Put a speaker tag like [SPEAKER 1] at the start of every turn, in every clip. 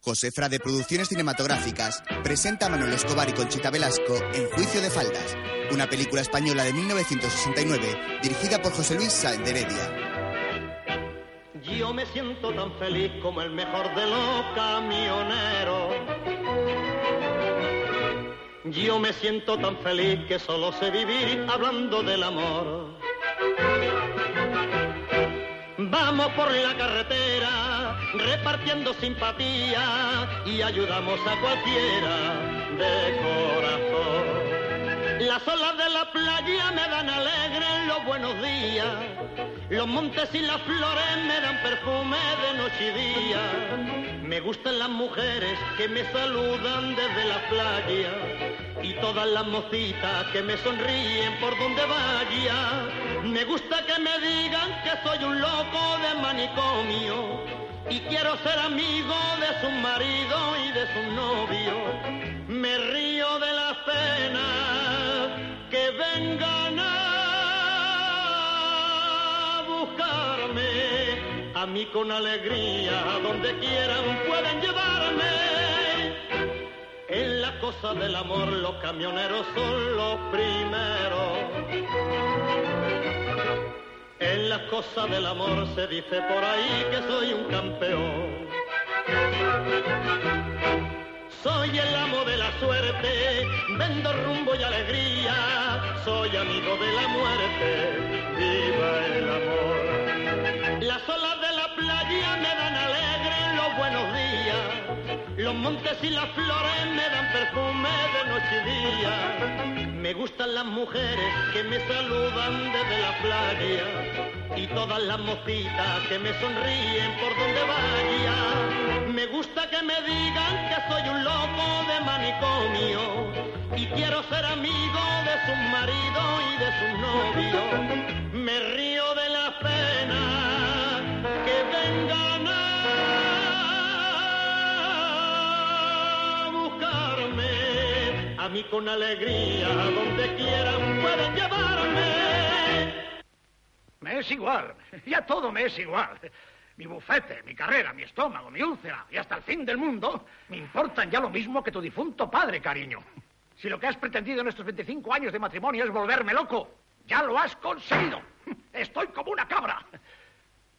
[SPEAKER 1] Josefra de Producciones Cinematográficas presenta a Manuel Escobar y Conchita Velasco en Juicio de Faldas, una película española de 1969 dirigida por José Luis Sáenz de Heredia.
[SPEAKER 2] Yo me siento tan feliz como el mejor de los camioneros. Yo me siento tan feliz que solo sé vivir hablando del amor. Vamos por la carretera repartiendo simpatía y ayudamos a cualquiera de corazón. Las olas de la playa me dan alegre los buenos días. Los montes y las flores me dan perfume de noche y día. Me gustan las mujeres que me saludan desde la playa y todas las mocitas que me sonríen por donde vaya. Me gusta que me digan que soy un loco de manicomio y quiero ser amigo de su marido y de su novio. Me río de la pena que vengan a buscarme. A mí con alegría, a donde quieran pueden llevarme. En la cosa del amor los camioneros son los primeros. En la cosa del amor se dice por ahí que soy un campeón. Soy el amo de la suerte, vendo rumbo y alegría, soy amigo de la muerte, viva el amor. Las olas de la playa me dan alegre los buenos días, los montes y las flores me dan perfume de noche y día. Me gustan las mujeres que me saludan desde la playa y todas las mocitas que me sonríen por donde vaya. Me gusta que me digan que soy un loco de manicomio y quiero ser amigo de su marido y de su novio. Me río de la pena que vengan a buscarme. A mí con alegría, a donde quieran pueden llevarme.
[SPEAKER 3] Me es igual, ya todo me es igual. Mi bufete, mi carrera, mi estómago, mi úlcera y hasta el fin del mundo me importan ya lo mismo que tu difunto padre, cariño. Si lo que has pretendido en estos 25 años de matrimonio es volverme loco, ya lo has conseguido. Estoy como una cabra.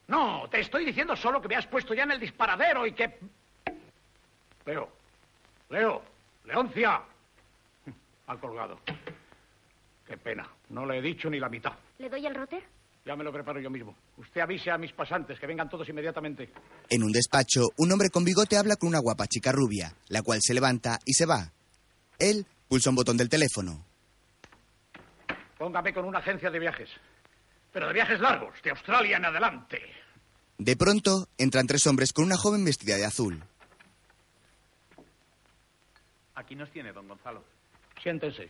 [SPEAKER 3] No, te estoy diciendo solo que me has puesto ya en el disparadero y que... Leo, Leo, Leoncia. Al colgado. Qué pena, no le he dicho ni la mitad.
[SPEAKER 4] ¿Le doy el roter?
[SPEAKER 3] Ya me lo preparo yo mismo. Usted avise a mis pasantes que vengan todos inmediatamente.
[SPEAKER 1] En un despacho, un hombre con bigote habla con una guapa chica rubia, la cual se levanta y se va. Él pulsa un botón del teléfono.
[SPEAKER 3] Póngame con una agencia de viajes. Pero de viajes largos, de Australia en adelante.
[SPEAKER 1] De pronto, entran tres hombres con una joven vestida de azul.
[SPEAKER 5] Aquí nos tiene, don Gonzalo.
[SPEAKER 3] Siéntense.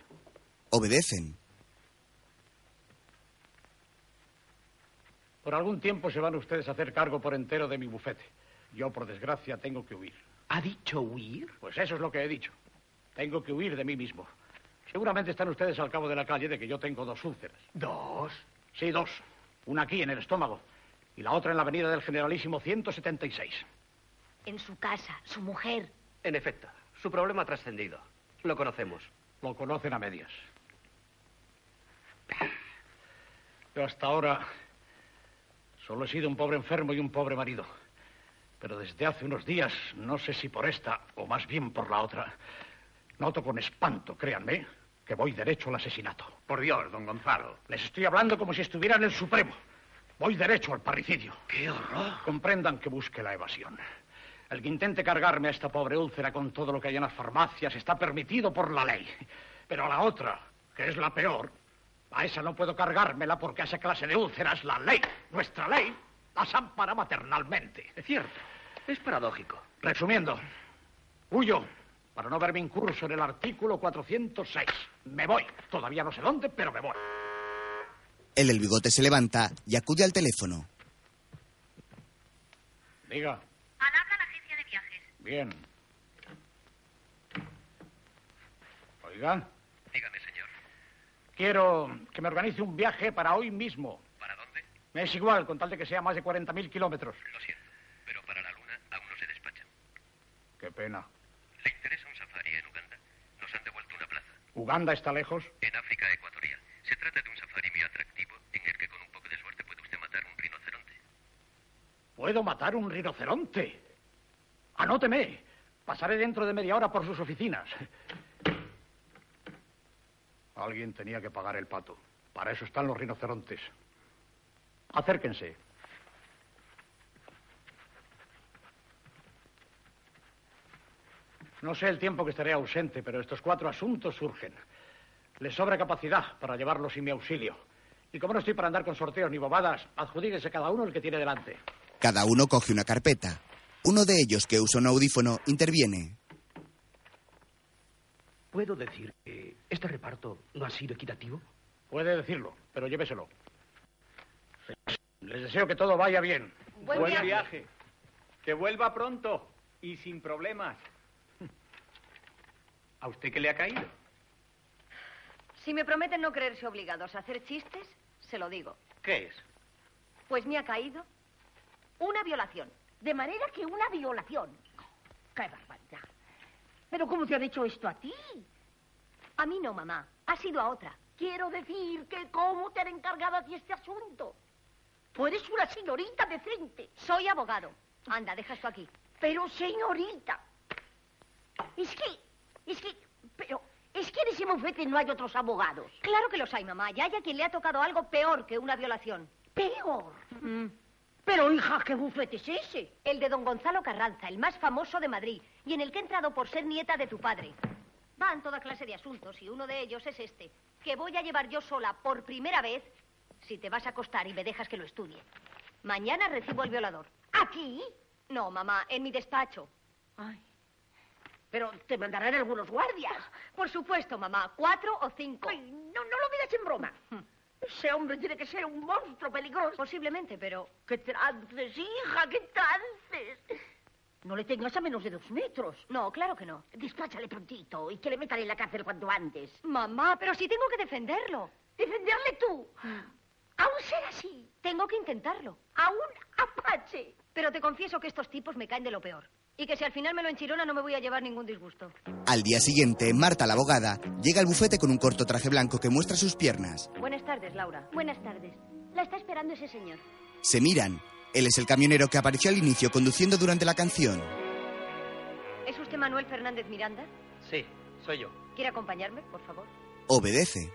[SPEAKER 1] Obedecen.
[SPEAKER 3] Por algún tiempo se van ustedes a hacer cargo por entero de mi bufete. Yo, por desgracia, tengo que huir.
[SPEAKER 5] ¿Ha dicho huir?
[SPEAKER 3] Pues eso es lo que he dicho. Tengo que huir de mí mismo. Seguramente están ustedes al cabo de la calle de que yo tengo dos úlceras.
[SPEAKER 5] ¿Dos?
[SPEAKER 3] Sí, dos. Una aquí en el estómago y la otra en la avenida del Generalísimo 176.
[SPEAKER 4] En su casa, su mujer.
[SPEAKER 5] En efecto, su problema ha trascendido. Lo conocemos.
[SPEAKER 3] Lo conocen a medias. Yo hasta ahora solo he sido un pobre enfermo y un pobre marido. Pero desde hace unos días, no sé si por esta o más bien por la otra, noto con espanto, créanme, que voy derecho al asesinato.
[SPEAKER 5] Por Dios, don Gonzalo.
[SPEAKER 3] Les estoy hablando como si estuviera en el Supremo. Voy derecho al parricidio.
[SPEAKER 5] ¡Qué horror!
[SPEAKER 3] Comprendan que busque la evasión. El que intente cargarme a esta pobre úlcera con todo lo que hay en las farmacias está permitido por la ley. Pero a la otra, que es la peor, a esa no puedo cargármela porque a esa clase de úlceras la ley, nuestra ley, las ampara maternalmente.
[SPEAKER 5] Es cierto. Es paradójico.
[SPEAKER 3] Resumiendo, huyo para no verme incurso en el artículo 406. Me voy. Todavía no sé dónde, pero me voy.
[SPEAKER 1] Él del bigote se levanta y acude al teléfono.
[SPEAKER 3] Diga,
[SPEAKER 6] Al Ah, habla la agencia de viajes.
[SPEAKER 3] bien. Oigan,
[SPEAKER 7] Dígame, señor.
[SPEAKER 3] quiero que me organice un viaje para hoy mismo.
[SPEAKER 7] ¿Para dónde?
[SPEAKER 3] Me es igual, con tal de que sea más de 40.000 kilómetros.
[SPEAKER 7] Lo siento, pero para la luna aún no se despachan.
[SPEAKER 3] Qué
[SPEAKER 8] pena.
[SPEAKER 9] ¿Le interesa un safari en Uganda? Nos han devuelto una plaza.
[SPEAKER 8] ¿Uganda está lejos?
[SPEAKER 9] En África Ecuatorial. Se trata de un safari muy atractivo en el que con un poco de suerte puede usted matar un rinoceronte.
[SPEAKER 8] Puedo matar un rinoceronte. Anóteme. Pasaré dentro de media hora por sus oficinas. Alguien tenía que pagar el pato. Para eso están los rinocerontes. Acérquense. No sé el tiempo que estaré ausente, pero estos cuatro asuntos surgen. Les sobra capacidad para llevarlos sin mi auxilio. Y como no estoy para andar con sorteos ni bobadas, adjudíquese cada uno el que tiene delante.
[SPEAKER 1] Cada uno coge una carpeta. Uno de ellos, que usa un audífono, interviene.
[SPEAKER 10] ¿Puedo decir que este reparto no ha sido equitativo?
[SPEAKER 8] Puede decirlo, pero lléveselo. Les deseo que todo vaya bien.
[SPEAKER 11] Buen, viaje. Que vuelva pronto y sin problemas. ¿A usted qué le ha caído?
[SPEAKER 6] Si me prometen no creerse obligados a hacer chistes, se lo digo.
[SPEAKER 10] ¿Qué es?
[SPEAKER 6] Pues me ha caído una violación.
[SPEAKER 12] De manera que una violación. ¡Qué barbaridad! ¿Pero cómo te han hecho esto a ti?
[SPEAKER 6] A mí no, mamá. Ha sido a otra.
[SPEAKER 12] Quiero decir que cómo te han encargado a ti este asunto. Tú eres una señorita decente.
[SPEAKER 6] Soy abogado. Anda, deja esto aquí.
[SPEAKER 12] Pero señorita. Es que, es que, pero, es que en ese bufete no hay otros abogados.
[SPEAKER 6] Claro que los hay, mamá. Ya hay a quien le ha tocado algo peor que una violación. Mm.
[SPEAKER 12] Peor. Pero, hija, ¿qué bufete es ese?
[SPEAKER 6] El de don Gonzalo Carranza, el más famoso de Madrid, y en el que he entrado por ser nieta de tu padre. Van toda clase de asuntos y uno de ellos es este, que voy a llevar yo sola por primera vez si te vas a acostar y me dejas que lo estudie. Mañana recibo al violador.
[SPEAKER 12] ¿Aquí?
[SPEAKER 6] No, mamá, en mi despacho.
[SPEAKER 12] Ay. Pero te mandarán algunos guardias.
[SPEAKER 6] Por supuesto, mamá, cuatro o cinco.
[SPEAKER 12] Ay, no, no lo digas en broma. Ese hombre tiene que ser un monstruo peligroso.
[SPEAKER 6] Posiblemente, pero
[SPEAKER 12] ¡Qué trances, hija! ¡Qué trances! No le tengas a menos de dos metros.
[SPEAKER 6] no, claro que no.
[SPEAKER 12] Despáchale prontito y que le metan en la cárcel cuanto antes.
[SPEAKER 6] Mamá, pero si tengo que defenderlo.
[SPEAKER 12] ¡Defenderle tú! ¡A un ser así!
[SPEAKER 6] Tengo que intentarlo.
[SPEAKER 12] ¡A un apache!
[SPEAKER 6] Pero te confieso que estos tipos me caen de lo peor. Y que si al final me lo enchirona no me voy a llevar ningún disgusto.
[SPEAKER 1] Al día siguiente, Marta, la abogada, llega al bufete con un corto traje blanco que muestra sus piernas.
[SPEAKER 6] Buenas tardes, Laura.
[SPEAKER 4] Buenas tardes. La está esperando ese señor.
[SPEAKER 1] Se miran. Él es el camionero que apareció al inicio conduciendo durante la canción.
[SPEAKER 6] ¿Es usted Manuel Fernández Miranda?
[SPEAKER 10] Sí, soy yo.
[SPEAKER 6] ¿Quiere acompañarme, por favor?
[SPEAKER 1] Obedece.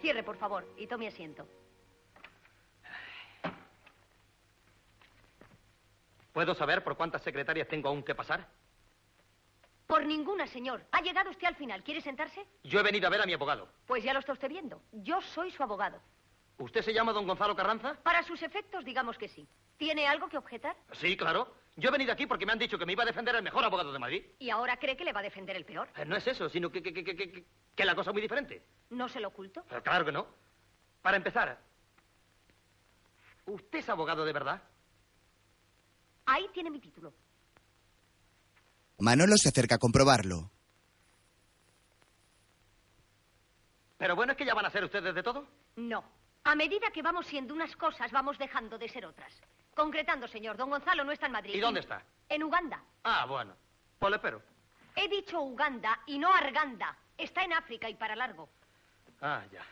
[SPEAKER 6] Cierre, por favor, y tome asiento.
[SPEAKER 10] ¿Puedo saber por cuántas secretarias tengo aún que pasar?
[SPEAKER 6] Por ninguna, señor. Ha llegado usted al final. ¿Quiere sentarse?
[SPEAKER 10] Yo he venido a ver a mi abogado.
[SPEAKER 6] Pues ya lo está usted viendo. Yo soy su abogado.
[SPEAKER 10] ¿Usted se llama don Gonzalo Carranza?
[SPEAKER 6] Para sus efectos, digamos que sí. ¿Tiene algo que objetar?
[SPEAKER 10] Sí, claro. Yo he venido aquí porque me han dicho que me iba a defender el mejor abogado de Madrid.
[SPEAKER 6] ¿Y ahora cree que le va a defender el peor?
[SPEAKER 10] Eh, No es eso, sino que, que, que, que- que- que la cosa es muy diferente.
[SPEAKER 6] ¿No se lo oculto?
[SPEAKER 10] Pero claro que no. Para empezar, ¿usted es abogado de verdad?
[SPEAKER 6] Ahí tiene mi título.
[SPEAKER 1] Manolo se acerca a comprobarlo.
[SPEAKER 10] Pero bueno, es que ya van a ser ustedes de todo.
[SPEAKER 6] No. A medida que vamos siendo unas cosas, vamos dejando de ser otras. Concretando, señor, don Gonzalo no está en Madrid.
[SPEAKER 10] ¿Y dónde está?
[SPEAKER 6] En Uganda.
[SPEAKER 10] Ah, bueno. Pues le espero.
[SPEAKER 6] He dicho Uganda y no Arganda. Está en África y para largo.
[SPEAKER 10] Ah, ya.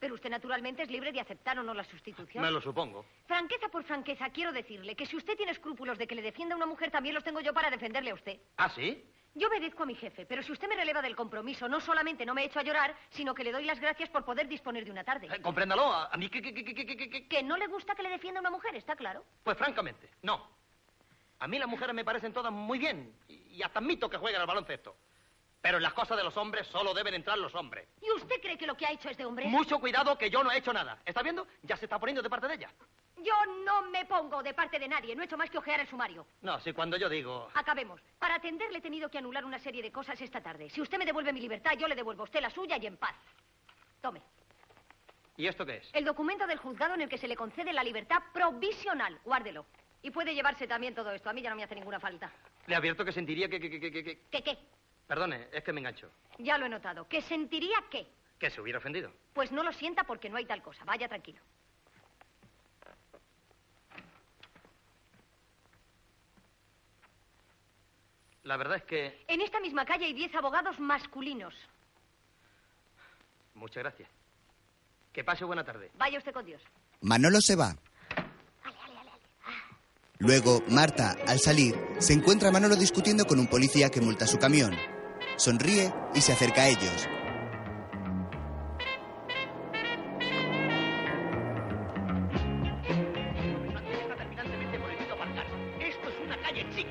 [SPEAKER 6] Pero usted naturalmente es libre de aceptar o no la sustitución.
[SPEAKER 10] Me lo supongo.
[SPEAKER 6] Franqueza por franqueza, quiero decirle que si usted tiene escrúpulos de que le defienda una mujer, también los tengo yo para defenderle a usted.
[SPEAKER 10] ¿Ah, sí?
[SPEAKER 6] Yo obedezco a mi jefe, pero si usted me releva del compromiso, no solamente no me echo a llorar, sino que le doy las gracias por poder disponer de una tarde.
[SPEAKER 10] Eh, compréndalo. A, a mí, que, que- que- que- que- que- que-
[SPEAKER 6] Que no le gusta que le defienda una mujer, está claro.
[SPEAKER 10] Pues francamente, no. A mí las mujeres me parecen todas muy bien. Y y hasta admito que jueguen al baloncesto. Pero en las cosas de los hombres solo deben entrar los hombres.
[SPEAKER 6] ¿Y usted cree que lo que ha hecho es de hombre?
[SPEAKER 10] Mucho cuidado que yo no he hecho nada. ¿Está viendo? Ya se está poniendo de parte de ella.
[SPEAKER 6] Yo no me pongo de parte de nadie, no he hecho más que ojear el sumario.
[SPEAKER 10] No, si cuando yo digo...
[SPEAKER 6] Acabemos. Para atenderle he tenido que anular una serie de cosas esta tarde. Si usted me devuelve mi libertad, yo le devuelvo a usted la suya y en paz. Tome.
[SPEAKER 10] ¿Y esto qué es?
[SPEAKER 6] El documento del juzgado en el que se le concede la libertad provisional. Guárdelo. Y puede llevarse también todo esto. A mí ya no me hace ninguna falta.
[SPEAKER 10] Le advierto que sentiría que... que- que- que- que- que-
[SPEAKER 6] ¿Qué qué?
[SPEAKER 10] Perdone, es que me engancho.
[SPEAKER 6] Ya lo he notado. ¿Que sentiría qué?
[SPEAKER 10] que se hubiera ofendido.
[SPEAKER 6] Pues no lo sienta porque no hay tal cosa. Vaya tranquilo.
[SPEAKER 10] La verdad es que...
[SPEAKER 6] En esta misma calle hay diez abogados masculinos.
[SPEAKER 10] Muchas gracias. Que pase buena tarde.
[SPEAKER 6] Vaya usted con Dios.
[SPEAKER 1] Manolo se va. Luego, Marta, al salir, se encuentra a Manolo discutiendo con un policía que multa su camión. Sonríe y se acerca a ellos.
[SPEAKER 10] Está terminantemente prohibido aparcar. Esto es una calle chic.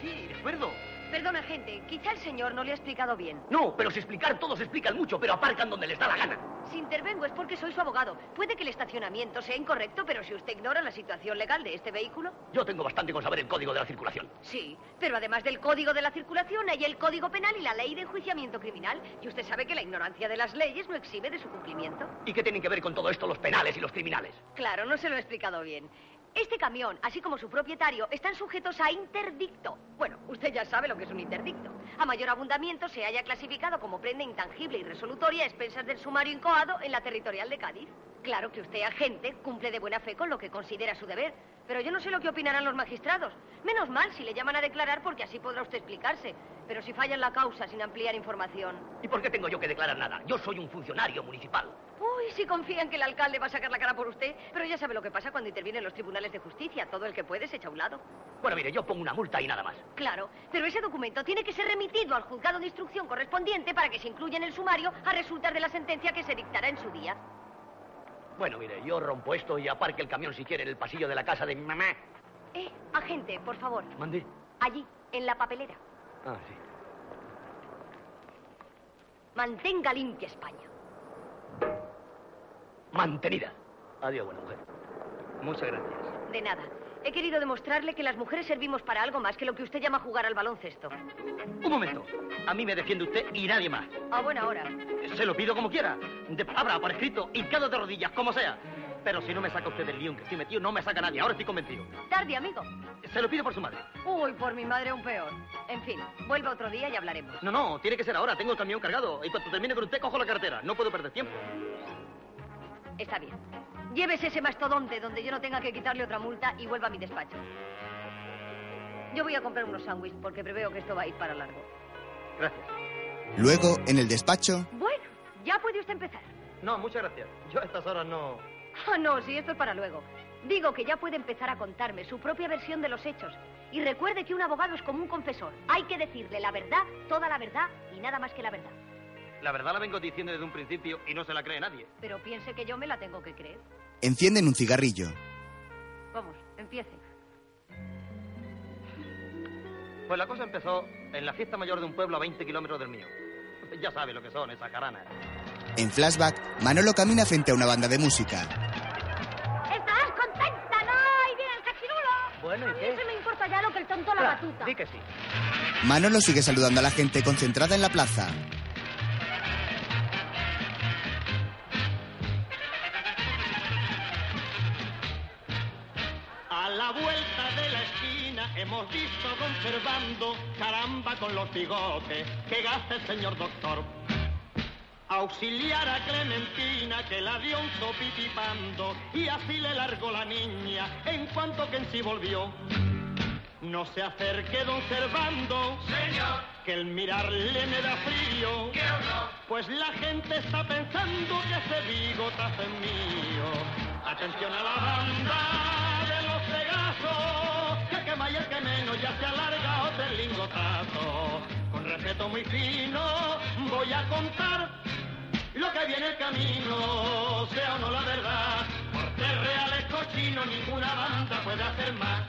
[SPEAKER 10] Sí, de acuerdo.
[SPEAKER 6] Perdona, gente. Quizá el señor no le ha explicado bien.
[SPEAKER 10] No, pero si explicar, todos explican mucho, pero aparcan donde les da la gana.
[SPEAKER 6] Si intervengo es porque soy su abogado. Puede que el estacionamiento sea incorrecto, pero si usted ignora la situación legal de este vehículo,
[SPEAKER 10] Yo tengo bastante con saber el código de la circulación.
[SPEAKER 6] sí. Pero además del código de la circulación, hay el código penal y la ley de enjuiciamiento criminal. Y usted sabe que la ignorancia de las leyes no exime de su cumplimiento.
[SPEAKER 10] ¿Y qué tienen que ver con todo esto los penales y los criminales?
[SPEAKER 6] Claro, no se lo he explicado bien. Este camión, así como su propietario, están sujetos a interdicto. Bueno, usted ya sabe lo que es un interdicto. A mayor abundamiento se haya clasificado como prenda intangible y resolutoria a expensas del sumario incoado en la territorial de Cádiz. Claro que usted, agente, cumple de buena fe con lo que considera su deber. Pero yo no sé lo que opinarán los magistrados. Menos mal si le llaman a declarar porque así podrá usted explicarse. Pero si fallan la causa sin ampliar información.
[SPEAKER 10] ¿Y por qué tengo yo que declarar nada? Yo soy un funcionario municipal.
[SPEAKER 6] Uy, si confían que el alcalde va a sacar la cara por usted, pero ya sabe lo que pasa cuando intervienen los tribunales de justicia. Todo el que puede se echa a un lado.
[SPEAKER 10] Bueno, mire, yo pongo una multa y nada más.
[SPEAKER 6] Claro, pero ese documento tiene que ser remitido al juzgado de instrucción correspondiente para que se incluya en el sumario a resultas de la sentencia que se dictará en su día.
[SPEAKER 10] Bueno, mire, yo rompo esto y aparque el camión si quiere en el pasillo de la casa de mi mamá.
[SPEAKER 6] Eh, agente, por favor.
[SPEAKER 10] ¿Mande?
[SPEAKER 6] Allí, en la papelera.
[SPEAKER 10] Ah, sí.
[SPEAKER 6] Mantenga limpia España.
[SPEAKER 10] Mantenida. Adiós, buena mujer. Muchas gracias.
[SPEAKER 6] De nada. He querido demostrarle que las mujeres servimos para algo más que lo que usted llama jugar al baloncesto.
[SPEAKER 10] Un momento. A mí me defiende usted y nadie más.
[SPEAKER 6] A buena hora.
[SPEAKER 10] Se lo pido como quiera. De palabra, por escrito, hincado de rodillas, como sea. Pero si no me saca usted del lío en que estoy metido, no me saca nadie. Ahora estoy convencido.
[SPEAKER 6] Tarde, amigo.
[SPEAKER 10] Se lo pido por su madre.
[SPEAKER 6] Uy, por mi madre un peor. En fin, vuelva otro día y hablaremos.
[SPEAKER 10] No, no, tiene que ser ahora. Tengo el camión cargado. Y cuando termine con usted, cojo la cartera. No puedo perder tiempo.
[SPEAKER 6] Está bien. Llévese ese mastodonte donde yo no tenga que quitarle otra multa y vuelva a mi despacho. Yo voy a comprar unos sándwiches porque preveo que esto va a ir para largo.
[SPEAKER 10] Gracias.
[SPEAKER 1] Luego, en el despacho,
[SPEAKER 6] Bueno, ya puede usted empezar.
[SPEAKER 10] No, muchas gracias. Yo a estas horas no.
[SPEAKER 6] Ah, no, sí, esto es para luego. Digo que ya puede empezar a contarme su propia versión de los hechos. Y recuerde que un abogado es como un confesor. Hay que decirle la verdad, toda la verdad y nada más que la verdad.
[SPEAKER 10] La verdad la vengo diciendo desde un principio y no se la cree nadie.
[SPEAKER 6] Pero piense que yo me la tengo que creer.
[SPEAKER 1] encienden un cigarrillo.
[SPEAKER 6] Vamos, empiece.
[SPEAKER 10] Pues la cosa empezó en la fiesta mayor de un pueblo a 20 kilómetros del mío. Ya sabe lo que son esas jaranas.
[SPEAKER 1] En flashback, Manolo camina frente a una banda de música.
[SPEAKER 4] ¿Estás contenta, no? Ahí viene el cachirulo.
[SPEAKER 10] Bueno, ¿y
[SPEAKER 4] A mí
[SPEAKER 10] qué? Ah,
[SPEAKER 4] eso me importa ya lo que el tonto la batuta.
[SPEAKER 10] Di que sí.
[SPEAKER 1] Manolo sigue saludando a la gente concentrada en la plaza.
[SPEAKER 2] A la vuelta de la esquina hemos visto conservando caramba con los bigotes. Que gaste, señor doctor. Auxiliar a Clementina que la dio un sopitipando y así le largó la niña en cuanto que en sí volvió. No se acerque don Servando, señor, que el mirarle me da frío, pues la gente está pensando que ese bigotazo es mío. Atención a la banda de los fregazos, que el que más y el que menos ya se alarga oh, otro el lingotazo. Con respeto muy fino voy a contar lo que viene el camino, sea o no la verdad, por ser reales cochino ninguna banda puede hacer más.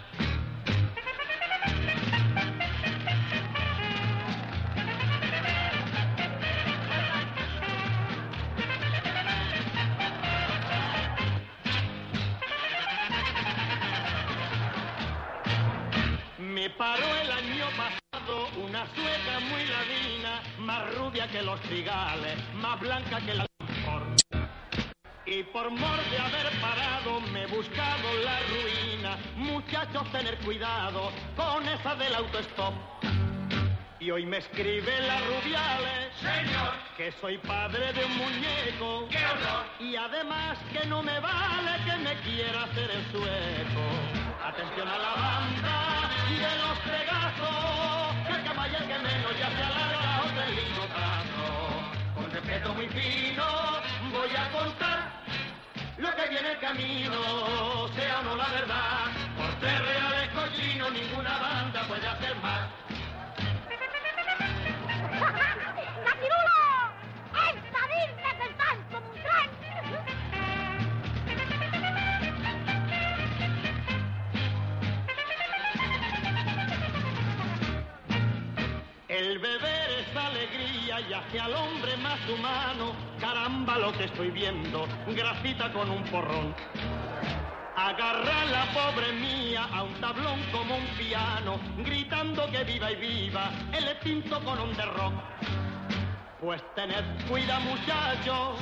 [SPEAKER 2] Me paró el año pasado una sueca muy ladina, más rubia que los cigales, más blanca que la mejor. Y por mor de haber parado me he buscado la ruina. Muchachos, tener cuidado con esa del autostop. Y Y hoy me escribe la Rubiales, señor, que soy padre de un muñeco. ¡Qué honor! Y además que no me vale que me quiera hacer el sueco. Atención a la banda y de los fregazos, que el que más y el que menos ya se alarga otro lindo paso. Con respeto muy fino voy a contar lo que viene el camino, sea o no la verdad. Por ser reales cochinos ninguna banda puede hacer más.
[SPEAKER 4] ¡Cachirulo! ¡Esta virgen del tanto un tren!
[SPEAKER 2] El beber es alegría y hacia al hombre más humano. Caramba lo que estoy viendo, grafita con un porrón. Agarra la pobre mía a un tablón como un piano, gritando que viva y viva el extinto colón de rock. Pues tened cuida muchacho,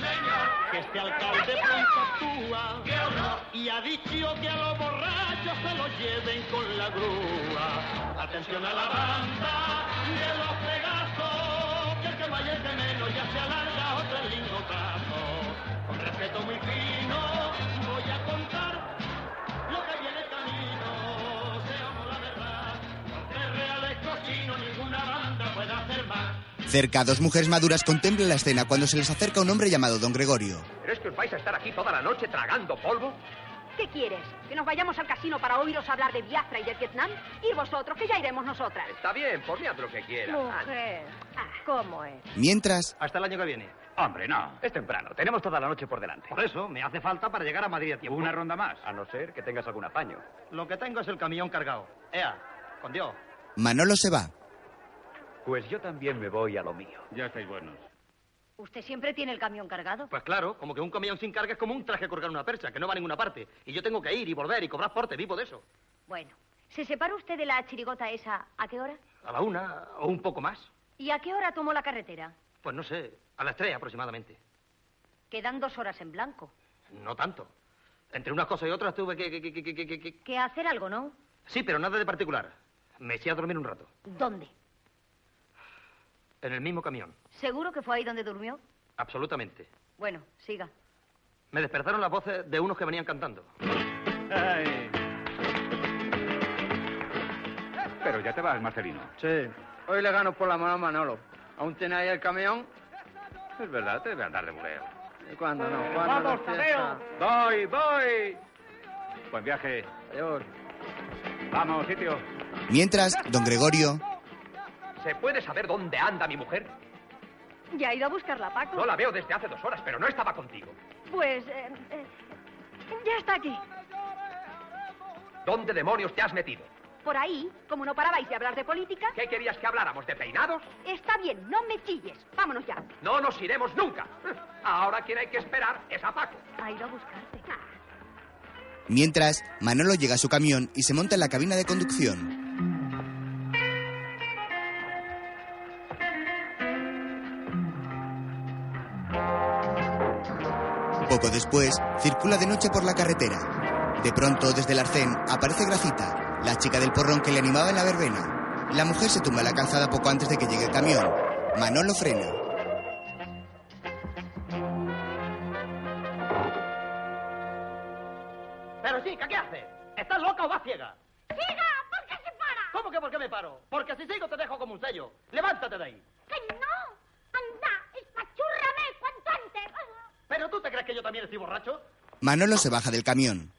[SPEAKER 2] que este alcalde pronto actúa y ha dicho que a los borrachos se los lleven con la grúa. Atención a la banda de los pegazos, que el que vaya el que menos ya se alarga otro lindo caso. Con respeto muy fino voy a contar lo que viene camino, seamos la verdad, porque reales cochinos ninguna banda puede hacer más.
[SPEAKER 1] Cerca, dos mujeres maduras contemplan la escena cuando se les acerca un hombre llamado Don Gregorio.
[SPEAKER 10] ¿Pero es que os vais a estar aquí toda la noche tragando polvo?
[SPEAKER 6] ¿Qué quieres? ¿Que nos vayamos al casino para oíros hablar de Biafra y de Vietnam? Ir vosotros, que ya iremos nosotras.
[SPEAKER 10] Está bien, poned lo que quieras.
[SPEAKER 6] Mujer, ¿cómo es?
[SPEAKER 1] Mientras,
[SPEAKER 10] Hasta el año que viene.
[SPEAKER 11] Hombre, no.
[SPEAKER 10] Es temprano, tenemos toda la noche por delante.
[SPEAKER 11] Por
[SPEAKER 10] eso, me hace falta para llegar a Madrid a tiempo.
[SPEAKER 11] Una ronda más.
[SPEAKER 9] A no ser que tengas algún apaño.
[SPEAKER 10] Lo que tengo es el camión cargado. Ea, con Dios.
[SPEAKER 1] Manolo se va.
[SPEAKER 9] Pues yo también me voy a lo mío.
[SPEAKER 11] Ya estáis buenos.
[SPEAKER 6] ¿Usted siempre tiene el camión cargado?
[SPEAKER 10] Pues claro, como que un camión sin carga es como un traje colgado en una percha, que no va a ninguna parte. Y yo tengo que ir y volver y cobrar porte, vivo de eso.
[SPEAKER 6] Bueno, ¿se separa usted de la chirigota esa a qué hora?
[SPEAKER 10] A la una o un poco más.
[SPEAKER 6] ¿Y a qué hora tomó la carretera?
[SPEAKER 10] Pues no sé, a las tres aproximadamente.
[SPEAKER 6] Quedan dos horas en blanco.
[SPEAKER 10] No tanto. Entre unas cosas y otras tuve que... que- que- que- que- que- que-
[SPEAKER 6] Que hacer algo, ¿no?
[SPEAKER 10] Sí, pero nada de particular. Me eché a dormir un rato,
[SPEAKER 6] ¿Dónde?
[SPEAKER 10] en el mismo camión,
[SPEAKER 6] ¿Seguro que fue ahí donde durmió?
[SPEAKER 10] absolutamente.
[SPEAKER 6] Bueno, siga.
[SPEAKER 10] Me despertaron las voces de unos que venían cantando.
[SPEAKER 11] Pero ya te vas, Marcelino.
[SPEAKER 13] Sí. Hoy le gano por la mano a Manolo. ¿Aún tiene ahí el camión?
[SPEAKER 11] Es verdad, te voy a andar de buleo.
[SPEAKER 13] ¿Y ¿Cuándo no? ¿Cuándo la fiesta?
[SPEAKER 11] Voy, voy. Buen viaje.
[SPEAKER 13] Adiós.
[SPEAKER 11] Vamos, sitio.
[SPEAKER 1] Mientras, Don Gregorio,
[SPEAKER 10] ¿Se puede saber dónde anda mi mujer?
[SPEAKER 6] ¿Ya ha ido a buscarla, Paco?
[SPEAKER 10] No la veo desde hace dos horas, pero no estaba contigo.
[SPEAKER 6] Pues... eh, eh, ya está aquí.
[SPEAKER 10] ¿Dónde demonios te has metido?
[SPEAKER 6] Por ahí, como no parabais de hablar de política,
[SPEAKER 10] ¿Qué querías que habláramos? ¿De peinados?
[SPEAKER 6] está bien, no me chilles. Vámonos ya.
[SPEAKER 10] No nos iremos nunca. Ahora quien hay que esperar es a Paco.
[SPEAKER 6] Ha ido a buscarte.
[SPEAKER 1] mientras, Manolo llega a su camión y se monta en la cabina de conducción. Poco después, circula de noche por la carretera. De pronto, desde el arcén, aparece Grafita, la chica del porrón que le animaba en la verbena. La mujer se tumba en la calzada poco antes de que llegue el camión. Manolo frena.
[SPEAKER 10] Pero chica, ¿qué haces? ¿Estás loca o vas ciega?
[SPEAKER 4] ¡Siga! ¿Por qué se para?
[SPEAKER 10] ¿Cómo que por qué me paro? Porque si sigo te dejo como un sello. Levántate de ahí.
[SPEAKER 4] ¡Que no! ¡Anda! ¡Espachúrrame cuanto antes!
[SPEAKER 10] ¿Pero tú te crees que yo también estoy borracho?
[SPEAKER 1] Manolo se baja del camión.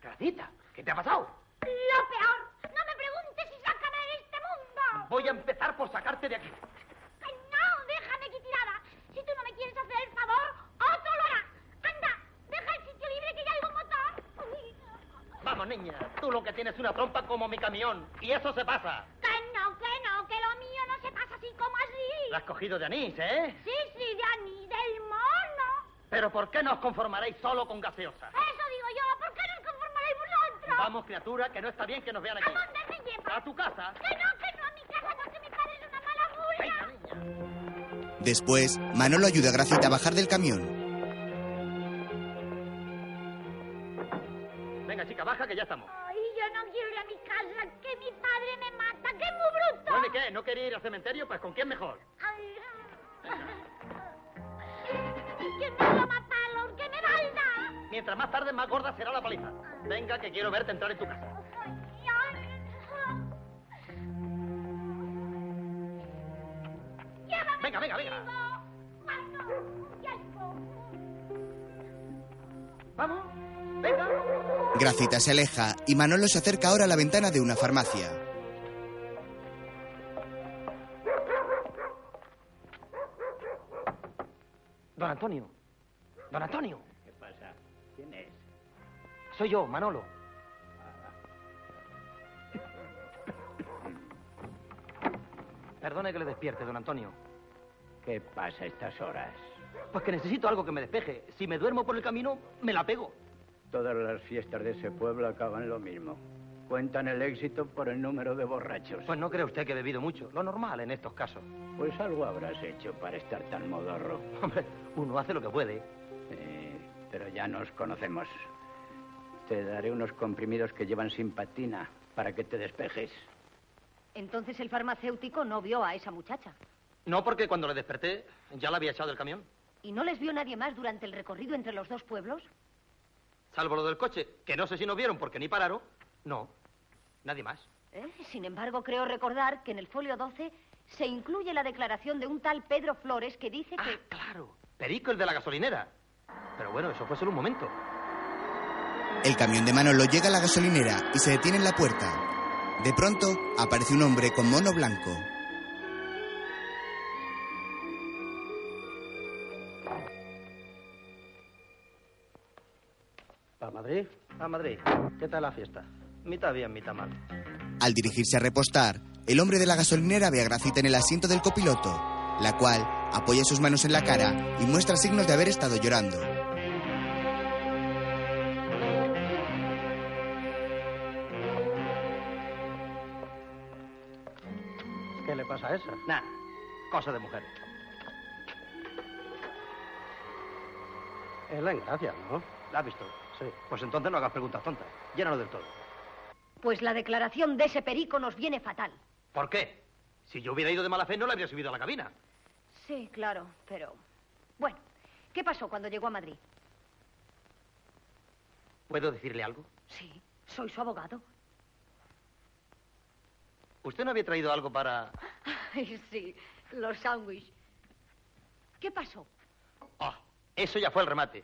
[SPEAKER 10] Gratita, ¿qué te ha pasado?
[SPEAKER 4] ¡Lo peor! ¡No me preguntes si sácame de este mundo!
[SPEAKER 10] Voy a empezar por sacarte de aquí.
[SPEAKER 4] ¡Que no! ¡Déjame aquí tirada! Si tú no me quieres hacer el favor, otro lo hará. ¡Anda! ¡Deja el sitio libre que ya hay un motor!
[SPEAKER 10] Vamos, niña. Tú lo que tienes es una trompa como mi camión. Y eso se pasa.
[SPEAKER 4] ¡Que no, que no! ¡Que lo mío no se pasa así como
[SPEAKER 10] La has
[SPEAKER 4] así!
[SPEAKER 10] cogido de anís, ¿eh?
[SPEAKER 4] Sí, sí, de Ani, del mono.
[SPEAKER 10] Pero ¿por qué no os conformaréis solo con gaseosa?
[SPEAKER 4] Eso digo yo, ¿por qué no os conformaréis vosotros?
[SPEAKER 10] Ah. Vamos, criatura, que no está bien que nos vean
[SPEAKER 4] ¿A
[SPEAKER 10] aquí.
[SPEAKER 4] dónde me llevas?
[SPEAKER 10] A tu casa.
[SPEAKER 4] Que no, que no, a mi casa porque mi padre es una mala
[SPEAKER 10] Venga,
[SPEAKER 4] burla.
[SPEAKER 10] niña.
[SPEAKER 1] Después, Manolo ayuda a Grafita a bajar del camión.
[SPEAKER 10] Venga, chica, que ya estamos.
[SPEAKER 4] Ay, yo no quiero ir a mi casa, que mi padre me mata, que es muy bruto.
[SPEAKER 10] Bueno, ¿y qué? ¿No quería ir al cementerio? Pues ¿con quién mejor?
[SPEAKER 4] Ay, que me va a matar, Lord, que me valda.
[SPEAKER 10] Mientras más tarde, más gorda será la paliza. Venga, que quiero verte entrar en tu casa.
[SPEAKER 4] Llévame
[SPEAKER 10] Venga, venga, venga.
[SPEAKER 4] contigo. Ay, no, ya llegó.
[SPEAKER 10] Vamos, venga.
[SPEAKER 1] Gracita se aleja y Manolo se acerca ahora a la ventana de una farmacia.
[SPEAKER 10] Don Antonio. Don Antonio.
[SPEAKER 14] ¿Qué pasa? ¿Quién es? Ah,
[SPEAKER 10] Soy yo, Manolo. Perdone que le despierte, don Antonio.
[SPEAKER 14] ¿Qué pasa a estas horas?
[SPEAKER 10] Pues que necesito algo que me despeje. Si me duermo por el camino, me la pego.
[SPEAKER 14] Todas las fiestas de ese pueblo acaban lo mismo. Cuentan el éxito por el número de borrachos.
[SPEAKER 10] Pues no cree usted que he bebido mucho. Lo normal en estos casos.
[SPEAKER 14] Pues algo habrás hecho para estar tan modorro.
[SPEAKER 10] Hombre, uno hace lo que puede.
[SPEAKER 14] Eh, pero ya nos conocemos. Te daré unos comprimidos que llevan simpatina para que te despejes.
[SPEAKER 6] Entonces el farmacéutico no vio a esa muchacha.
[SPEAKER 10] No porque cuando le desperté ya la había echado del camión.
[SPEAKER 6] ¿Y no les vio nadie más durante el recorrido entre los dos pueblos?
[SPEAKER 10] Salvo lo del coche, que no sé si no vieron porque ni pararon. No, nadie más.
[SPEAKER 6] ¿Eh? Sin embargo, creo recordar que en el folio 12 se incluye la declaración de un tal Pedro Flores que dice que...
[SPEAKER 10] claro. Perico el de la gasolinera. Pero bueno, eso fue solo un momento.
[SPEAKER 1] El camión de Manolo llega a la gasolinera y se detiene en la puerta. De pronto aparece un hombre con mono blanco.
[SPEAKER 10] ¿A Madrid? A Madrid. ¿Qué tal la fiesta? Mitad bien, mitad mal.
[SPEAKER 1] Al dirigirse a repostar, el hombre de la gasolinera ve a Gracita en el asiento del copiloto, la cual apoya sus manos en la cara y muestra signos de haber estado llorando.
[SPEAKER 10] ¿Qué le pasa a esa? Nada. Cosa de mujer. Es la gracia, ¿no? ¿La has visto? Sí. Pues entonces no hagas preguntas tontas. Llénalo del todo.
[SPEAKER 6] Pues la declaración de ese perico nos viene fatal.
[SPEAKER 10] ¿Por qué? Si yo hubiera ido de mala fe, no la habría subido a la cabina.
[SPEAKER 6] Sí, claro, pero... Bueno, ¿qué pasó cuando llegó a Madrid?
[SPEAKER 10] ¿Puedo decirle algo?
[SPEAKER 6] Sí, soy su abogado.
[SPEAKER 10] ¿Usted no había traído algo para...?
[SPEAKER 6] Ay, sí, los sándwiches. ¿Qué pasó?
[SPEAKER 10] Ah, eso ya fue el remate.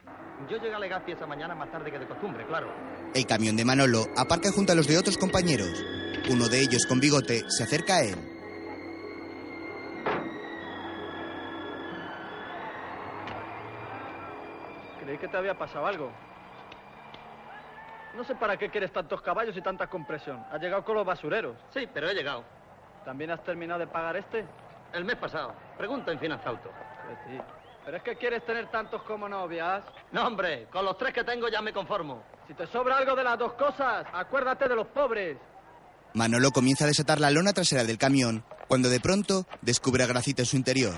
[SPEAKER 10] Yo llegué a Legazpi esa mañana más tarde que de costumbre, claro.
[SPEAKER 1] El camión de Manolo aparca junto a los de otros compañeros. Uno de ellos, con bigote, se acerca a él.
[SPEAKER 15] Creí que te había pasado algo. No sé para qué quieres tantos caballos y tanta compresión. Has llegado con los basureros.
[SPEAKER 10] Sí, pero he llegado.
[SPEAKER 15] ¿También has terminado de pagar este?
[SPEAKER 10] El mes pasado. Pregunta en Finanza Auto.
[SPEAKER 15] Pues sí. Pero es que quieres tener tantos como novias.
[SPEAKER 10] No, hombre, con los tres que tengo ya me conformo.
[SPEAKER 15] Si te sobra algo de las dos cosas, acuérdate de los pobres.
[SPEAKER 1] Manolo comienza a desatar la lona trasera del camión, cuando de pronto descubre a Gracita en su interior.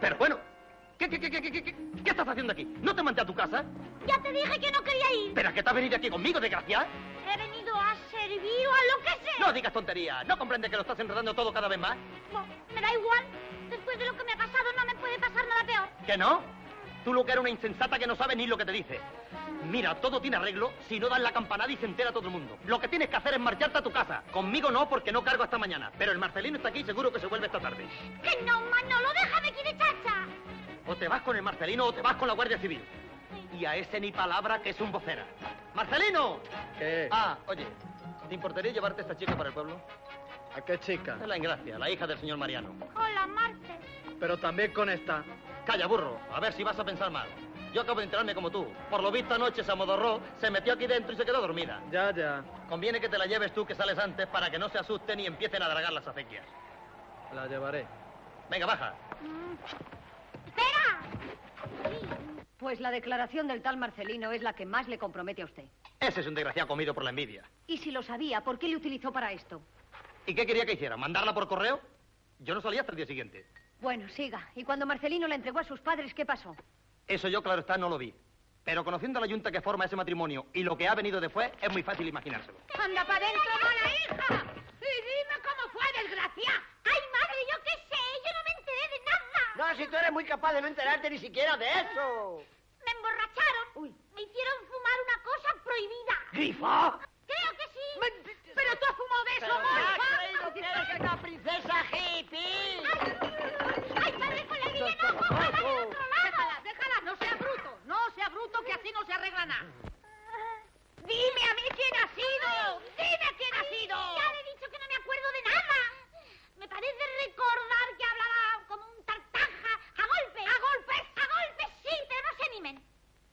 [SPEAKER 10] Pero bueno, ¿qué, qué, qué, qué, qué, qué, qué, qué estás haciendo aquí? ¿No te mandé a tu casa?
[SPEAKER 4] Ya te dije que no quería ir.
[SPEAKER 10] ¿Pero es que te has venido aquí conmigo, desgraciada?
[SPEAKER 4] He venido a servir o a lo que sea.
[SPEAKER 10] No digas tonterías. ¿No comprendes que lo estás enredando todo cada vez más?
[SPEAKER 4] No, me da igual. Después de lo que me ha pasado, no me puede pasar nada peor.
[SPEAKER 10] ¿Que no? Tú lo que eres una insensata que no sabe ni lo que te dice. Mira, todo tiene arreglo si no das la campanada y se entera todo el mundo. Lo que tienes que hacer es marcharte a tu casa. Conmigo no, porque no cargo hasta mañana. Pero el Marcelino está aquí y seguro que se vuelve esta tarde.
[SPEAKER 4] Que no, Manolo, déjame aquí de chacha.
[SPEAKER 10] O te vas con el Marcelino o te vas con la Guardia Civil. Y a ese ni palabra que es un vocera. ¡Marcelino!
[SPEAKER 15] ¿Qué?
[SPEAKER 10] Ah, oye, ¿te importaría llevarte a esta chica para el pueblo?
[SPEAKER 15] ¿A qué chica?
[SPEAKER 10] Es la Ingracia, la hija del señor Mariano.
[SPEAKER 4] Hola, Marte.
[SPEAKER 15] Pero también con esta.
[SPEAKER 10] Calla, burro, a ver si vas a pensar mal. Yo acabo de enterarme como tú. Por lo visto anoche se amodorró, se metió aquí dentro y se quedó dormida.
[SPEAKER 15] Ya, ya.
[SPEAKER 10] Conviene que te la lleves tú que sales antes para que no se asusten y empiecen a dragar las acequias.
[SPEAKER 15] La llevaré.
[SPEAKER 10] Venga, baja.
[SPEAKER 6] Mm. Pues la declaración del tal Marcelino es la que más le compromete a usted.
[SPEAKER 10] Ese es un desgraciado comido por la envidia.
[SPEAKER 6] Y si lo sabía, ¿por qué le utilizó para esto?
[SPEAKER 10] ¿Y qué quería que hiciera? ¿Mandarla por correo? Yo no salí hasta el día siguiente.
[SPEAKER 6] Bueno, siga. ¿Y cuando Marcelino la entregó a sus padres, qué pasó?
[SPEAKER 10] Eso yo, claro está, no lo vi. Pero conociendo la yunta que forma ese matrimonio y lo que ha venido después, es muy fácil imaginárselo.
[SPEAKER 4] ¡Anda para adentro, mala hija! Y dime cómo fue, desgracia. ¡Ay, madre, yo qué sé! ¡Yo no me enteré de nada!
[SPEAKER 16] No, si tú eres muy capaz de no enterarte ni siquiera de eso.
[SPEAKER 4] Me emborracharon. Me hicieron fumar una cosa prohibida.
[SPEAKER 16] ¿Grifo?
[SPEAKER 4] Creo que sí. Pero tú has fumado de eso,
[SPEAKER 16] Pero
[SPEAKER 4] Morfa.
[SPEAKER 16] ya creí, no quieres que una princesa hippie.
[SPEAKER 4] ¡Ay, madre, con la guilla no! ¡Cójala del otro lado! Déjala, déjala, no sea bruto. No sea bruto, que así no se arregla nada. Dime a mí quién ha sido. Dime quién ha sido. Ya le he dicho que no me acuerdo de nada. Me parece recordar que hablaba como un tartaja. A golpes. A golpes. A golpes, sí, pero no se animen.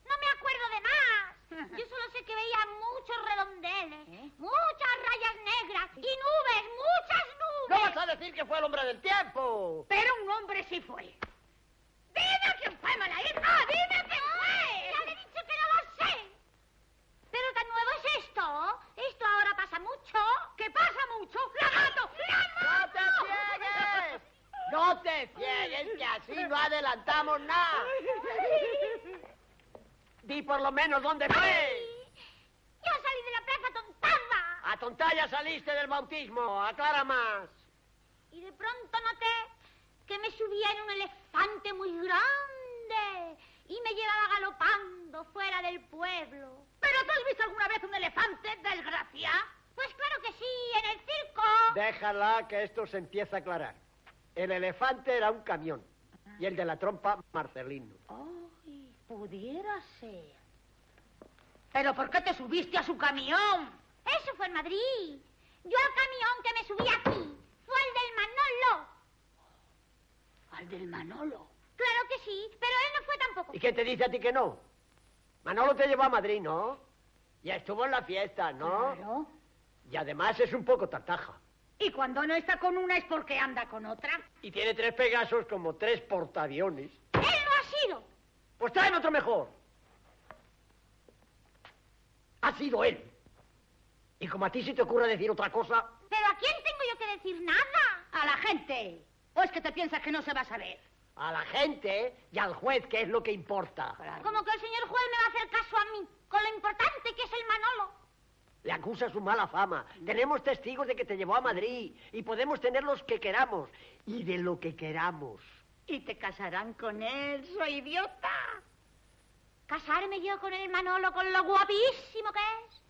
[SPEAKER 4] No me acuerdo de más. Yo solo sé que veía muchos redondeles, muchas rayas negras y nubes, muchas
[SPEAKER 16] No
[SPEAKER 4] nubes.
[SPEAKER 16] vas a decir que fue el hombre del tiempo.
[SPEAKER 4] Pero un hombre sí fue. ¡Dime quién fue, mala hija! ¡Ah, ¡Dime quién fue! Ya le he dicho que no lo sé. Pero tan nuevo es esto. Esto ahora pasa mucho. ¿Qué pasa mucho? ¡La mato! ¡La mato!
[SPEAKER 16] ¡No te ciegues! No te ciegues, que así no adelantamos nada. Di por lo menos dónde fue.
[SPEAKER 4] Yo salí de la plaza tontada.
[SPEAKER 16] A tontalla saliste del bautismo, aclara más.
[SPEAKER 4] Y de pronto noté que me subía en un elefante muy grande y me llevaba galopando fuera del pueblo. ¿Pero tú has visto alguna vez un elefante, desgracia? Pues claro que sí, en el circo.
[SPEAKER 16] Déjala que esto se empieza a aclarar. El elefante era un camión y el de la trompa, Marcelino.
[SPEAKER 4] Oh, Ay, pudiera ser. ¿Pero por qué te subiste a su camión? Eso fue en Madrid. Yo al camión que me subí aquí fue el del Manolo.
[SPEAKER 16] ¿Al del Manolo?
[SPEAKER 4] Claro que sí, pero él no fue tampoco.
[SPEAKER 16] ¿Y qué te dice a ti que no? Manolo te llevó a Madrid, ¿no? Ya estuvo en la fiesta, ¿no?
[SPEAKER 17] Claro.
[SPEAKER 16] Y además es un poco tartaja.
[SPEAKER 17] Y cuando no está con una es porque anda con otra.
[SPEAKER 16] Y tiene tres pegasos como tres portaaviones.
[SPEAKER 4] Él no ha sido.
[SPEAKER 16] Pues traen otro mejor. Ha sido él. Y como a ti se te ocurre decir otra cosa,
[SPEAKER 4] ¿Pero a quién tengo yo que decir nada?
[SPEAKER 17] A la gente. ¿O es que te piensas que no se va a saber?
[SPEAKER 16] a la gente y al juez, que es lo que importa.
[SPEAKER 4] Como que el señor juez me va a hacer caso a mí, con lo importante que es el Manolo.
[SPEAKER 16] Le acusa su mala fama. Tenemos testigos de que te llevó a Madrid y podemos tener los que queramos y de lo que queramos.
[SPEAKER 17] Y te casarán con él, soy idiota.
[SPEAKER 4] ¿Casarme yo con el Manolo, con lo guapísimo que es?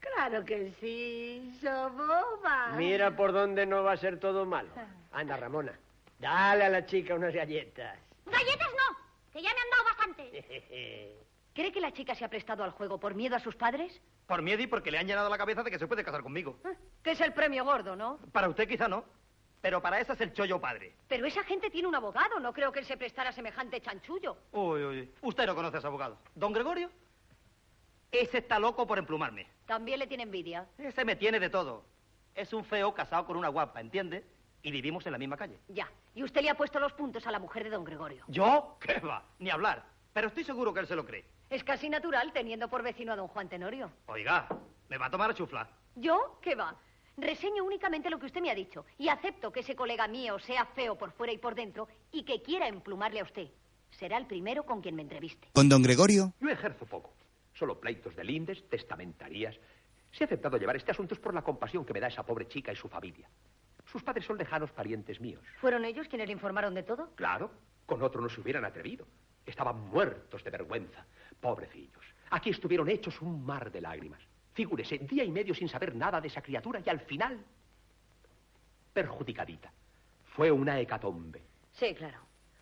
[SPEAKER 17] Claro que sí, so boba.
[SPEAKER 16] Mira por dónde no va a ser todo malo.
[SPEAKER 17] Ah.
[SPEAKER 16] Anda, Ramona, dale a la chica unas galletas.
[SPEAKER 4] Galletas no, que ya me han dado bastante.
[SPEAKER 6] ¿Cree que la chica se ha prestado al juego por miedo a sus padres?
[SPEAKER 10] Por miedo y porque le han llenado la cabeza de que se puede casar conmigo.
[SPEAKER 6] Que es el premio gordo, ¿no?
[SPEAKER 10] Para usted quizá no, pero para esa es el chollo padre.
[SPEAKER 6] Pero esa gente tiene un abogado, no creo que él se prestara a semejante chanchullo.
[SPEAKER 10] Uy, uy, usted no conoce a ese abogado. ¿Don Gregorio? Ese está loco por emplumarme.
[SPEAKER 6] También le tiene envidia.
[SPEAKER 10] Ese me tiene de todo. Es un feo casado con una guapa, ¿entiende? Y vivimos en la misma calle.
[SPEAKER 6] Ya. Y usted le ha puesto los puntos a la mujer de don Gregorio.
[SPEAKER 10] ¿Yo? ¿Qué va? Ni hablar. Pero estoy seguro que él se lo cree.
[SPEAKER 6] Es casi natural teniendo por vecino a don Juan Tenorio.
[SPEAKER 10] Oiga, me va a tomar a chufla.
[SPEAKER 6] ¿Yo? ¿Qué va? Reseño únicamente lo que usted me ha dicho y acepto que ese colega mío sea feo por fuera y por dentro y que quiera emplumarle a usted. Será el primero con quien me entreviste.
[SPEAKER 1] Con don Gregorio,
[SPEAKER 3] Yo ejerzo poco. Solo pleitos de lindes, testamentarías. Se ha aceptado llevar este asunto es por la compasión que me da esa pobre chica y su familia. Sus padres son lejanos parientes míos.
[SPEAKER 6] ¿Fueron ellos quienes le informaron de todo?
[SPEAKER 3] Claro, con otro no se hubieran atrevido. Estaban muertos de vergüenza. Pobrecillos. Aquí estuvieron hechos un mar de lágrimas. Figúrese, día y medio sin saber nada de esa criatura y al final. perjudicadita. Fue una hecatombe.
[SPEAKER 6] Sí, claro.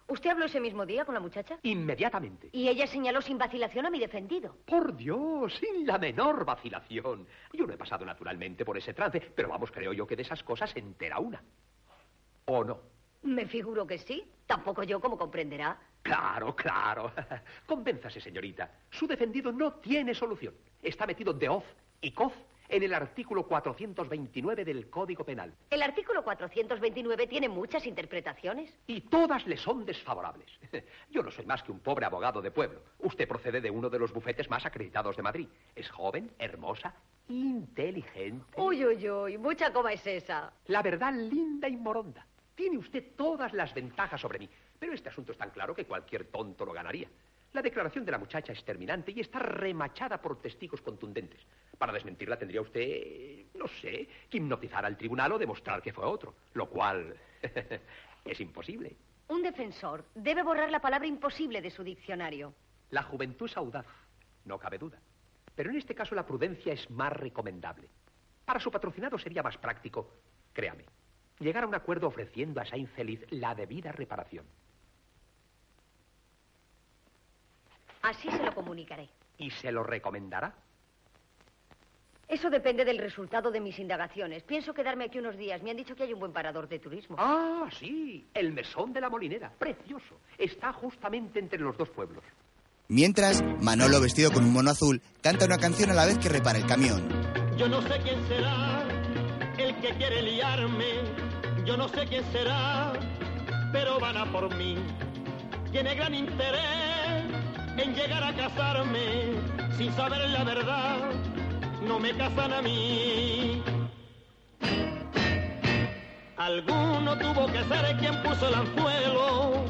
[SPEAKER 6] ¿Usted habló ese mismo día con la muchacha?
[SPEAKER 3] Inmediatamente.
[SPEAKER 6] Y ella señaló sin vacilación a mi defendido.
[SPEAKER 3] Por Dios, sin la menor vacilación. Yo no he pasado naturalmente por ese trance, pero vamos, creo yo que de esas cosas se entera una. ¿O no?
[SPEAKER 6] Me figuro que sí. Tampoco yo, como comprenderá.
[SPEAKER 3] Claro, claro. Convénzase, señorita. Su defendido no tiene solución. Está metido de hoz y coz en el artículo 429 del Código Penal.
[SPEAKER 6] El artículo 429 tiene muchas interpretaciones.
[SPEAKER 3] Y todas le son desfavorables. Yo no soy más que un pobre abogado de pueblo. Usted procede de uno de los bufetes más acreditados de Madrid. Es joven, hermosa, inteligente.
[SPEAKER 6] Uy, uy, uy, mucha coma es esa.
[SPEAKER 3] La verdad linda y moronda. Tiene usted todas las ventajas sobre mí. Pero este asunto es tan claro que cualquier tonto lo ganaría. La declaración de la muchacha es terminante y está remachada por testigos contundentes. Para desmentirla tendría usted, no sé, que hipnotizar al tribunal o demostrar que fue otro, lo cual es imposible.
[SPEAKER 6] Un defensor debe borrar la palabra imposible de su diccionario.
[SPEAKER 3] La juventud es audaz, no cabe duda. Pero en este caso la prudencia es más recomendable. Para su patrocinado sería más práctico, créame, llegar a un acuerdo ofreciendo a esa infeliz la debida reparación.
[SPEAKER 6] Así se lo comunicaré.
[SPEAKER 3] ¿Y se lo recomendará?
[SPEAKER 6] Eso depende del resultado de mis indagaciones. Pienso quedarme aquí unos días. Me han dicho que hay un buen parador de turismo.
[SPEAKER 3] Ah, sí, el mesón de la molinera. Precioso. Está justamente entre los dos pueblos.
[SPEAKER 1] Mientras, Manolo, vestido con un mono azul, canta una canción a la vez que repara el camión.
[SPEAKER 2] Yo no sé quién será el que quiere liarme. Yo no sé quién será, pero van a por mí. Tiene gran interés en llegar a casarme. Sin saber la verdad, no me casan a mí. Alguno tuvo que ser quien puso el anzuelo.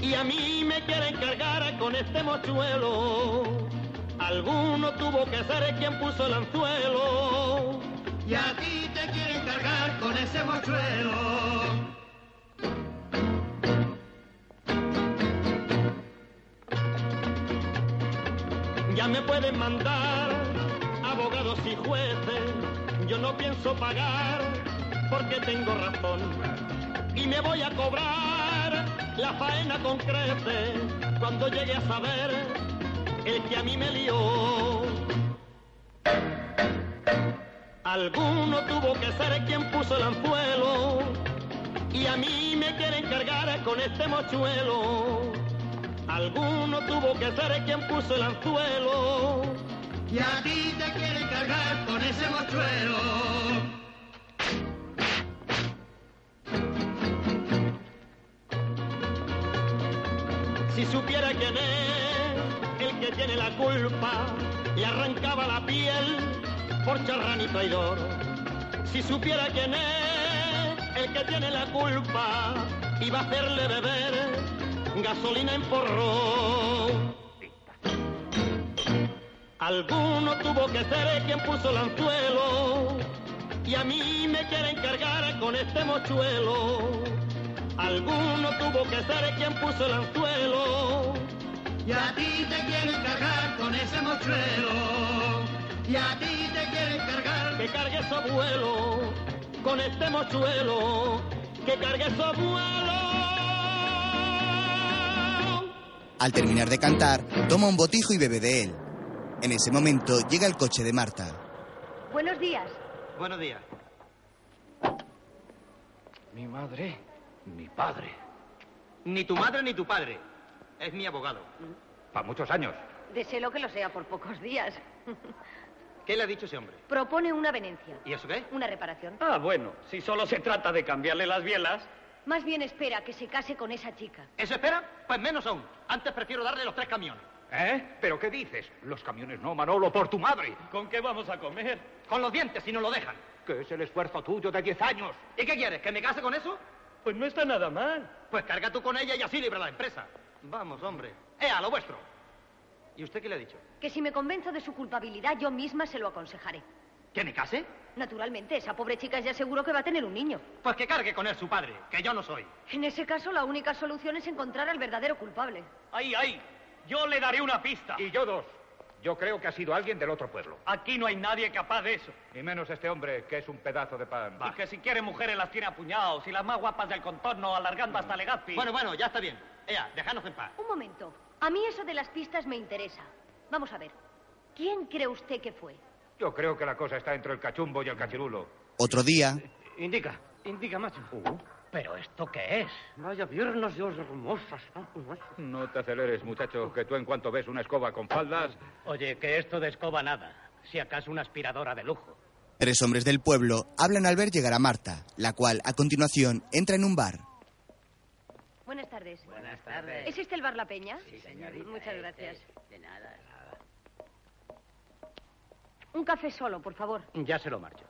[SPEAKER 2] Y a mí me quieren cargar con este mochuelo. Alguno tuvo que ser quien puso el anzuelo. Y a ti te quieren cargar con ese mochuelo. Ya me pueden mandar abogados y jueces. Yo no pienso pagar porque tengo razón. Y me voy a cobrar la faena con creces cuando llegue a saber el que a mí me lió. Alguno tuvo que ser quien puso el anzuelo y a mí me quieren cargar con este mochuelo. Alguno tuvo que ser quien puso el anzuelo y a ti te quieren cargar con ese mochuelo. Si supiera quién es el que tiene la culpa, le arrancaba la piel por charrán y traidor. Si supiera quién es el que tiene la culpa, iba a hacerle beber gasolina en porro. Alguno tuvo que ser quien puso el anzuelo y a mí me quieren cargar con este mochuelo. Alguno tuvo que ser quien puso el anzuelo y a ti te quieren cargar con ese mochuelo. Y a ti te quieren cargar que cargue su abuelo con este mochuelo que cargue su abuelo.
[SPEAKER 1] Al terminar de cantar, toma un botijo y bebe de él. En ese momento llega el coche de Marta.
[SPEAKER 6] Buenos días.
[SPEAKER 10] Buenos días.
[SPEAKER 3] Mi madre, mi padre.
[SPEAKER 10] Ni tu madre ni tu padre. Es mi abogado.
[SPEAKER 3] Para muchos años.
[SPEAKER 6] Deseo que lo sea por pocos días.
[SPEAKER 10] ¿Qué le ha dicho ese hombre?
[SPEAKER 6] Propone una venencia.
[SPEAKER 10] ¿Y eso qué?
[SPEAKER 6] Una reparación.
[SPEAKER 18] Ah, bueno, si solo se trata de cambiarle las bielas.
[SPEAKER 6] Más bien espera que se case con esa chica.
[SPEAKER 10] ¿Eso espera? Pues menos aún. Antes prefiero darle los tres camiones.
[SPEAKER 3] ¿Eh? ¿Pero qué dices? Los camiones no, Manolo, por tu madre.
[SPEAKER 18] ¿Con qué vamos a comer?
[SPEAKER 10] Con los dientes, si no lo dejan.
[SPEAKER 3] Que es el esfuerzo tuyo de 10 años.
[SPEAKER 10] ¿Y qué quieres? ¿Que me case con eso?
[SPEAKER 18] Pues no está nada mal.
[SPEAKER 10] Pues carga tú con ella y así libra la empresa. Vamos, hombre. ¡Ea, lo vuestro! ¿Y usted qué le ha dicho?
[SPEAKER 6] Que si me convenzo de su culpabilidad, yo misma se lo aconsejaré.
[SPEAKER 10] ¿Que me case?
[SPEAKER 6] Naturalmente, esa pobre chica ya seguro que va a tener un niño.
[SPEAKER 10] Pues que cargue con él su padre, que yo no soy.
[SPEAKER 6] En ese caso, la única solución es encontrar al verdadero culpable.
[SPEAKER 18] ¡Ay, ay! Yo le daré una pista.
[SPEAKER 3] Y yo dos. Yo creo que ha sido alguien del otro pueblo.
[SPEAKER 18] Aquí no hay nadie capaz de eso.
[SPEAKER 3] Y menos este hombre, que es un pedazo de pan.
[SPEAKER 18] Y que si quiere mujeres las tiene apuñados y las más guapas del contorno Pues alargando hasta Legazpi.
[SPEAKER 10] Bueno, bueno, ya está bien. Ea, déjanos en paz.
[SPEAKER 6] Un momento. A mí eso de las pistas me interesa. Vamos a ver. ¿Quién cree usted que fue?
[SPEAKER 3] Yo creo que la cosa está entre el cachumbo y el cachirulo.
[SPEAKER 1] Otro día,
[SPEAKER 19] Indica, indica, macho.
[SPEAKER 18] Uh.
[SPEAKER 10] ¿Pero esto qué es?
[SPEAKER 19] Vaya piernas de os hermosas.
[SPEAKER 3] No te aceleres, muchacho, que tú en cuanto ves una escoba con faldas...
[SPEAKER 10] Oye, que esto de escoba nada. Si acaso una aspiradora de lujo.
[SPEAKER 1] tres hombres del pueblo hablan al ver llegar a Marta, la cual, a continuación, entra en un bar.
[SPEAKER 6] Buenas tardes.
[SPEAKER 19] Buenas tardes.
[SPEAKER 6] ¿Es este el bar La Peña?
[SPEAKER 19] Sí, señorita. este,
[SPEAKER 6] Muchas gracias.
[SPEAKER 19] De nada.
[SPEAKER 6] Un café solo, por favor.
[SPEAKER 10] Ya se lo marcho.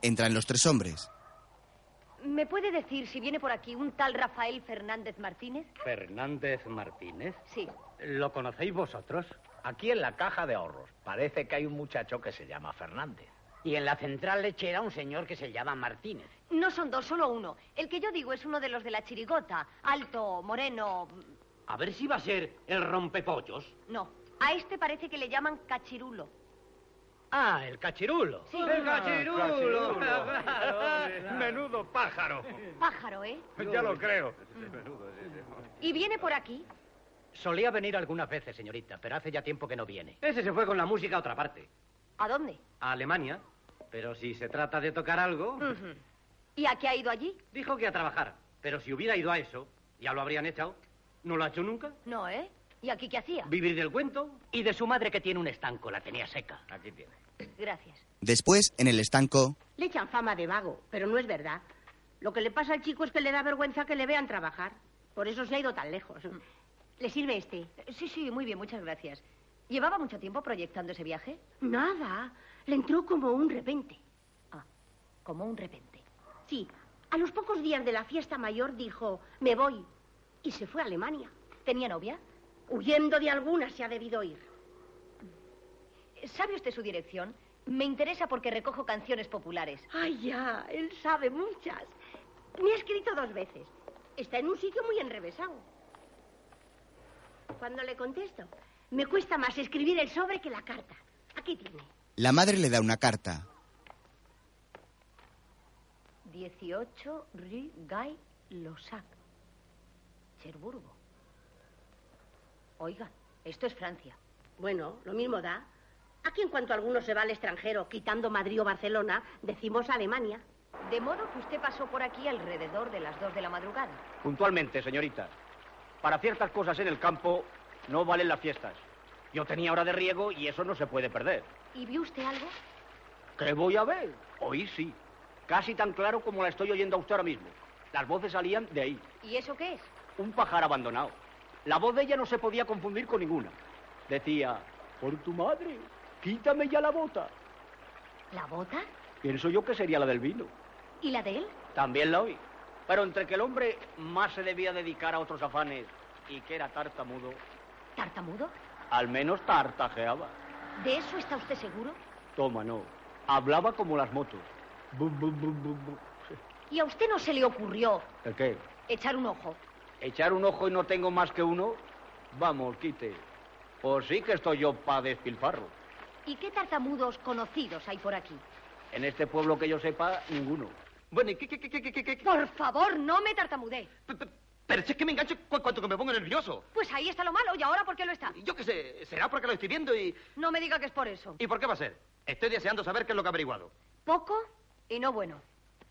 [SPEAKER 1] Entran los tres hombres.
[SPEAKER 6] ¿Me puede decir si viene por aquí un tal Rafael Fernández Martínez?
[SPEAKER 19] Fernández Martínez.
[SPEAKER 6] Sí.
[SPEAKER 19] ¿Lo conocéis vosotros?
[SPEAKER 20] Aquí en la caja de ahorros. Parece que hay un muchacho que se llama Fernández.
[SPEAKER 19] Y en la central lechera un señor que se llama Martínez.
[SPEAKER 6] No son dos, solo uno. El que yo digo es uno de los de la chirigota. Alto, moreno.
[SPEAKER 19] A ver si va a ser el rompepollos.
[SPEAKER 6] No. A este parece que le llaman cachirulo.
[SPEAKER 19] Ah, el cachirulo.
[SPEAKER 6] Sí. El
[SPEAKER 10] Ah,
[SPEAKER 6] cachirulo.
[SPEAKER 11] Menudo pájaro.
[SPEAKER 6] Pájaro, ¿eh?
[SPEAKER 11] Ya lo creo.
[SPEAKER 6] ¿Y viene por aquí?
[SPEAKER 19] Solía venir algunas veces, señorita, pero hace ya tiempo que no viene. Ese se fue con la música a otra parte,
[SPEAKER 6] ¿A dónde?
[SPEAKER 19] a Alemania. Pero si se trata de tocar algo,
[SPEAKER 6] Ujú. ¿Y a qué ha ido allí?
[SPEAKER 19] dijo que a trabajar. Pero si hubiera ido a eso, ya lo habrían echado. ¿No lo ha hecho nunca?
[SPEAKER 6] No, ¿eh? ¿Y aquí qué hacía?
[SPEAKER 19] Vivir del cuento. Y de su madre que tiene un estanco, la tenía seca. Aquí tiene.
[SPEAKER 6] Gracias.
[SPEAKER 1] Después, en el estanco,
[SPEAKER 21] Le echan fama de vago, pero no es verdad. Lo que le pasa al chico es que le da vergüenza que le vean trabajar. Por eso se ha ido tan lejos. ¿Le sirve este?
[SPEAKER 6] Mm. Sí, sí, muy bien, muchas gracias. ¿Llevaba mucho tiempo proyectando ese viaje?
[SPEAKER 21] Nada. Le entró como un repente.
[SPEAKER 6] Ah, Como un repente.
[SPEAKER 21] Sí. A los pocos días de la fiesta mayor dijo, me voy. Y se fue a Alemania.
[SPEAKER 6] ¿Tenía novia?
[SPEAKER 21] Huyendo de alguna se ha debido ir.
[SPEAKER 6] ¿Sabe usted su dirección? Me interesa porque recojo canciones populares.
[SPEAKER 21] Ay, ya. Él sabe muchas. Me ha escrito dos veces. Está en un sitio muy enrevesado. Cuando le contesto, me cuesta más escribir el sobre que la carta. Aquí tiene.
[SPEAKER 1] la madre le da una carta.
[SPEAKER 6] 18 Rue Guy Lossac. Cherburgo. Oiga, esto es Francia.
[SPEAKER 21] Bueno, lo mismo da. Aquí en cuanto alguno se va al extranjero, quitando Madrid o Barcelona, decimos Alemania.
[SPEAKER 6] De modo que usted pasó por aquí alrededor de las 2 de la madrugada.
[SPEAKER 10] Puntualmente, señorita. Para ciertas cosas en el campo no valen las fiestas. Yo tenía hora de riego y eso no se puede perder.
[SPEAKER 6] ¿Y vio usted algo?
[SPEAKER 10] ¿Qué voy a ver? Oí sí. Casi tan claro como la estoy oyendo a usted ahora mismo. Las voces salían de ahí.
[SPEAKER 6] ¿Y eso qué es?
[SPEAKER 10] Un pajar abandonado. La voz de ella no se podía confundir con ninguna. Decía, por tu madre, quítame ya la bota.
[SPEAKER 6] ¿La bota?
[SPEAKER 10] Pienso yo que sería la del vino.
[SPEAKER 6] ¿Y la de él?
[SPEAKER 10] También la oí. Pero entre que el hombre más se debía dedicar a otros afanes y que era tartamudo,
[SPEAKER 6] ¿Tartamudo?
[SPEAKER 10] al menos tartajeaba.
[SPEAKER 6] ¿De eso está usted seguro?
[SPEAKER 10] Toma, no. Hablaba como las motos. Bum, bum, bum, bum, bum.
[SPEAKER 6] ¿Y a usted no se le ocurrió
[SPEAKER 10] ¿El qué?
[SPEAKER 6] echar un ojo?
[SPEAKER 10] ¿Echar un ojo y no tengo más que uno? Vamos, quite. Pues sí que estoy yo pa' despilfarro.
[SPEAKER 6] ¿Y qué tartamudos conocidos hay por aquí?
[SPEAKER 10] En este pueblo que yo sepa, ninguno. Bueno, ¿y qué, qué, qué, qué, qué, qué?
[SPEAKER 6] Por favor, no me tartamudee.
[SPEAKER 10] Pero si es que me engancho cuanto que me pongo nervioso.
[SPEAKER 6] Pues ahí está lo malo, ¿y ahora por qué lo está?
[SPEAKER 10] Yo qué sé, será porque lo estoy viendo y...
[SPEAKER 6] No me diga que es por eso.
[SPEAKER 10] ¿Y por qué va a ser? Estoy deseando saber qué es lo que he averiguado.
[SPEAKER 6] Poco y no bueno.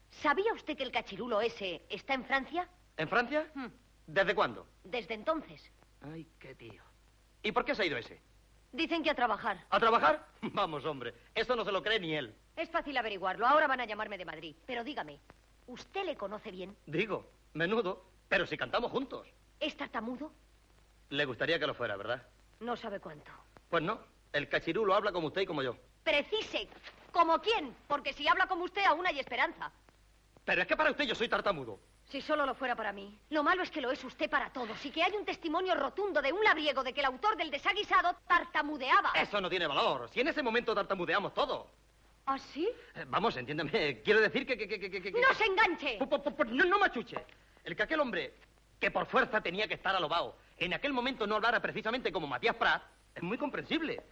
[SPEAKER 6] ¿Sabía usted que el cachirulo ese está en Francia?
[SPEAKER 10] ¿En Francia?
[SPEAKER 6] Hmm.
[SPEAKER 10] ¿Desde cuándo?
[SPEAKER 6] Desde entonces.
[SPEAKER 10] Ay, qué tío. ¿Y por qué se ha ido ese?
[SPEAKER 6] Dicen que a trabajar.
[SPEAKER 10] ¿A trabajar? Vamos, hombre, eso no se lo cree ni él.
[SPEAKER 6] Es fácil averiguarlo. Ahora van a llamarme de Madrid. Pero dígame, ¿usted le conoce bien?
[SPEAKER 10] Digo, menudo, pero si cantamos juntos.
[SPEAKER 6] ¿Es tartamudo?
[SPEAKER 10] Le gustaría que lo fuera, ¿verdad?
[SPEAKER 6] No sabe cuánto.
[SPEAKER 10] Pues no, el cachirulo habla como usted y como yo.
[SPEAKER 6] Precise. ¿Como quién? Porque si habla como usted aún hay esperanza.
[SPEAKER 10] Pero es que para usted yo soy tartamudo.
[SPEAKER 6] Si solo lo fuera para mí. Lo malo es que lo es usted para todos y que hay un testimonio rotundo de un labriego de que el autor del desaguisado tartamudeaba.
[SPEAKER 10] Eso no tiene valor, si en ese momento tartamudeamos todo.
[SPEAKER 6] ¿Ah, sí?
[SPEAKER 10] Eh, Vamos, entiéndeme, quiero decir que... que, que, que, que- que-
[SPEAKER 6] ¡No se enganche!
[SPEAKER 10] Pu- pu- pu- No, no machuche. El que aquel hombre, que por fuerza tenía que estar alobado, en aquel momento no hablara precisamente como Matías Prat, es muy comprensible.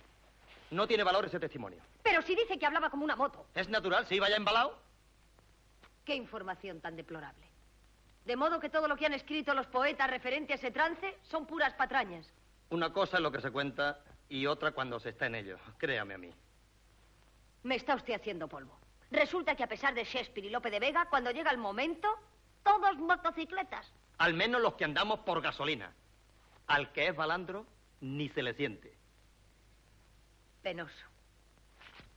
[SPEAKER 10] No tiene valor ese testimonio.
[SPEAKER 6] Pero si dice que hablaba como una moto.
[SPEAKER 10] Es natural, si vaya embalado.
[SPEAKER 6] Qué información tan deplorable. De modo que todo lo que han escrito los poetas referente a ese trance son puras patrañas.
[SPEAKER 10] Una cosa es lo que se cuenta y otra cuando se está en ello. Créame a mí.
[SPEAKER 6] Me está usted haciendo polvo. Resulta que a pesar de Shakespeare y Lope de Vega, cuando llega el momento, todos motocicletas.
[SPEAKER 10] Al menos los que andamos por gasolina. Al que es balandro, ni se le siente.
[SPEAKER 6] Penoso.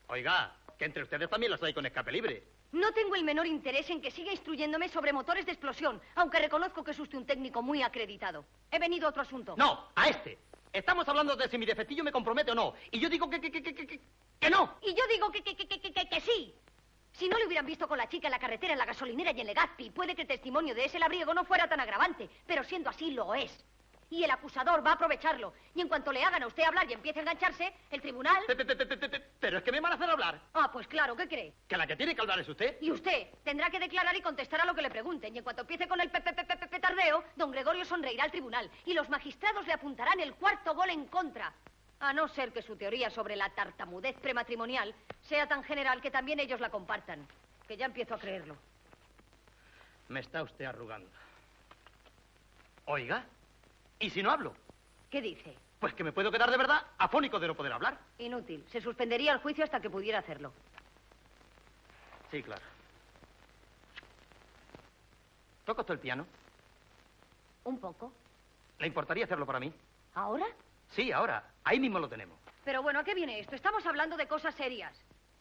[SPEAKER 10] Oiga, que entre ustedes también las hay con escape libre.
[SPEAKER 6] No tengo el menor interés en que siga instruyéndome sobre motores de explosión, aunque reconozco que es usted un técnico muy acreditado. He venido a otro asunto.
[SPEAKER 10] No, a este. Estamos hablando de si mi defectillo me compromete o no. Y yo digo que, que, que, que, que, que no.
[SPEAKER 6] Y yo digo que, que, que, que, que, que sí. Si no le hubieran visto con la chica en la carretera, en la gasolinera y en Legazpi, puede que el testimonio de ese labriego no fuera tan agravante, pero siendo así lo es. Y el acusador va a aprovecharlo. Y en cuanto le hagan a usted hablar y empiece a engancharse, el tribunal...
[SPEAKER 10] Pero es que me van a hacer hablar.
[SPEAKER 6] Ah, pues claro, ¿qué cree?
[SPEAKER 10] Que la que tiene que hablar es usted.
[SPEAKER 6] Y usted tendrá que declarar y contestar a lo que le pregunten. Y en cuanto empiece con el petardeo, don Gregorio sonreirá al tribunal. Y los magistrados le apuntarán el cuarto gol en contra. A no ser que su teoría sobre la tartamudez prematrimonial sea tan general que también ellos la compartan. Que ya empiezo a creerlo.
[SPEAKER 10] Me está usted arrugando. Oiga, ¿y si no hablo?
[SPEAKER 6] ¿Qué dice?
[SPEAKER 10] Pues que me puedo quedar de verdad afónico de no poder hablar.
[SPEAKER 6] Inútil. Se suspendería el juicio hasta que pudiera hacerlo.
[SPEAKER 10] Sí, claro. ¿Toca usted el piano?
[SPEAKER 6] Un poco.
[SPEAKER 10] ¿Le importaría hacerlo para mí?
[SPEAKER 6] ¿Ahora?
[SPEAKER 10] Sí, ahora. Ahí mismo lo tenemos.
[SPEAKER 6] Pero bueno, ¿a qué viene esto? Estamos hablando de cosas serias.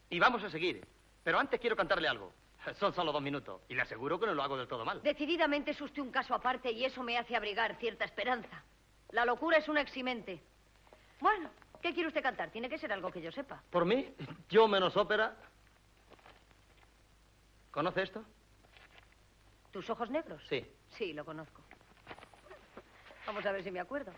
[SPEAKER 10] Y vamos a seguir. Pero antes quiero cantarle algo. Son solo dos minutos. Y le aseguro que no lo hago del todo mal.
[SPEAKER 6] Decididamente es usted un caso aparte y eso me hace abrigar cierta esperanza. La locura es un eximente. Bueno, ¿qué quiere usted cantar? Tiene que ser algo que yo sepa.
[SPEAKER 10] Por mí, yo menos ópera. ¿Conoce esto?
[SPEAKER 6] ¿Tus ojos negros?
[SPEAKER 10] Sí.
[SPEAKER 6] Sí, lo conozco. Vamos a ver si me acuerdo.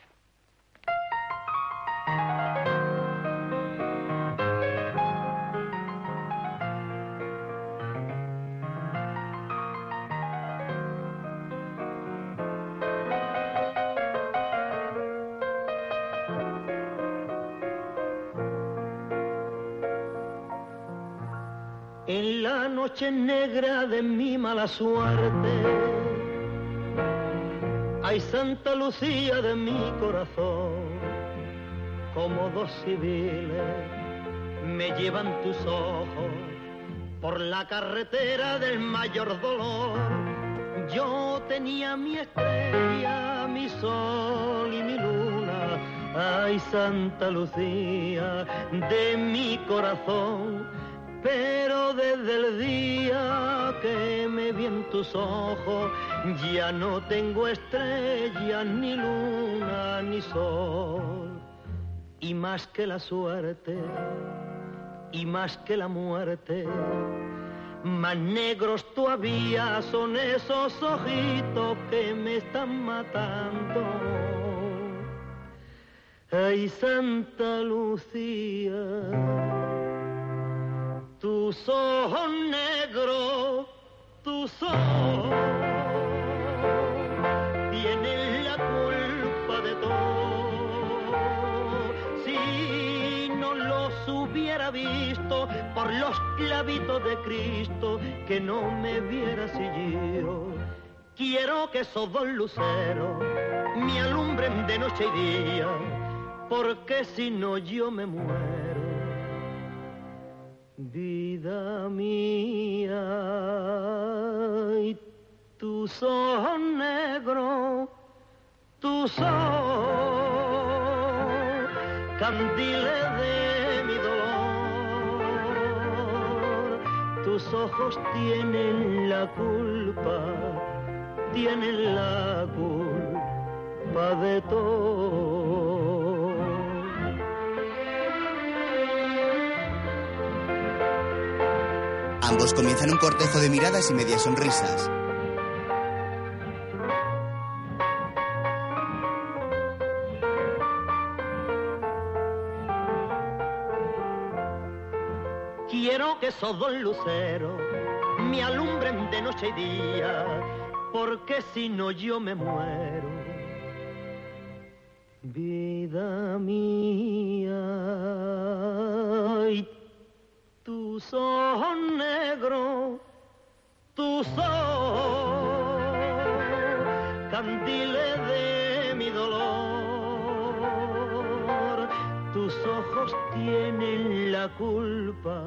[SPEAKER 18] En la noche negra de mi mala suerte, hay Santa Lucía de mi corazón, como dos civiles me llevan tus ojos por la carretera del mayor dolor. Yo tenía mi estrella, mi sol y mi luna, ay Santa Lucía de mi corazón pero desde el día que me vi en tus ojos ya no tengo estrellas, ni luna, ni sol. Y más que la suerte, y más que la muerte, más negros todavía son esos ojitos que me están matando. Ay, Santa Lucía tus ojos negros, tus ojos, tienen la culpa de todo. Si no los hubiera visto por los clavitos de Cristo, que no me viera si yo. Quiero que esos dos luceros me alumbren de noche y día, porque si no yo me muero vida mía, y tus ojos negros, tus ojos, candiles de mi dolor, tus ojos tienen la culpa, tienen la culpa de todo.
[SPEAKER 1] Ambos comienzan un cortejo de miradas y medias sonrisas.
[SPEAKER 18] Quiero que esos dos luceros me alumbren de noche y día, porque si no yo me muero. Vida mía, y tus ojos negros, tus ojos, candiles de mi dolor, tus ojos tienen la culpa,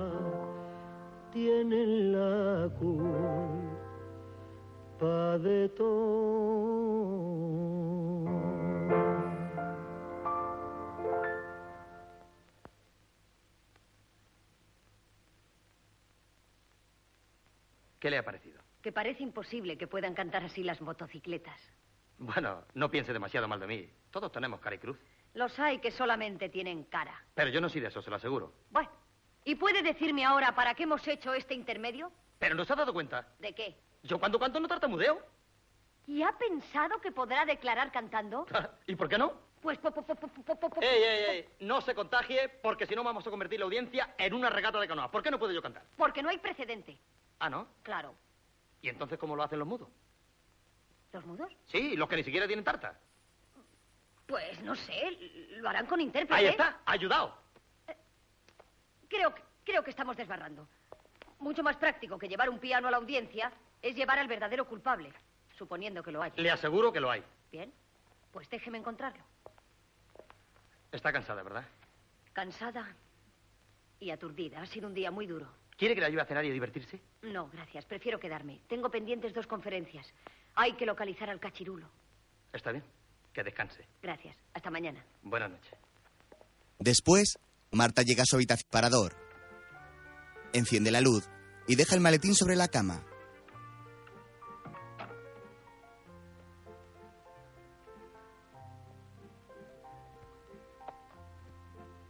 [SPEAKER 18] tienen la culpa de todo.
[SPEAKER 10] ¿Qué le ha parecido?
[SPEAKER 6] Que parece imposible que puedan cantar así las motocicletas.
[SPEAKER 10] Bueno, no piense demasiado mal de mí. Todos tenemos cara y cruz.
[SPEAKER 6] Los hay que solamente tienen cara.
[SPEAKER 10] Pero yo no soy de eso, se lo aseguro.
[SPEAKER 6] Bueno, ¿Y puede decirme ahora para qué hemos hecho este intermedio?
[SPEAKER 10] Pero no se ha dado cuenta.
[SPEAKER 6] ¿De qué?
[SPEAKER 10] Yo cuando canto no tartamudeo.
[SPEAKER 6] ¿Y ha pensado que podrá declarar cantando?
[SPEAKER 10] ¿Y por qué no?
[SPEAKER 6] Pues... po- po- po- po- po- po- po-
[SPEAKER 10] Ey, ey, ey, no se contagie porque si no vamos a convertir la audiencia en una regata de canoa. ¿Por qué no puedo yo cantar?
[SPEAKER 6] Porque no hay precedente.
[SPEAKER 10] Ah, ¿no?
[SPEAKER 6] Claro.
[SPEAKER 10] ¿Y entonces cómo lo hacen los mudos?
[SPEAKER 6] ¿Los mudos?
[SPEAKER 10] Sí, los que ni siquiera tienen tarta.
[SPEAKER 6] Pues no sé, lo harán con intérprete.
[SPEAKER 10] Ahí está, ayudado.
[SPEAKER 6] Creo, que- creo que estamos desbarrando. Mucho más práctico que llevar un piano a la audiencia es llevar al verdadero culpable, suponiendo que lo haya.
[SPEAKER 10] Le aseguro que lo hay.
[SPEAKER 6] Bien, pues déjeme encontrarlo.
[SPEAKER 10] Está cansada, ¿verdad?
[SPEAKER 6] Cansada y aturdida. Ha sido un día muy duro.
[SPEAKER 10] ¿Quiere que le ayude a cenar y a divertirse?
[SPEAKER 6] No, gracias. Prefiero quedarme. Tengo pendientes dos conferencias. Hay que localizar al cachirulo.
[SPEAKER 10] Está bien, que descanse.
[SPEAKER 6] Gracias. Hasta mañana.
[SPEAKER 10] Buenas noches.
[SPEAKER 1] Después, Marta llega a su habitación parador. Enciende la luz y deja el maletín sobre la cama.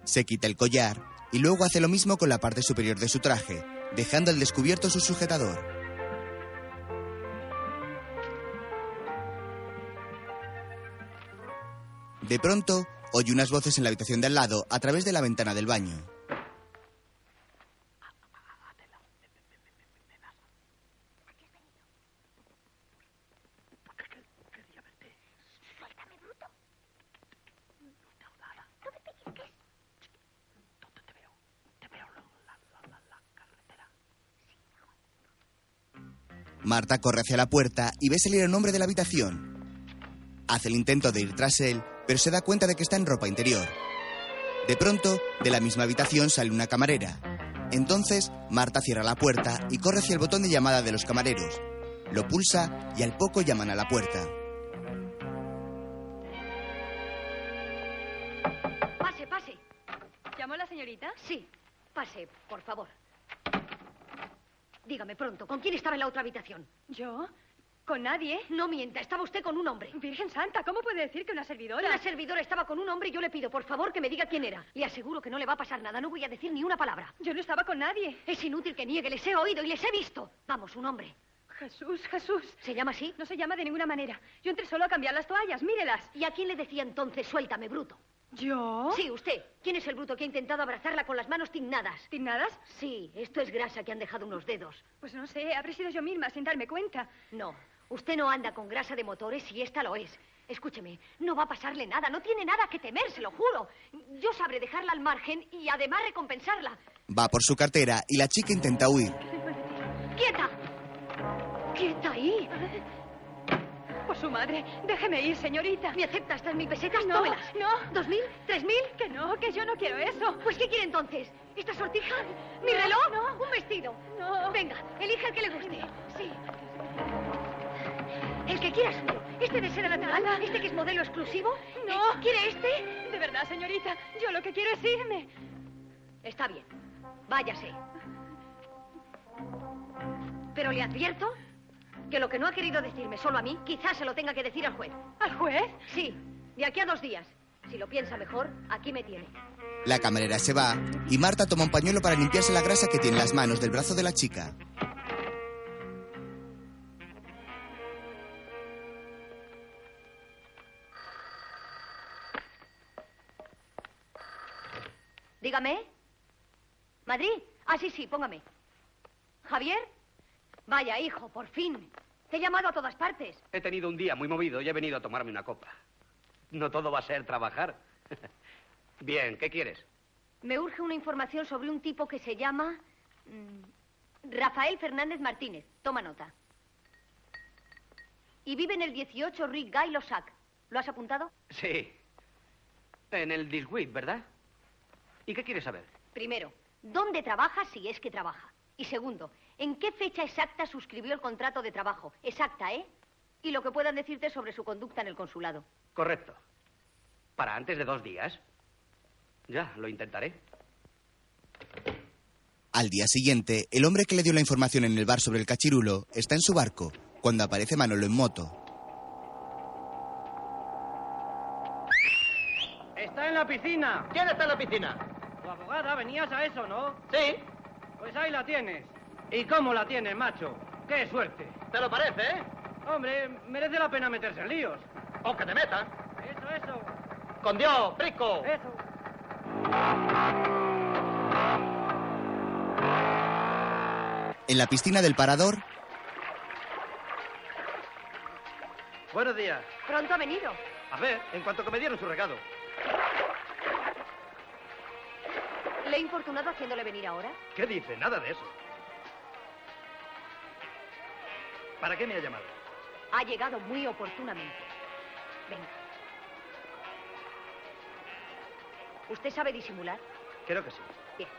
[SPEAKER 1] Se quita el collar y luego hace lo mismo con la parte superior de su traje, dejando al descubierto su sujetador. De pronto, oye unas voces en la habitación de al lado a través de la ventana del baño. Marta corre hacia la puerta y ve salir a un hombre de la habitación. Hace el intento de ir tras él, pero se da cuenta de que está en ropa interior. De pronto, de la misma habitación sale una camarera. Entonces, Marta cierra la puerta y corre hacia el botón de llamada de los camareros. Lo pulsa y al poco llaman a la puerta.
[SPEAKER 6] Pase, pase.
[SPEAKER 4] ¿Llamó la señorita?
[SPEAKER 6] Sí, pase, por favor. Dígame pronto, ¿con quién estaba en la otra habitación?
[SPEAKER 4] ¿Yo? ¿Con nadie?
[SPEAKER 6] No mienta, estaba usted con un hombre.
[SPEAKER 4] Virgen Santa, ¿cómo puede decir que una servidora?
[SPEAKER 6] Una servidora estaba con un hombre y yo le pido, por favor, que me diga quién era. Le aseguro que no le va a pasar nada, no voy a decir ni una palabra.
[SPEAKER 4] Yo no estaba con nadie.
[SPEAKER 6] Es inútil que niegue, les he oído y les he visto. Vamos, un hombre.
[SPEAKER 4] Jesús, Jesús.
[SPEAKER 6] ¿Se llama así?
[SPEAKER 4] No se llama de ninguna manera. Yo entré solo a cambiar las toallas, mírelas.
[SPEAKER 6] ¿Y a quién le decía entonces, suéltame, bruto?
[SPEAKER 4] ¿Yo?
[SPEAKER 6] Sí, usted. ¿Quién es el bruto que ha intentado abrazarla con las manos tignadas?
[SPEAKER 4] ¿Tignadas?
[SPEAKER 6] Sí, esto es grasa que han dejado unos dedos.
[SPEAKER 4] Pues no sé, habré sido yo misma sin darme cuenta.
[SPEAKER 6] No, usted no anda con grasa de motores y esta lo es. Escúcheme, no va a pasarle nada, no tiene nada que temer, se lo juro. Yo sabré dejarla al margen y además recompensarla.
[SPEAKER 1] Va por su cartera y la chica intenta huir.
[SPEAKER 6] ¡Quieta! ¡Quieta ahí!
[SPEAKER 4] Por Pues su madre, déjeme ir, señorita.
[SPEAKER 6] ¿Me acepta estas mil pesetas?
[SPEAKER 4] No,
[SPEAKER 6] Tómelas.
[SPEAKER 4] no.
[SPEAKER 6] ¿Dos mil? ¿Tres mil?
[SPEAKER 4] Que no, que yo no quiero eso.
[SPEAKER 6] Pues, ¿qué quiere entonces? ¿Esta sortija? ¿Mi
[SPEAKER 4] No,
[SPEAKER 6] reloj?
[SPEAKER 4] no.
[SPEAKER 6] ¿Un vestido?
[SPEAKER 4] No.
[SPEAKER 6] Venga, elija el que le guste. Sí. El que quiera suyo. ¿Este de seda natural?
[SPEAKER 4] Nada.
[SPEAKER 6] ¿Este que es modelo exclusivo?
[SPEAKER 4] No.
[SPEAKER 6] ¿Quiere este?
[SPEAKER 4] De verdad, señorita, yo lo que quiero es irme.
[SPEAKER 6] Está bien. Váyase. Pero le advierto que lo que no ha querido decirme solo a mí, quizás se lo tenga que decir al juez.
[SPEAKER 4] ¿Al juez?
[SPEAKER 6] Sí, de aquí a dos días. Si lo piensa mejor, aquí me tiene.
[SPEAKER 1] La camarera se va y Marta toma un pañuelo para limpiarse la grasa que tiene en las manos del brazo de la chica.
[SPEAKER 6] Dígame. ¿Madrid? Ah, sí, sí, póngame. ¿Javier? Vaya, hijo, por fin. Te he llamado a todas partes.
[SPEAKER 19] He tenido un día muy movido y he venido a tomarme una copa. No todo va a ser trabajar. Bien, ¿qué quieres?
[SPEAKER 6] Me urge una información sobre un tipo que se llama... mm, Rafael Fernández Martínez. Toma nota. Y vive en el 18 Rick Guy Losac. ¿Lo has apuntado?
[SPEAKER 19] Sí. En el Diswit, ¿verdad? ¿Y qué quieres saber?
[SPEAKER 6] Primero, ¿dónde trabaja si es que trabaja? Y segundo, ¿en qué fecha exacta suscribió el contrato de trabajo? Exacta, ¿eh? Y lo que puedan decirte sobre su conducta en el consulado.
[SPEAKER 19] Correcto. ¿Para antes de dos días? Ya, lo intentaré.
[SPEAKER 1] Al día siguiente, el hombre que le dio la información en el bar sobre el cachirulo está en su barco, cuando aparece Manolo en moto.
[SPEAKER 13] Está en la piscina.
[SPEAKER 10] ¿Quién está en la piscina?
[SPEAKER 13] Tu
[SPEAKER 18] Abogada, venías a eso, ¿no?
[SPEAKER 22] Sí.
[SPEAKER 18] Pues ahí la tienes. ¿Y cómo la tienes, macho? ¡Qué suerte!
[SPEAKER 22] ¿Te lo parece, eh?
[SPEAKER 18] Hombre, merece la pena meterse en líos.
[SPEAKER 22] O que te metan.
[SPEAKER 18] Eso, eso.
[SPEAKER 22] ¡Con Dios, Prisco!
[SPEAKER 18] Eso.
[SPEAKER 1] En la piscina del parador,
[SPEAKER 10] Buenos días.
[SPEAKER 6] Pronto ha venido.
[SPEAKER 10] A ver, en cuanto que me dieron su recado.
[SPEAKER 6] ¿Le he infortunado haciéndole venir ahora?
[SPEAKER 10] ¿Qué dice? Nada de eso. ¿Para qué me ha llamado?
[SPEAKER 6] Ha llegado muy oportunamente. Venga. ¿Usted sabe disimular?
[SPEAKER 10] Creo que sí.
[SPEAKER 6] Bien.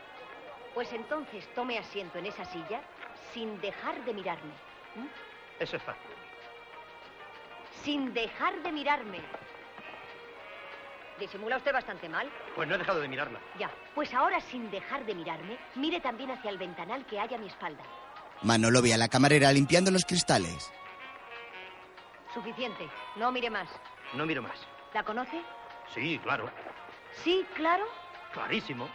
[SPEAKER 6] Pues entonces tome asiento en esa silla sin dejar de mirarme. ¿m?
[SPEAKER 10] Eso es fácil.
[SPEAKER 6] Sin dejar de mirarme. Disimula usted bastante mal.
[SPEAKER 10] Pues no he dejado de mirarla.
[SPEAKER 6] Ya. Pues ahora, sin dejar de mirarme, mire también hacia el ventanal que hay a mi espalda.
[SPEAKER 1] Manolo ve a la camarera limpiando los cristales.
[SPEAKER 6] Suficiente. No mire más.
[SPEAKER 10] No miro más.
[SPEAKER 6] ¿La conoce?
[SPEAKER 10] Sí, claro.
[SPEAKER 6] Sí, claro.
[SPEAKER 10] Clarísimo.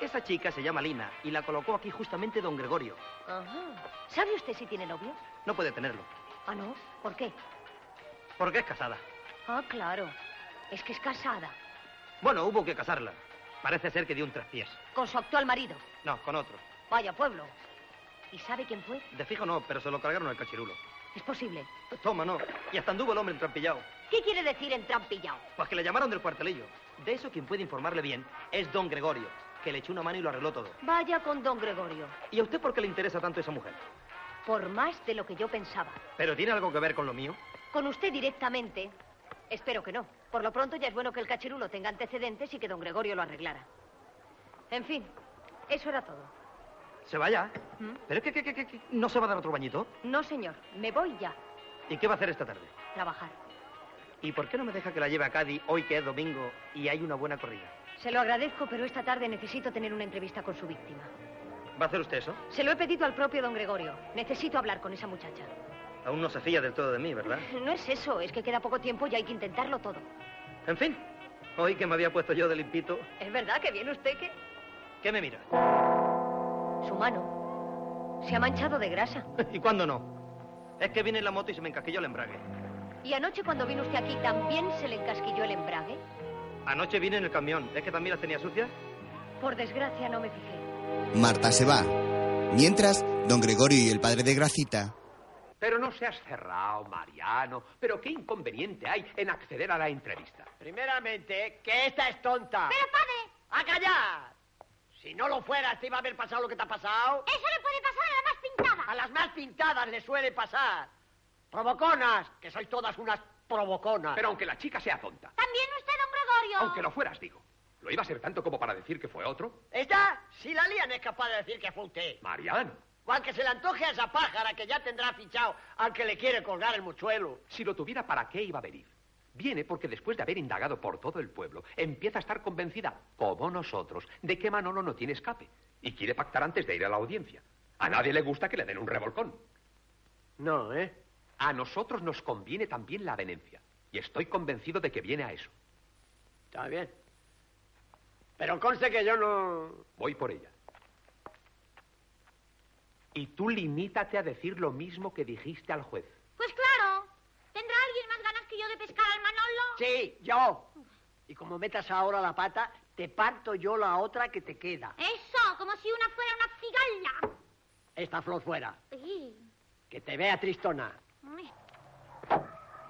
[SPEAKER 10] Esa chica se llama Lina y la colocó aquí justamente don Gregorio.
[SPEAKER 6] Ajá. ¿Sabe usted si tiene novio?
[SPEAKER 10] No puede tenerlo,
[SPEAKER 6] Ah, no. ¿Por qué?
[SPEAKER 10] porque es casada.
[SPEAKER 6] Ah, claro. Es que es casada.
[SPEAKER 10] Bueno, hubo que casarla. Parece ser que dio un traspiés.
[SPEAKER 6] Con su actual marido.
[SPEAKER 10] No, con otro.
[SPEAKER 6] Vaya pueblo. ¿Y sabe quién fue?
[SPEAKER 10] De fijo no, pero se lo cargaron al cachirulo.
[SPEAKER 6] Es posible.
[SPEAKER 10] Toma, no. Y hasta anduvo el hombre entrampillado.
[SPEAKER 6] ¿Qué quiere decir entrampillado?
[SPEAKER 10] Pues que le llamaron del cuartelillo. De eso quien puede informarle bien es don Gregorio, que le echó una mano y lo arregló todo.
[SPEAKER 6] Vaya con don Gregorio.
[SPEAKER 10] ¿Y a usted por qué le interesa tanto esa mujer?
[SPEAKER 6] Por más de lo que yo pensaba.
[SPEAKER 10] ¿Pero tiene algo que ver con lo mío?
[SPEAKER 6] Con usted directamente. Espero que no. Por lo pronto ya es bueno que el cachirulo tenga antecedentes y que don Gregorio lo arreglara. En fin, eso era todo.
[SPEAKER 10] ¿Se vaya?
[SPEAKER 6] ¿Mm?
[SPEAKER 10] ¿Pero qué, qué, qué, qué, qué? ¿No se va a dar otro bañito?
[SPEAKER 6] No, señor. Me voy ya.
[SPEAKER 10] ¿Y qué va a hacer esta tarde?
[SPEAKER 6] Trabajar.
[SPEAKER 10] ¿Y por qué no me deja que la lleve a Cádiz hoy que es domingo y hay una buena corrida?
[SPEAKER 6] Se lo agradezco, pero esta tarde necesito tener una entrevista con su víctima.
[SPEAKER 10] ¿Va a hacer usted eso?
[SPEAKER 6] Se lo he pedido al propio don Gregorio. Necesito hablar con esa muchacha.
[SPEAKER 10] Aún no se fía del todo de mí, ¿verdad?
[SPEAKER 6] No es eso, es que queda poco tiempo y hay que intentarlo todo.
[SPEAKER 10] En fin, hoy que me había puesto yo de limpito,
[SPEAKER 6] ¿Es verdad que viene usted que...?
[SPEAKER 10] ¿qué me mira?
[SPEAKER 6] Su mano se ha manchado de grasa.
[SPEAKER 10] ¿Y cuándo no? Es que vine en la moto y se me encasquilló el embrague.
[SPEAKER 6] ¿Y anoche cuando vino usted aquí también se le encasquilló el embrague?
[SPEAKER 10] Anoche vine en el camión, es que también las tenía sucias.
[SPEAKER 6] Por desgracia no me fijé.
[SPEAKER 1] Marta se va. Mientras, don Gregorio y el padre de Gracita,
[SPEAKER 3] Pero no seas cerrado, Mariano. Pero qué inconveniente hay en acceder a la entrevista.
[SPEAKER 16] Primeramente, que esta es tonta.
[SPEAKER 4] Ah. Pero, padre,
[SPEAKER 16] ¡A callar! Si no lo fueras, te iba a haber pasado lo que te ha pasado.
[SPEAKER 4] eso le puede pasar a la más pintada.
[SPEAKER 16] A las más pintadas le suele pasar. Provoconas, que sois todas unas provoconas.
[SPEAKER 3] Pero aunque la chica sea tonta,
[SPEAKER 4] También usted, don Gregorio.
[SPEAKER 3] aunque lo fueras, digo, ¿lo iba a ser tanto como para decir que fue otro?
[SPEAKER 16] Esta, si la lían, es capaz de decir que fue usted.
[SPEAKER 3] Mariano,
[SPEAKER 16] O al que se le antoje a esa pájara que ya tendrá fichado al que le quiere colgar el mochuelo.
[SPEAKER 3] si lo tuviera, ¿para qué iba a venir? Viene porque después de haber indagado por todo el pueblo, empieza a estar convencida, como nosotros, de que Manolo no tiene escape y quiere pactar antes de ir a la audiencia. A nadie le gusta que le den un revolcón.
[SPEAKER 16] No, ¿eh?
[SPEAKER 3] A nosotros nos conviene también la avenencia. Y estoy convencido de que viene a eso.
[SPEAKER 16] Está bien. Pero conste que yo no...
[SPEAKER 3] Voy por ella. Y tú limítate a decir lo mismo que dijiste al juez.
[SPEAKER 4] Pues claro. ¿Tendrá alguien más ganas que yo de pescar al Manolo?
[SPEAKER 16] Sí, yo. Y como metas ahora la pata, te parto yo la otra que te queda.
[SPEAKER 4] Eso, como si una fuera una cigala.
[SPEAKER 16] Esta flor fuera.
[SPEAKER 4] Ay,
[SPEAKER 16] Que te vea tristona.
[SPEAKER 4] ay.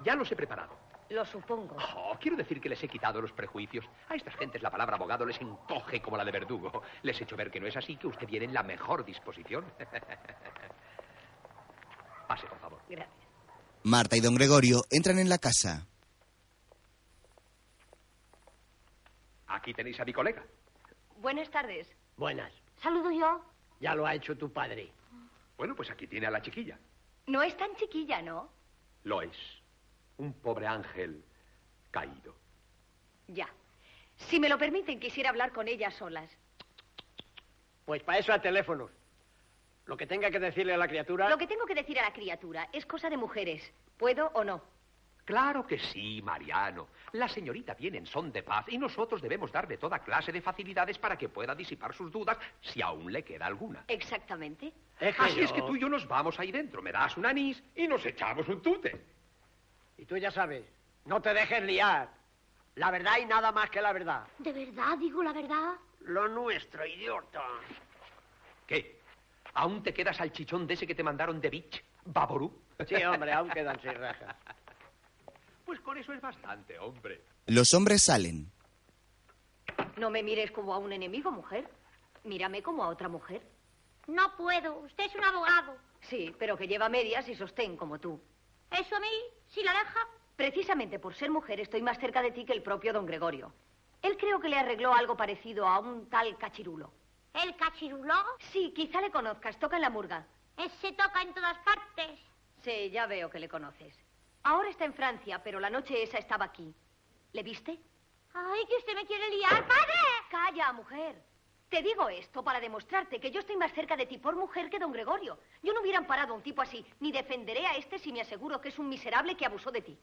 [SPEAKER 3] Ya los he preparado.
[SPEAKER 6] Lo supongo.
[SPEAKER 3] Oh, quiero decir que les he quitado los prejuicios. A estas gentes la palabra abogado les encoge como la de verdugo. Les he hecho ver que no es así, que usted viene en la mejor disposición. Pase, por favor.
[SPEAKER 6] Gracias.
[SPEAKER 1] Marta y don Gregorio entran en la casa.
[SPEAKER 3] Aquí tenéis a mi colega.
[SPEAKER 6] Buenas tardes.
[SPEAKER 16] Buenas.
[SPEAKER 6] ¿Saludo yo?
[SPEAKER 16] Ya lo ha hecho tu padre.
[SPEAKER 3] Bueno, pues aquí tiene a la chiquilla.
[SPEAKER 6] No es tan chiquilla, ¿no?
[SPEAKER 3] Lo es. Un pobre ángel caído.
[SPEAKER 6] Ya. Si me lo permiten, quisiera hablar con ella a solas.
[SPEAKER 16] Pues para eso a teléfonos. Lo que tenga que decirle a la criatura...
[SPEAKER 6] Lo que tengo que decir a la criatura es cosa de mujeres. ¿Puedo o no?
[SPEAKER 3] Claro que sí, Mariano. La señorita viene en son de paz y nosotros debemos darle toda clase de facilidades para que pueda disipar sus dudas si aún le queda alguna.
[SPEAKER 6] Exactamente.
[SPEAKER 3] Así es que tú y yo nos vamos ahí dentro. Me das un anís y nos echamos un tute.
[SPEAKER 16] Y tú ya sabes, no te dejes liar. La verdad y nada más que la verdad.
[SPEAKER 12] ¿De verdad digo la verdad?
[SPEAKER 16] Lo nuestro, idiota.
[SPEAKER 3] ¿Qué? ¿Aún te queda salchichón de ese que te mandaron de Beach? ¿Baború?
[SPEAKER 16] Sí, hombre, aún quedan seis rajas.
[SPEAKER 3] Pues con eso es bastante, hombre.
[SPEAKER 1] Los hombres salen.
[SPEAKER 6] No me mires como a un enemigo, mujer. Mírame como a otra mujer.
[SPEAKER 4] No puedo. Usted es un abogado.
[SPEAKER 6] Sí, pero que lleva medias y sostén como tú.
[SPEAKER 4] ¿Eso a mí? ¿Si la deja?
[SPEAKER 6] Precisamente por ser mujer estoy más cerca de ti que el propio don Gregorio. Él creo que le arregló algo parecido a un tal cachirulo.
[SPEAKER 4] ¿El cachirulo?
[SPEAKER 6] Sí, quizá le conozcas. Toca en la murga.
[SPEAKER 4] Ese toca en todas partes.
[SPEAKER 6] Sí, ya veo que le conoces. Ahora está en Francia, pero la noche esa estaba aquí. ¿Le viste?
[SPEAKER 4] Ay, que usted me quiere liar, padre.
[SPEAKER 6] Calla, mujer. Te digo esto para demostrarte que yo estoy más cerca de ti por mujer que don Gregorio. Yo no hubiera amparado a un tipo así, ni defenderé a este si me aseguro que es un miserable que abusó de ti.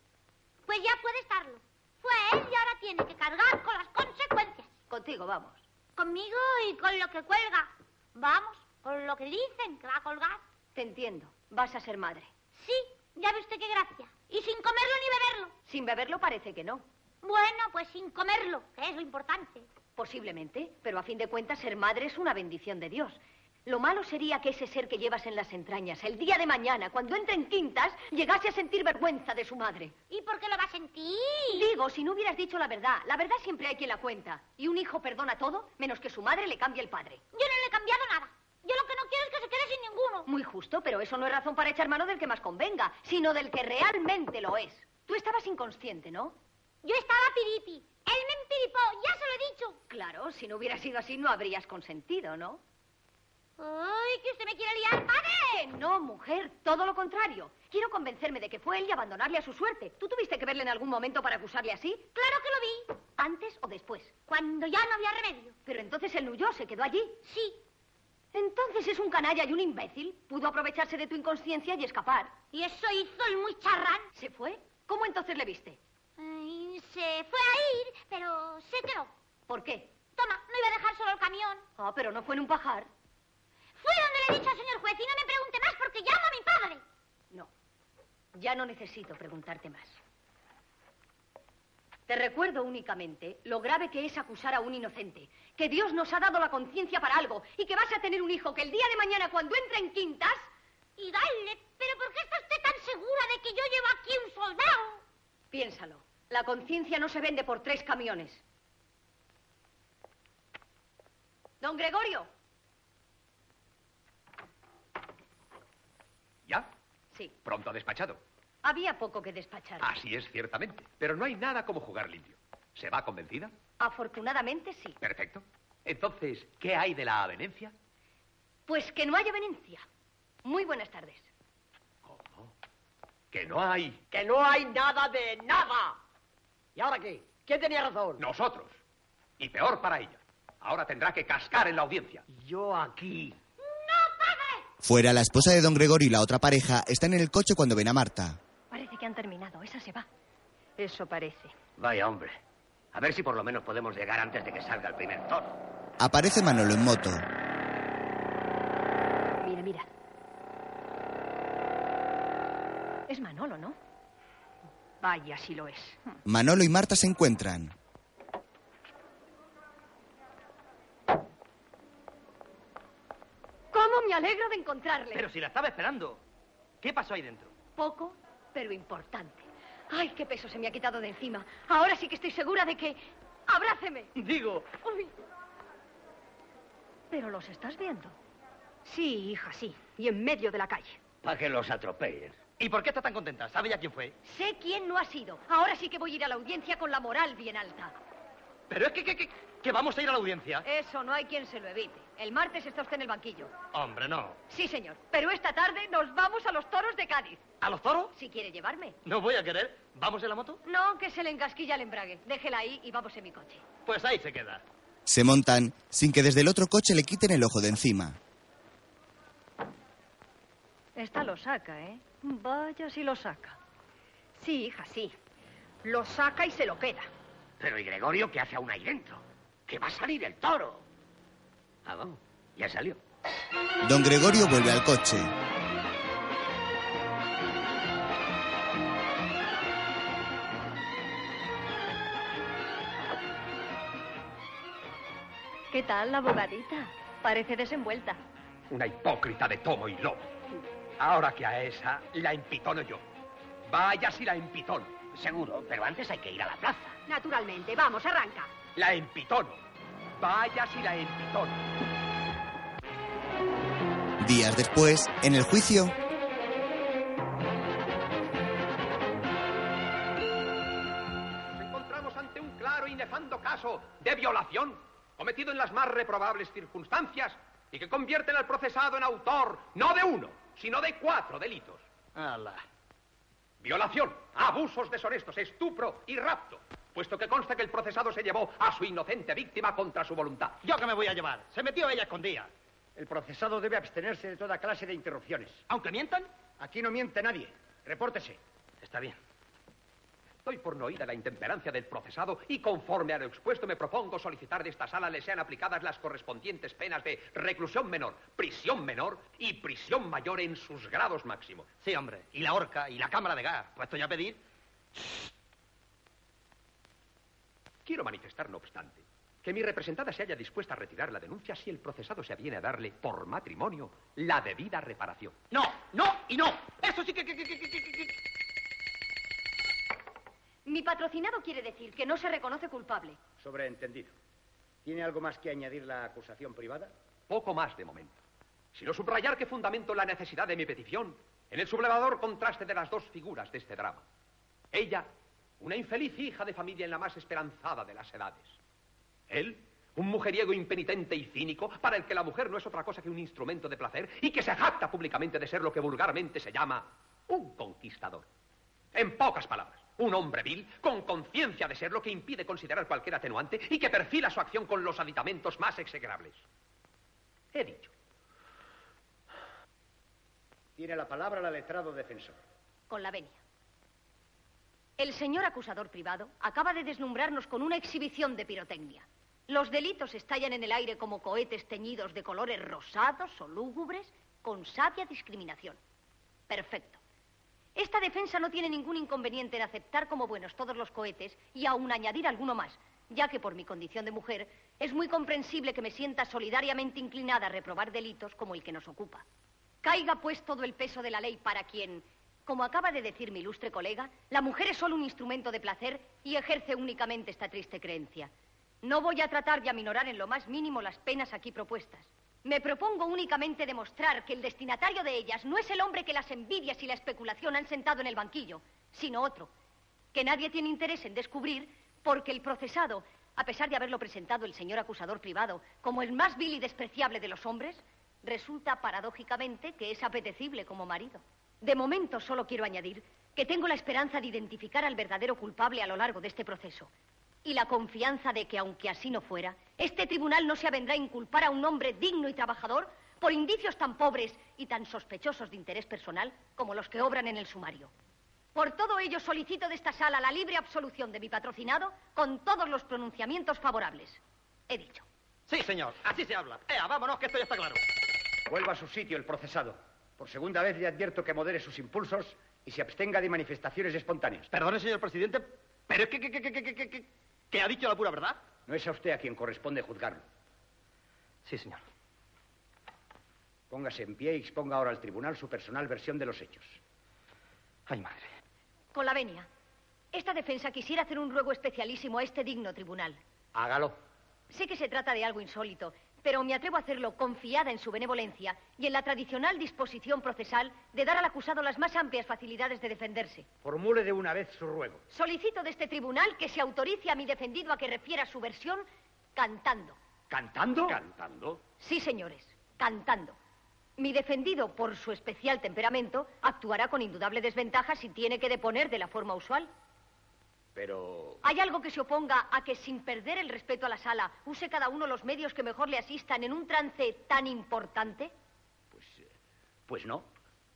[SPEAKER 4] Pues ya puede estarlo. Fue él y ahora tiene que cargar con las consecuencias.
[SPEAKER 6] Contigo, vamos.
[SPEAKER 4] Conmigo y con lo que cuelga. Vamos, con lo que dicen que va a colgar.
[SPEAKER 6] Te entiendo. Vas a ser madre.
[SPEAKER 4] Sí, ya ve usted qué gracia. Y sin comerlo ni beberlo.
[SPEAKER 6] Sin beberlo parece que no.
[SPEAKER 4] Bueno, pues sin comerlo, que es lo importante.
[SPEAKER 6] Posiblemente, pero a fin de cuentas ser madre es una bendición de Dios. Lo malo sería que ese ser que llevas en las entrañas, el día de mañana, cuando entre en quintas, llegase a sentir vergüenza de su madre.
[SPEAKER 4] ¿Y por qué lo va a sentir?
[SPEAKER 6] Digo, si no hubieras dicho la verdad, la verdad siempre hay quien la cuenta. Y un hijo perdona todo, menos que su madre le cambie el padre.
[SPEAKER 4] Yo no le he cambiado nada. Yo lo que no quiero es que se quede sin ninguno.
[SPEAKER 6] Muy justo, pero eso no es razón para echar mano del que más convenga, sino del que realmente lo es. Tú estabas inconsciente, ¿no?
[SPEAKER 4] Yo estaba piripi. Él me empiripó, ya se lo he dicho.
[SPEAKER 6] Claro, si no hubiera sido así no habrías consentido, ¿no?
[SPEAKER 4] ¡Ay, que usted me quiere liar, padre!
[SPEAKER 6] Que Eh, no, mujer, todo lo contrario. Quiero convencerme de que fue él y abandonarle a su suerte. ¿Tú tuviste que verle en algún momento para acusarle así?
[SPEAKER 4] Claro que lo vi.
[SPEAKER 6] ¿Antes o después?
[SPEAKER 4] Cuando ya no había remedio.
[SPEAKER 6] Pero entonces él huyó, se quedó allí.
[SPEAKER 4] Sí,
[SPEAKER 6] entonces es un canalla y un imbécil. Pudo aprovecharse de tu inconsciencia y escapar.
[SPEAKER 4] ¿Y eso hizo el muy charrán?
[SPEAKER 6] ¿Se fue? ¿Cómo entonces le viste?
[SPEAKER 4] Ay, se fue a ir, pero se quedó.
[SPEAKER 6] ¿Por qué?
[SPEAKER 4] Toma, no iba a dejar solo el camión.
[SPEAKER 6] Ah, pero no fue en un pajar.
[SPEAKER 4] Fue donde le he dicho al señor juez y no me pregunte más porque llamo a mi padre.
[SPEAKER 6] No, ya no necesito preguntarte más. Te recuerdo únicamente lo grave que es acusar a un inocente, que Dios nos ha dado la conciencia para algo y que vas a tener un hijo que el día de mañana cuando entre en quintas...
[SPEAKER 4] Y dale, pero ¿por qué está usted tan segura de que yo llevo aquí un soldado?
[SPEAKER 6] Piénsalo, la conciencia no se vende por tres camiones. Don Gregorio.
[SPEAKER 3] ¿Ya?
[SPEAKER 6] Sí.
[SPEAKER 3] Pronto despachado.
[SPEAKER 6] Había poco que despachar.
[SPEAKER 3] Así es, ciertamente. Pero no hay nada como jugar limpio. ¿Se va convencida?
[SPEAKER 6] Afortunadamente sí.
[SPEAKER 3] Perfecto. Entonces, ¿qué hay de la avenencia?
[SPEAKER 6] Pues que no hay avenencia. Muy buenas tardes.
[SPEAKER 3] ¿Cómo? Que no hay.
[SPEAKER 16] Que no hay nada de nada. ¿Y ahora qué? ¿Quién tenía razón?
[SPEAKER 3] Nosotros. Y peor para ella. Ahora tendrá que cascar en la audiencia.
[SPEAKER 16] Yo aquí.
[SPEAKER 4] ¡No, padre!
[SPEAKER 1] Fuera, la esposa de don Gregorio y la otra pareja están en el coche cuando ven a Marta.
[SPEAKER 6] Parece que han terminado. Esa se va. Eso parece.
[SPEAKER 19] Vaya, hombre. A ver si por lo menos podemos llegar antes de que salga el primer toro.
[SPEAKER 1] Aparece Manolo en moto.
[SPEAKER 6] Mira, mira. Es Manolo, ¿no? Vaya, si lo es.
[SPEAKER 1] Manolo y Marta se encuentran.
[SPEAKER 6] ¿Cómo me alegro de encontrarle?
[SPEAKER 15] Pero si la estaba esperando. ¿Qué pasó ahí dentro?
[SPEAKER 6] Poco, pero importante. Ay, qué peso se me ha quitado de encima. Ahora sí que estoy segura de que... ¡Abráceme!
[SPEAKER 15] Digo,
[SPEAKER 6] Uy. Pero los estás viendo. Sí, hija, sí. Y en medio de la calle.
[SPEAKER 19] Para que los atropellen.
[SPEAKER 15] ¿y por qué está tan contenta? ¿Sabe ya quién fue?
[SPEAKER 6] Sé quién no ha sido. Ahora sí que voy a ir a la audiencia con la moral bien alta.
[SPEAKER 15] Pero es que, que, que, que vamos a ir a la audiencia.
[SPEAKER 6] Eso no hay quien se lo evite. El martes está usted en el banquillo.
[SPEAKER 15] Hombre, no.
[SPEAKER 6] Sí, señor. Pero esta tarde nos vamos a los toros de Cádiz.
[SPEAKER 15] ¿A los toros?
[SPEAKER 6] Si quiere llevarme.
[SPEAKER 15] No voy a querer. ¿Vamos en la moto?
[SPEAKER 6] No, que se le encasquilla el embrague. Déjela ahí y vamos en mi coche.
[SPEAKER 15] Pues ahí se queda.
[SPEAKER 1] Se montan sin que desde el otro coche le quiten el ojo de encima.
[SPEAKER 6] Esta lo saca, ¿eh? Vaya si lo saca. Sí, hija, sí. Lo saca y se lo queda.
[SPEAKER 7] Pero ¿y Gregorio qué hace aún ahí dentro? Que va a salir el toro. Ah, vamos, ya salió.
[SPEAKER 1] Don Gregorio vuelve al coche.
[SPEAKER 6] ¿Qué tal la bogadita? Parece desenvuelta.
[SPEAKER 3] Una hipócrita de tomo y lomo. Ahora que a esa la empitono yo. Vaya si la empitono.
[SPEAKER 7] Seguro, pero antes hay que ir a la plaza.
[SPEAKER 6] Naturalmente, vamos, arranca.
[SPEAKER 3] La empitono. Vaya si la empitono.
[SPEAKER 1] Días después, en el juicio,
[SPEAKER 3] Nos encontramos ante un claro y nefando caso de violación cometido en las más reprobables circunstancias y que convierten al procesado en autor no de uno, sino de cuatro delitos.
[SPEAKER 10] ¡Hala!
[SPEAKER 3] Violación, abusos deshonestos, estupro y rapto, puesto que consta que el procesado se llevó a su inocente víctima contra su voluntad.
[SPEAKER 10] Yo que me voy a llevar. Se metió ella escondida.
[SPEAKER 23] El procesado debe abstenerse de toda clase de interrupciones.
[SPEAKER 10] ¿Aunque mientan?
[SPEAKER 23] Aquí no miente nadie. Repórtese.
[SPEAKER 10] Está bien.
[SPEAKER 3] Estoy por no oída la intemperancia del procesado y conforme a lo expuesto me propongo solicitar de esta sala le sean aplicadas las correspondientes penas de reclusión menor, prisión menor y prisión mayor en sus grados máximos.
[SPEAKER 10] Sí, hombre. Y la horca y la cámara de gas. Puesto ya a pedir.
[SPEAKER 3] Quiero manifestar, no obstante, que mi representada se haya dispuesta a retirar la denuncia si el procesado se aviene a darle por matrimonio la debida reparación.
[SPEAKER 10] No, no y no. Eso sí que- que- que- que- que- que- que...
[SPEAKER 6] Mi patrocinado quiere decir que no se reconoce culpable.
[SPEAKER 23] Sobreentendido. ¿Tiene algo más que añadir la acusación privada?
[SPEAKER 3] Poco más de momento. Sino subrayar que fundamento la necesidad de mi petición en el sublevador contraste de las dos figuras de este drama. Ella, una infeliz hija de familia en la más esperanzada de las edades. Él, un mujeriego impenitente y cínico para el que la mujer no es otra cosa que un instrumento de placer y que se jacta públicamente de ser lo que vulgarmente se llama un conquistador. En pocas palabras, un hombre vil con conciencia de ser lo que impide considerar cualquier atenuante y que perfila su acción con los aditamentos más execrables. He dicho.
[SPEAKER 23] Tiene la palabra la letrado defensor.
[SPEAKER 6] Con la venia. El señor acusador privado acaba de deslumbrarnos con una exhibición de pirotecnia. Los delitos estallan en el aire como cohetes teñidos de colores rosados o lúgubres con sabia discriminación. Perfecto. Esta defensa no tiene ningún inconveniente en aceptar como buenos todos los cohetes y aún añadir alguno más, ya que por mi condición de mujer es muy comprensible que me sienta solidariamente inclinada a reprobar delitos como el que nos ocupa. Caiga pues todo el peso de la ley para quien, como acaba de decir mi ilustre colega, la mujer es solo un instrumento de placer y ejerce únicamente esta triste creencia. No voy a tratar de aminorar en lo más mínimo las penas aquí propuestas. Me propongo únicamente demostrar que el destinatario de ellas no es el hombre que las envidias y la especulación han sentado en el banquillo, sino otro, que nadie tiene interés en descubrir porque el procesado, a pesar de haberlo presentado el señor acusador privado como el más vil y despreciable de los hombres, resulta paradójicamente que es apetecible como marido. De momento solo quiero añadir que tengo la esperanza de identificar al verdadero culpable a lo largo de este proceso y la confianza de que, aunque así no fuera, este tribunal no se avendrá a inculpar a un hombre digno y trabajador por indicios tan pobres y tan sospechosos de interés personal como los que obran en el sumario. Por todo ello solicito de esta sala la libre absolución de mi patrocinado con todos los pronunciamientos favorables. He dicho.
[SPEAKER 10] Sí, señor. Así se habla. Ea, vámonos, que esto ya está claro.
[SPEAKER 23] Vuelva a su sitio el procesado. Por segunda vez le advierto que modere sus impulsos y se abstenga de manifestaciones espontáneas.
[SPEAKER 10] Perdone, señor presidente, pero es que, que, que, que, que, que, que, que ha dicho la pura verdad.
[SPEAKER 23] No es a usted a quien corresponde juzgarlo.
[SPEAKER 10] Sí, señor.
[SPEAKER 23] Póngase en pie y exponga ahora al tribunal su personal versión de los hechos.
[SPEAKER 10] Ay, madre.
[SPEAKER 6] Con la venia. Esta defensa quisiera hacer un ruego especialísimo a este digno tribunal.
[SPEAKER 23] Hágalo.
[SPEAKER 6] Sé que se trata de algo insólito, pero me atrevo a hacerlo confiada en su benevolencia y en la tradicional disposición procesal de dar al acusado las más amplias facilidades de defenderse.
[SPEAKER 23] Formule de una vez su ruego.
[SPEAKER 6] Solicito de este tribunal que se autorice a mi defendido a que refiera su versión cantando.
[SPEAKER 23] ¿Cantando?
[SPEAKER 19] ¿Cantando?
[SPEAKER 6] Sí, señores, cantando. Mi defendido, por su especial temperamento, actuará con indudable desventaja si tiene que deponer de la forma usual.
[SPEAKER 19] Pero...
[SPEAKER 6] ¿Hay algo que se oponga a que, sin perder el respeto a la sala, use cada uno los medios que mejor le asistan en un trance tan importante?
[SPEAKER 23] Pues no.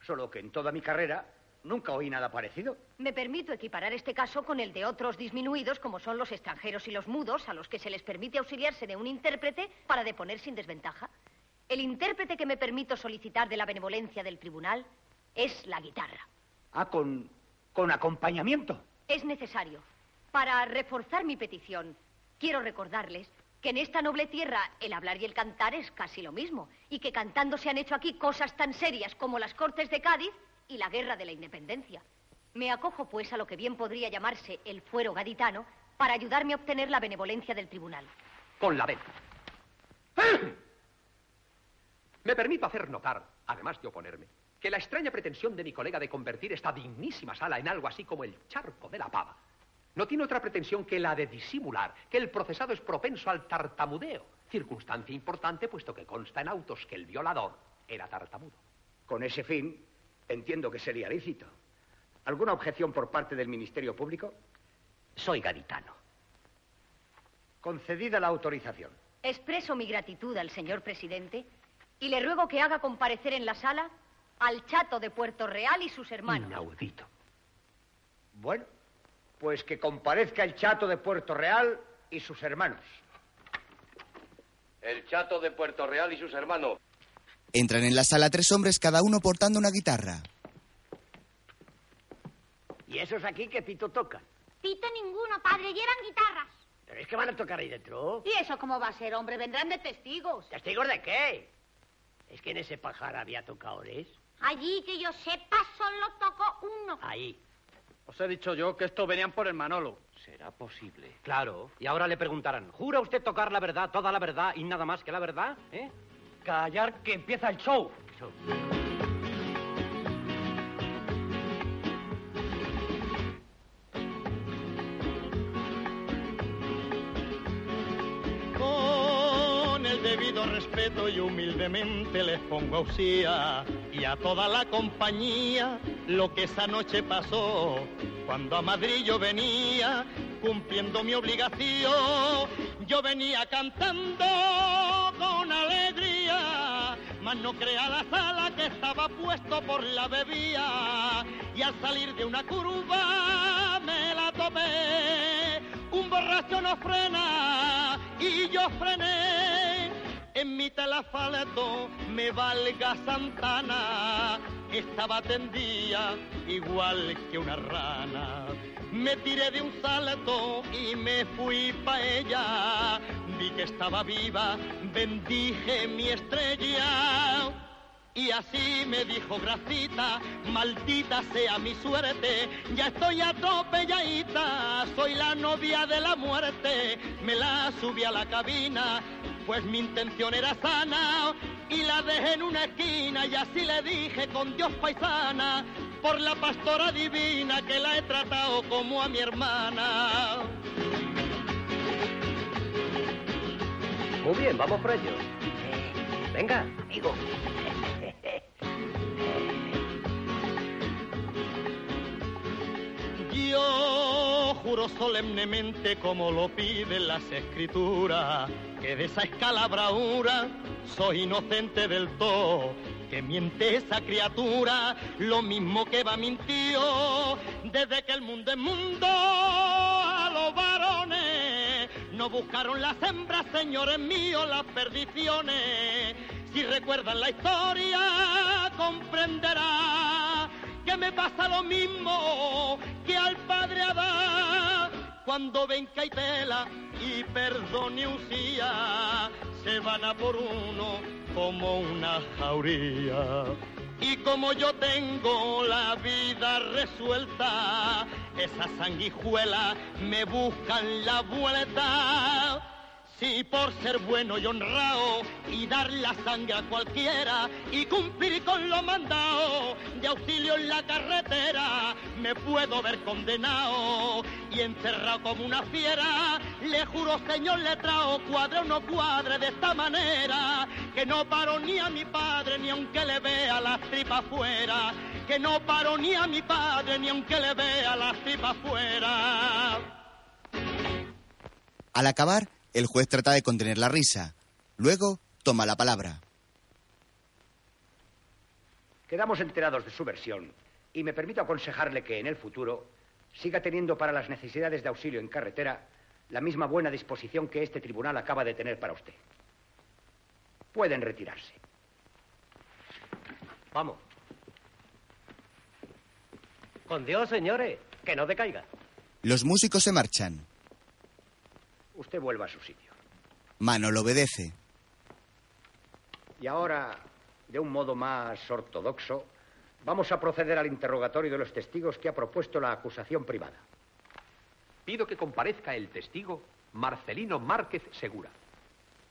[SPEAKER 23] Solo que en toda mi carrera Nunca oí nada parecido.
[SPEAKER 6] Me permito equiparar este caso con el de otros disminuidos, como son los extranjeros y los mudos, a los que se les permite auxiliarse de un intérprete para deponer sin desventaja. El intérprete que me permito solicitar de la benevolencia del tribunal es la guitarra.
[SPEAKER 23] Ah, con, con acompañamiento.
[SPEAKER 6] Es necesario. Para reforzar mi petición, quiero recordarles que en esta noble tierra el hablar y el cantar es casi lo mismo, y que cantando se han hecho aquí cosas tan serias como las Cortes de Cádiz y la Guerra de la Independencia. Me acojo, pues, a lo que bien podría llamarse el fuero gaditano para ayudarme a obtener la benevolencia del tribunal.
[SPEAKER 3] Con la vez. ¡Ah! Me permito hacer notar, además de oponerme, que la extraña pretensión de mi colega de convertir esta dignísima sala en algo así como el charco de la pava no tiene otra pretensión que la de disimular que el procesado es propenso al tartamudeo, circunstancia importante puesto que consta en autos que el violador era tartamudo.
[SPEAKER 23] Con ese fin, entiendo que sería lícito. ¿Alguna objeción por parte del Ministerio Público?
[SPEAKER 14] Soy gaditano.
[SPEAKER 23] Concedida la autorización.
[SPEAKER 6] Expreso mi gratitud al señor presidente y le ruego que haga comparecer en la sala al chato de Puerto Real y sus hermanos.
[SPEAKER 3] Inaudito.
[SPEAKER 23] Bueno, pues que comparezca el chato de Puerto Real y sus hermanos.
[SPEAKER 8] El chato de Puerto Real y sus hermanos.
[SPEAKER 1] Entran en la sala tres hombres, cada uno portando una guitarra.
[SPEAKER 16] ¿Y esos aquí qué pito tocan?
[SPEAKER 4] Pito ninguno, padre, llevan guitarras.
[SPEAKER 16] ¿Pero es que van a tocar ahí dentro?
[SPEAKER 4] ¿Y eso cómo va a ser, hombre? Vendrán de testigos.
[SPEAKER 16] ¿Testigos de qué? Es que en ese pajar había tocadores.
[SPEAKER 4] Allí, que yo sepa, solo tocó uno.
[SPEAKER 16] Ahí.
[SPEAKER 24] Os he dicho yo que estos venían por el Manolo.
[SPEAKER 19] ¿Será posible?
[SPEAKER 10] Claro, y ahora le preguntarán, ¿jura usted tocar la verdad, toda la verdad y nada más que la verdad? ¿Eh? Callar que empieza el show.
[SPEAKER 2] Con el debido respeto y humildemente les pongo a usía y a toda la compañía lo que esa noche pasó cuando a Madrid yo venía cumpliendo mi obligación. Yo venía cantando con alegría, mas no crea la sala que estaba puesto por la bebida. Y al salir de una curva me la tomé. Un borracho no frena y yo frené. En mitad del asfalto me valga Santana estaba tendida igual que una rana. Me tiré de un salto y me fui pa' ella. Vi que estaba viva, bendije mi estrella. Y así me dijo Gracita, maldita sea mi suerte, ya estoy atropelladita, soy la novia de la muerte, me la subí a la cabina, pues mi intención era sana, y la dejé en una esquina y así le dije con Dios paisana, por la pastora divina que la he tratado como a mi hermana.
[SPEAKER 19] Muy bien, vamos por ello. Venga,
[SPEAKER 7] amigo.
[SPEAKER 2] Yo juro solemnemente como lo piden las escrituras, que de esa escala bravura soy inocente del todo. Que miente esa criatura, lo mismo que va mintió, desde que el mundo es mundo a los varones. No buscaron las hembras, señores míos, las perdiciones. Si recuerdan la historia, comprenderá que me pasa lo mismo que al padre Adán. Cuando ven Caitela y perdón y usía, se van a por uno como una jauría. Y como yo tengo la vida resuelta, esas sanguijuelas me buscan la vuelta. Si por ser bueno y honrado y dar la sangre a cualquiera y cumplir con lo mandado de auxilio en la carretera, me puedo ver condenado y encerrado como una fiera. Le juro, señor letrao, cuadre o no cuadre de esta manera, que no paro ni a mi padre ni aunque le vea las tripas fuera, que no paro ni a mi padre ni aunque le vea las tripas fuera.
[SPEAKER 1] Al acabar, el juez trata de contener la risa. Luego toma la palabra.
[SPEAKER 23] Quedamos enterados de su versión y me permito aconsejarle que en el futuro siga teniendo para las necesidades de auxilio en carretera la misma buena disposición que este tribunal acaba de tener para usted. Pueden retirarse.
[SPEAKER 10] Vamos. Con Dios, señores, que no decaiga.
[SPEAKER 1] Los músicos se marchan.
[SPEAKER 23] Usted vuelva a su sitio.
[SPEAKER 1] Manol obedece.
[SPEAKER 23] Y ahora, de un modo más ortodoxo, vamos a proceder al interrogatorio de los testigos que ha propuesto la acusación privada.
[SPEAKER 3] Pido que comparezca el testigo Marcelino Márquez Segura.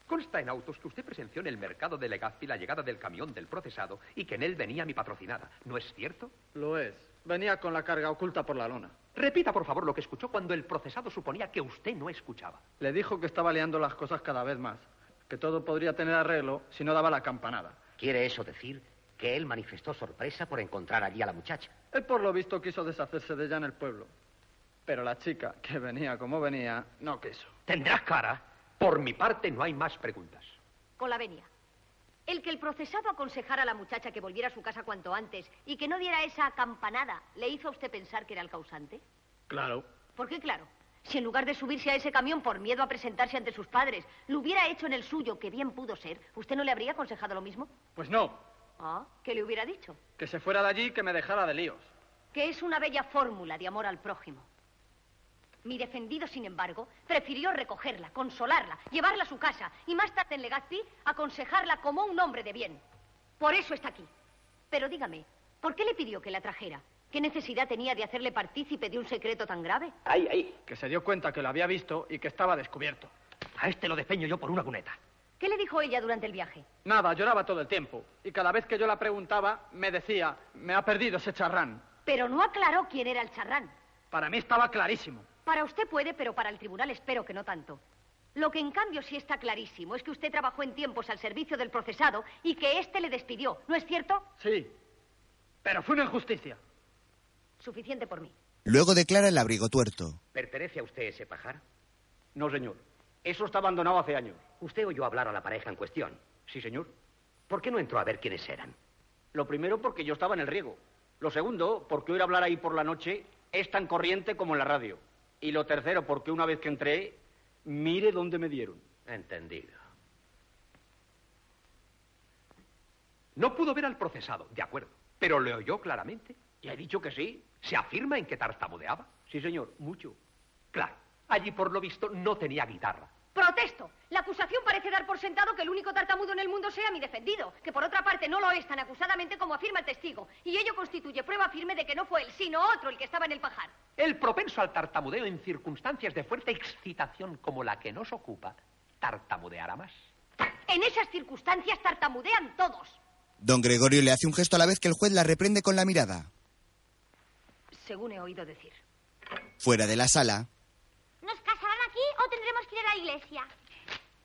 [SPEAKER 3] Consta en autos que usted presenció en el mercado de Legazpi la llegada del camión del procesado y que en él venía mi patrocinada. ¿No es cierto?
[SPEAKER 24] Lo es. Venía con la carga oculta por la lona.
[SPEAKER 3] Repita, por favor, lo que escuchó cuando el procesado suponía que usted no escuchaba.
[SPEAKER 24] Le dijo que estaba liando las cosas cada vez más, que todo podría tener arreglo si no daba la campanada.
[SPEAKER 7] ¿Quiere eso decir que él manifestó sorpresa por encontrar allí a la muchacha?
[SPEAKER 24] Él por lo visto quiso deshacerse de ella en el pueblo, pero la chica, que venía como venía, no quiso.
[SPEAKER 3] ¿Tendrás cara? Por mi parte no hay más preguntas.
[SPEAKER 6] Con la venia. El que el procesado aconsejara a la muchacha que volviera a su casa cuanto antes y que no diera esa campanada, ¿le hizo a usted pensar que era el causante?
[SPEAKER 24] Claro.
[SPEAKER 6] ¿Por qué claro? Si en lugar de subirse a ese camión por miedo a presentarse ante sus padres, lo hubiera hecho en el suyo, que bien pudo ser, ¿usted no le habría aconsejado lo mismo?
[SPEAKER 24] Pues no,
[SPEAKER 6] Ah, ¿qué le hubiera dicho?
[SPEAKER 24] que se fuera de allí y que me dejara de líos.
[SPEAKER 6] Que es una bella fórmula de amor al prójimo. Mi defendido, sin embargo, prefirió recogerla, consolarla, llevarla a su casa y más tarde en Legazpi aconsejarla como un hombre de bien. Por eso está aquí. Pero dígame, ¿por qué le pidió que la trajera? ¿Qué necesidad tenía de hacerle partícipe de un secreto tan grave?
[SPEAKER 24] Ahí, ahí. Que se dio cuenta que lo había visto y que estaba descubierto.
[SPEAKER 10] A este lo despeño yo por una cuneta.
[SPEAKER 6] ¿Qué le dijo ella durante el viaje?
[SPEAKER 24] Nada, lloraba todo el tiempo. Y cada vez que yo la preguntaba, me decía, me ha perdido ese charrán.
[SPEAKER 6] Pero no aclaró quién era el charrán.
[SPEAKER 24] Para mí estaba clarísimo.
[SPEAKER 6] Para usted puede, pero para el tribunal espero que no tanto. Lo que en cambio sí está clarísimo es que usted trabajó en tiempos al servicio del procesado y que éste le despidió, ¿no es cierto?
[SPEAKER 24] Sí. Pero fue una injusticia.
[SPEAKER 6] Suficiente por mí.
[SPEAKER 1] Luego declara el abrigo tuerto.
[SPEAKER 7] ¿Pertenece a usted ese pajar?
[SPEAKER 19] No, señor. Eso está abandonado hace años.
[SPEAKER 7] Usted oyó hablar a la pareja en cuestión.
[SPEAKER 19] Sí, señor.
[SPEAKER 7] ¿Por qué no entró a ver quiénes eran?
[SPEAKER 19] Lo primero porque yo estaba en el riego. Lo segundo porque oír hablar ahí por la noche es tan corriente como en la radio. Y lo tercero porque una vez que entré, mire dónde me dieron.
[SPEAKER 7] Entendido.
[SPEAKER 3] No pudo ver al procesado, de acuerdo, pero le oyó claramente. Y ha dicho que sí. ¿Se afirma en que tartamudeaba?
[SPEAKER 19] Sí, señor, mucho.
[SPEAKER 3] Claro, allí por lo visto no tenía guitarra.
[SPEAKER 6] Protesto. La acusación parece dar por sentado que el único tartamudo en el mundo sea mi defendido, que por otra parte no lo es tan acusadamente como afirma el testigo, y ello constituye prueba firme de que no fue él, sino otro el que estaba en el pajar.
[SPEAKER 3] El propenso al tartamudeo en circunstancias de fuerte excitación como la que nos ocupa, tartamudeará más.
[SPEAKER 6] En esas circunstancias tartamudean todos.
[SPEAKER 1] Don Gregorio le hace un gesto a la vez que el juez la reprende con la mirada.
[SPEAKER 6] Según he oído decir.
[SPEAKER 1] Fuera de la sala,
[SPEAKER 4] ¿Nos casarán aquí o tendremos que ir a la iglesia?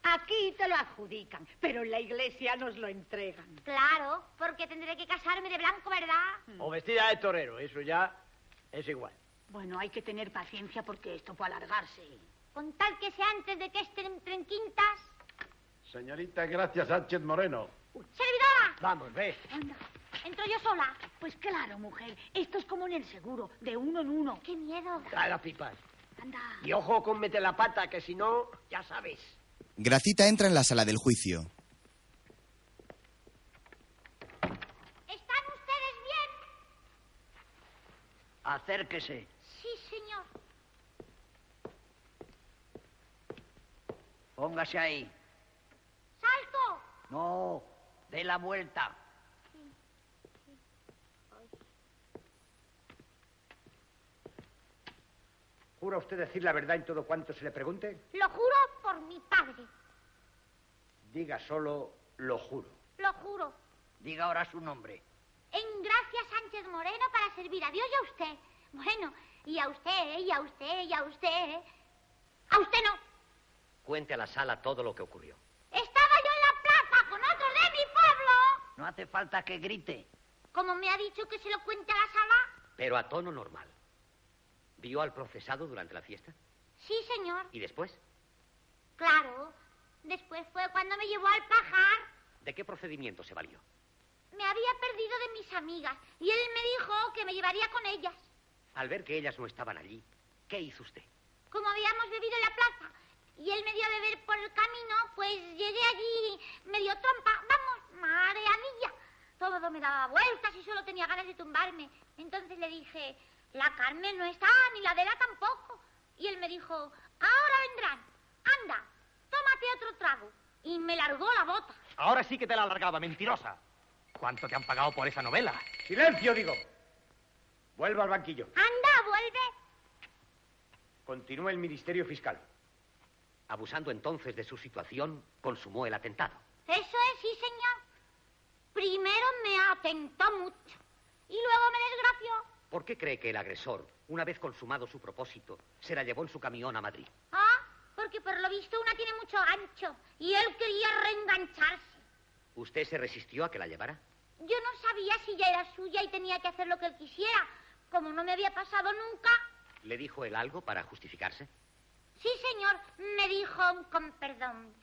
[SPEAKER 9] Aquí te lo adjudican, pero en la iglesia nos lo entregan.
[SPEAKER 4] Claro, porque tendré que casarme de blanco, ¿verdad?
[SPEAKER 20] O vestida de torero, eso ya es igual.
[SPEAKER 9] Bueno, hay que tener paciencia porque esto puede alargarse.
[SPEAKER 4] Con tal que sea antes de que estén en quintas.
[SPEAKER 17] Señorita Gracias Sánchez Moreno.
[SPEAKER 4] ¡Servidora!
[SPEAKER 20] Vamos, ve.
[SPEAKER 4] Anda, entro yo sola.
[SPEAKER 9] Pues claro, mujer, esto es como en el seguro, de uno en uno.
[SPEAKER 4] ¡Qué miedo!
[SPEAKER 20] Cada pipas.
[SPEAKER 9] Anda.
[SPEAKER 20] Y ojo con meter la pata, que si no, ya sabes.
[SPEAKER 1] Gracita entra en la sala del juicio.
[SPEAKER 4] ¿Están ustedes bien?
[SPEAKER 20] Acérquese.
[SPEAKER 4] Sí, señor.
[SPEAKER 20] Póngase ahí.
[SPEAKER 4] ¡Salto!
[SPEAKER 20] No, dé la vuelta.
[SPEAKER 23] ¿Jura usted decir la verdad en todo cuanto se le pregunte?
[SPEAKER 4] Lo juro por mi padre.
[SPEAKER 23] Diga solo lo juro.
[SPEAKER 4] Lo juro.
[SPEAKER 20] Diga ahora su nombre.
[SPEAKER 4] En gracia Sánchez Moreno para servir a Dios y a usted. Bueno, y a usted, y a usted, y a usted. A usted no.
[SPEAKER 7] Cuente a la sala todo lo que ocurrió.
[SPEAKER 4] Estaba yo en la plaza con otro de mi pueblo.
[SPEAKER 20] No hace falta que grite.
[SPEAKER 4] Como me ha dicho que se lo cuente a la sala.
[SPEAKER 7] Pero a tono normal. ¿Vio al procesado durante la fiesta?
[SPEAKER 4] Sí, señor.
[SPEAKER 7] ¿Y después?
[SPEAKER 4] Claro. Después fue cuando me llevó al pajar.
[SPEAKER 7] ¿De qué procedimiento se valió?
[SPEAKER 4] Me había perdido de mis amigas y él me dijo que me llevaría con ellas.
[SPEAKER 7] Al ver que ellas no estaban allí, ¿qué hizo usted?
[SPEAKER 4] Como habíamos bebido en la plaza y él me dio a beber por el camino, pues llegué allí medio trompa, vamos, mareadilla. Todo me daba vueltas y solo tenía ganas de tumbarme. Entonces le dije, la Carmen no está, ni la Adela tampoco. Y él me dijo, ahora vendrán, anda, tómate otro trago. Y me largó la bota.
[SPEAKER 25] Ahora sí que te la alargaba, mentirosa. ¿Cuánto te han pagado por esa novela?
[SPEAKER 26] Silencio, digo. Vuelva al banquillo.
[SPEAKER 4] Anda, vuelve.
[SPEAKER 26] Continúa el Ministerio Fiscal.
[SPEAKER 7] Abusando entonces de su situación, consumó el atentado.
[SPEAKER 4] Eso es, sí, señor. Primero me atentó mucho y luego me desgració.
[SPEAKER 7] ¿Por qué cree que el agresor, una vez consumado su propósito, se la llevó en su camión a Madrid?
[SPEAKER 4] Ah, porque por lo visto una tiene mucho gancho y él quería reengancharse.
[SPEAKER 7] ¿Usted se resistió a que la llevara?
[SPEAKER 4] Yo no sabía si ya era suya y tenía que hacer lo que él quisiera. Como no me había pasado nunca.
[SPEAKER 7] ¿Le dijo él algo para justificarse?
[SPEAKER 4] Sí, señor, me dijo con perdón.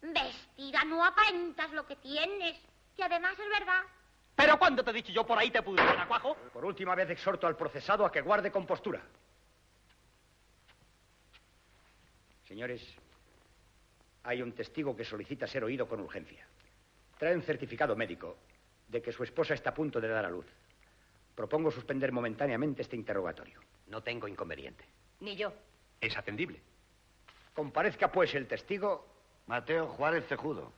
[SPEAKER 4] Vestida, no aparentas lo que tienes. Que además es verdad.
[SPEAKER 25] ¿Pero cuándo te he dicho yo por ahí te puse, cuajo?
[SPEAKER 26] Por última vez exhorto al procesado a que guarde compostura. Señores, hay un testigo que solicita ser oído con urgencia. Trae un certificado médico de que su esposa está a punto de dar a luz. Propongo suspender momentáneamente este interrogatorio.
[SPEAKER 7] No tengo inconveniente.
[SPEAKER 27] Ni yo.
[SPEAKER 28] Es atendible.
[SPEAKER 26] Comparezca pues el testigo.
[SPEAKER 3] Mateo Juárez Cejudo,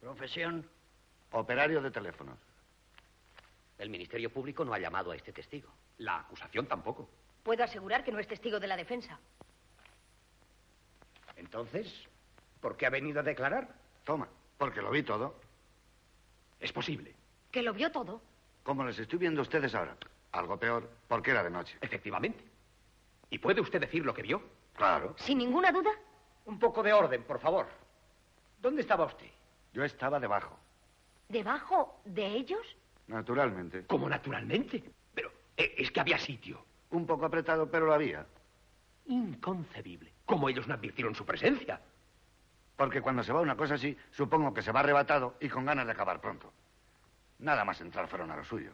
[SPEAKER 7] Profesión.
[SPEAKER 3] operario de teléfonos.
[SPEAKER 7] El Ministerio Público no ha llamado a este testigo.
[SPEAKER 28] La acusación tampoco.
[SPEAKER 6] Puedo asegurar que no es testigo de la defensa.
[SPEAKER 26] Entonces, ¿por qué ha venido a declarar?
[SPEAKER 3] Toma, porque lo vi todo.
[SPEAKER 28] Es posible.
[SPEAKER 6] ¿Que lo vio todo?
[SPEAKER 3] Como les estoy viendo a ustedes ahora. Algo peor, porque era de noche.
[SPEAKER 28] Efectivamente. ¿Y puede usted decir lo que vio?
[SPEAKER 3] Claro.
[SPEAKER 6] Sin ninguna duda.
[SPEAKER 26] Un poco de orden, por favor. ¿Dónde estaba usted?
[SPEAKER 3] Yo estaba debajo.
[SPEAKER 6] ¿Debajo de ellos?
[SPEAKER 3] Naturalmente.
[SPEAKER 28] ¿Cómo naturalmente? Pero eh, es que había sitio.
[SPEAKER 3] Un poco apretado, pero lo había.
[SPEAKER 28] Inconcebible. ¿Cómo ellos no advirtieron su presencia?
[SPEAKER 3] Porque cuando se va una cosa así, supongo que se va arrebatado y con ganas de acabar pronto. Nada más entrar fueron a lo suyo.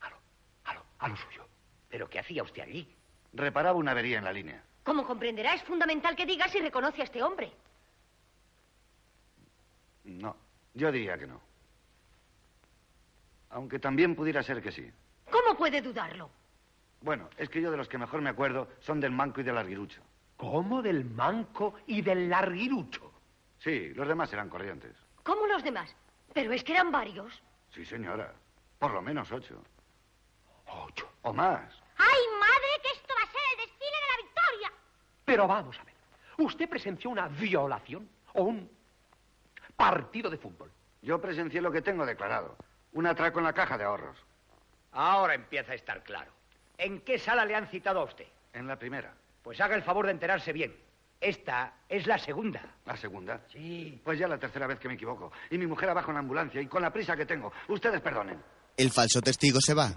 [SPEAKER 28] A lo, a lo, a lo suyo.
[SPEAKER 7] ¿Pero qué hacía usted allí?
[SPEAKER 3] Reparaba una avería en la línea.
[SPEAKER 6] Como comprenderá, es fundamental que diga si reconoce a este hombre.
[SPEAKER 3] No, yo diría que no. Aunque también pudiera ser que sí.
[SPEAKER 6] ¿Cómo puede dudarlo?
[SPEAKER 3] Bueno, es que yo de los que mejor me acuerdo son del manco y del arguirucho.
[SPEAKER 28] ¿Cómo del manco y del larguirucho?
[SPEAKER 3] Sí, los demás eran corrientes.
[SPEAKER 6] ¿Cómo los demás? Pero es que eran varios.
[SPEAKER 3] Sí, señora. Por lo menos ocho.
[SPEAKER 28] Ocho.
[SPEAKER 3] O más.
[SPEAKER 4] ¡Ay, madre, que esto va a ser el desfile de la victoria!
[SPEAKER 28] Pero vamos a ver. ¿Usted presenció una violación o un partido de fútbol?
[SPEAKER 3] Yo presencié lo que tengo declarado. Un atraco en la caja de ahorros.
[SPEAKER 26] Ahora empieza a estar claro. ¿En qué sala le han citado a usted?
[SPEAKER 3] En la primera.
[SPEAKER 26] Pues haga el favor de enterarse bien. Esta es la segunda.
[SPEAKER 3] ¿La segunda?
[SPEAKER 26] Sí.
[SPEAKER 3] Pues ya la tercera vez que me equivoco. Y mi mujer abajo en la ambulancia y con la prisa que tengo. Ustedes perdonen.
[SPEAKER 1] El falso testigo se va.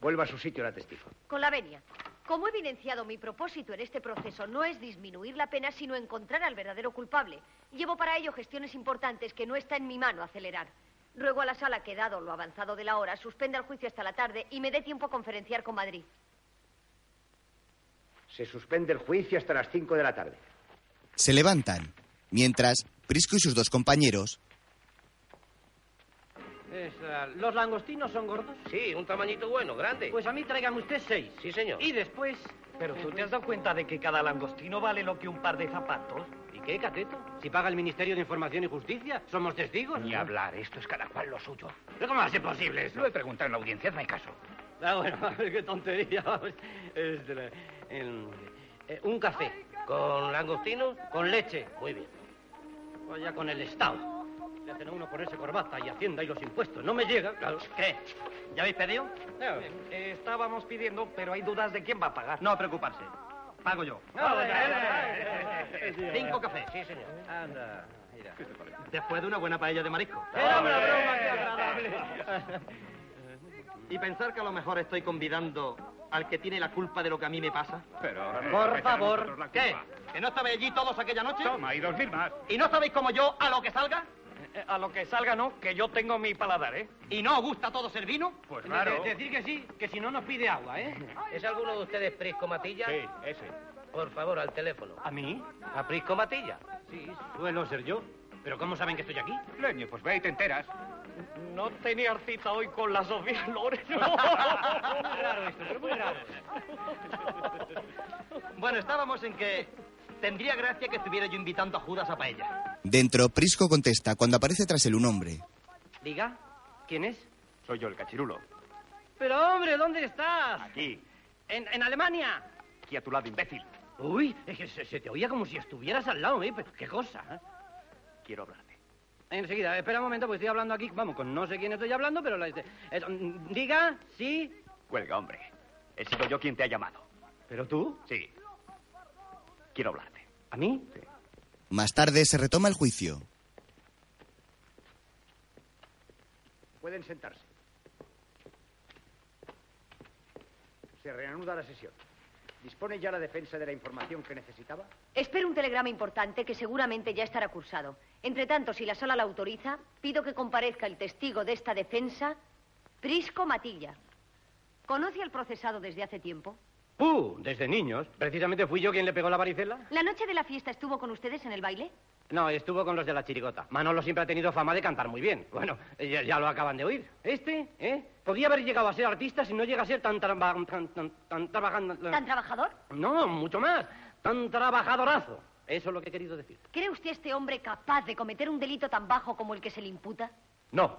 [SPEAKER 26] Vuelva a su sitio la testigo.
[SPEAKER 6] Con la venia. Como he evidenciado, mi propósito en este proceso no es disminuir la pena, sino encontrar al verdadero culpable. Llevo para ello gestiones importantes que no está en mi mano acelerar. Ruego a la sala que, dado lo avanzado de la hora, suspenda el juicio hasta la tarde y me dé tiempo a conferenciar con Madrid.
[SPEAKER 26] Se suspende el juicio hasta las 5 de la tarde.
[SPEAKER 1] Se levantan. Mientras, Prisco y sus dos compañeros.
[SPEAKER 10] eh, ¿Los langostinos son gordos?
[SPEAKER 29] Sí, un tamañito bueno, grande.
[SPEAKER 10] Pues a mí tráigame usted seis.
[SPEAKER 29] Sí, señor.
[SPEAKER 10] Y después...
[SPEAKER 16] Pero tú te has dado cuenta de que cada langostino vale lo que un par de zapatos.
[SPEAKER 10] ¿Y qué, cateto? Si paga el Ministerio de Información y Justicia, somos testigos.
[SPEAKER 16] Ni hablar, esto es cada cual lo suyo.
[SPEAKER 10] ¿Pero ¿Cómo va a ser posible eso?
[SPEAKER 16] Lo he preguntado en la audiencia, hazme caso.
[SPEAKER 10] Ah, bueno, a ver qué tontería. vamos. Este, la- el- eh, un café.
[SPEAKER 29] Con langostino,
[SPEAKER 10] Con leche. Muy bien. Vaya con el Estado. Le hacen a uno ponerse corbata y hacienda y los impuestos. No me llega, claro.
[SPEAKER 16] ¿Qué? ¿Ya habéis pedido?
[SPEAKER 10] No.
[SPEAKER 16] Eh, estábamos pidiendo, pero hay dudas de quién va a pagar.
[SPEAKER 10] No preocuparse. Pago yo.
[SPEAKER 16] Ah, Cinco cafés.
[SPEAKER 10] Sí, señor.
[SPEAKER 16] Anda, mira.
[SPEAKER 10] Después de una buena paella de marisco.
[SPEAKER 16] Era una
[SPEAKER 10] broma, qué agradable. Y pensar que a lo mejor estoy convidando al que tiene la culpa de lo que a mí me pasa.
[SPEAKER 16] Pero ahora nos
[SPEAKER 10] Por
[SPEAKER 16] echan a nosotros
[SPEAKER 10] favor.
[SPEAKER 16] la
[SPEAKER 10] ¿Qué?
[SPEAKER 16] culpa.
[SPEAKER 10] ¿Que no estabais allí todos aquella noche?
[SPEAKER 16] Toma, y dos mil más.
[SPEAKER 10] ¿Y no sabéis como yo a lo que salga?
[SPEAKER 30] Eh, A lo que salga, no, que yo tengo mi paladar, ¿eh? ¿Y no gusta todo ser vino? Pues
[SPEAKER 10] Eh,
[SPEAKER 30] De- Decir que sí, que si no nos pide agua, ¿eh?
[SPEAKER 8] ¿Es alguno de ustedes Prisco Matilla?
[SPEAKER 30] Sí,
[SPEAKER 23] ese.
[SPEAKER 8] Por favor, al teléfono.
[SPEAKER 30] ¿A mí?
[SPEAKER 8] ¿A Prisco Matilla?
[SPEAKER 30] Sí, suelo ser yo. ¿Pero cómo saben que estoy aquí?
[SPEAKER 23] Leño, pues ve y te enteras.
[SPEAKER 30] No tenía cita hoy con la Sofía Loren.
[SPEAKER 18] raro esto, pero muy raro.
[SPEAKER 10] Bueno, estábamos en que tendría gracia que estuviera yo invitando a Judas a paella.
[SPEAKER 1] Dentro, Prisco contesta cuando aparece tras él un hombre.
[SPEAKER 30] Diga, ¿quién es?
[SPEAKER 23] Soy yo, el cachirulo.
[SPEAKER 30] Pero hombre, ¿dónde estás?
[SPEAKER 23] Aquí,
[SPEAKER 30] En, en Alemania.
[SPEAKER 23] aquí a tu lado, imbécil.
[SPEAKER 30] Uy, es que se, se te oía como si estuvieras al lado, ¿eh? Pero, ¿Qué cosa? eh?
[SPEAKER 23] Quiero hablarte.
[SPEAKER 30] Enseguida, espera un momento, pues estoy hablando aquí, vamos, con no sé quién estoy hablando, pero... la- este, eh, mm, diga, sí,
[SPEAKER 23] Cuelga, hombre. He sido yo quien te ha llamado.
[SPEAKER 30] ¿Pero tú?
[SPEAKER 23] Sí. Quiero hablarte.
[SPEAKER 30] ¿A mí?
[SPEAKER 1] Más tarde se retoma el juicio.
[SPEAKER 23] Pueden sentarse. Se reanuda la sesión. ¿Dispone ya la defensa de la información que necesitaba?
[SPEAKER 6] Espero un telegrama importante que seguramente ya estará cursado. Entre tanto, si la sala la autoriza, pido que comparezca el testigo de esta defensa, Prisco Matilla. ¿Conoce al procesado desde hace tiempo?
[SPEAKER 30] Uh, desde niños. Precisamente fui yo quien le pegó la varicela.
[SPEAKER 6] ¿La noche de la fiesta estuvo con ustedes en el baile?
[SPEAKER 30] No, estuvo con los de la chirigota. Manolo siempre ha tenido fama de cantar muy bien. Bueno, ya, ya lo acaban de oír. Este, ¿eh? Podría haber llegado a ser artista si no llega a ser tan traba- tan, tan, tan trabajando...
[SPEAKER 6] ¿Tan trabajador?
[SPEAKER 30] No, mucho más. Tan trabajadorazo. Eso es lo que he querido decir.
[SPEAKER 6] ¿Cree usted este hombre capaz de cometer un delito tan bajo como el que se le imputa?
[SPEAKER 30] No.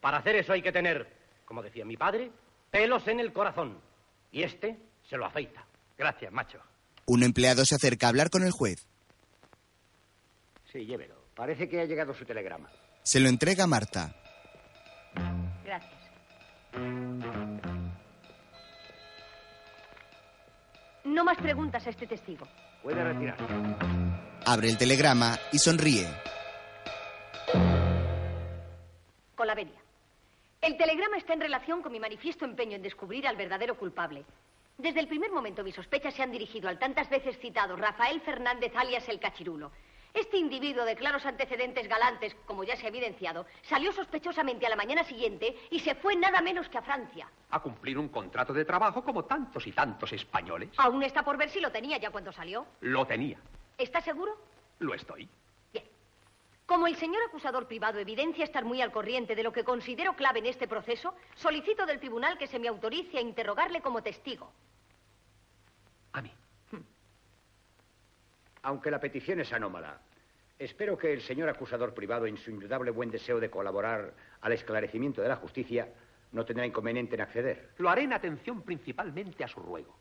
[SPEAKER 30] Para hacer eso hay que tener, como decía mi padre, pelos en el corazón. Y este se lo afeita. Gracias, macho.
[SPEAKER 1] Un empleado se acerca a hablar con el juez.
[SPEAKER 23] Sí, llévelo. Parece que ha llegado su telegrama.
[SPEAKER 1] Se lo entrega a Marta.
[SPEAKER 6] Gracias. No más preguntas a este testigo.
[SPEAKER 23] Puede retirar.
[SPEAKER 1] Abre el telegrama y sonríe.
[SPEAKER 6] Con la venia. El telegrama está en relación con mi manifiesto empeño en descubrir al verdadero culpable. Desde el primer momento mis sospechas se han dirigido al tantas veces citado Rafael Fernández alias el Cachirulo. Este individuo de claros antecedentes galantes, como ya se ha evidenciado, salió sospechosamente a la mañana siguiente y se fue nada menos que a Francia.
[SPEAKER 3] A cumplir un contrato de trabajo como tantos y tantos españoles.
[SPEAKER 6] Aún está por ver si lo tenía ya cuando salió.
[SPEAKER 3] Lo tenía.
[SPEAKER 6] ¿Está seguro?
[SPEAKER 3] Lo estoy.
[SPEAKER 6] Como el señor acusador privado evidencia estar muy al corriente de lo que considero clave en este proceso, solicito del tribunal que se me autorice a interrogarle como testigo.
[SPEAKER 23] Aunque la petición es anómala, espero que el señor acusador privado, en su indudable buen deseo de colaborar al esclarecimiento de la justicia, no tendrá inconveniente en acceder.
[SPEAKER 3] Lo haré en atención principalmente a su ruego.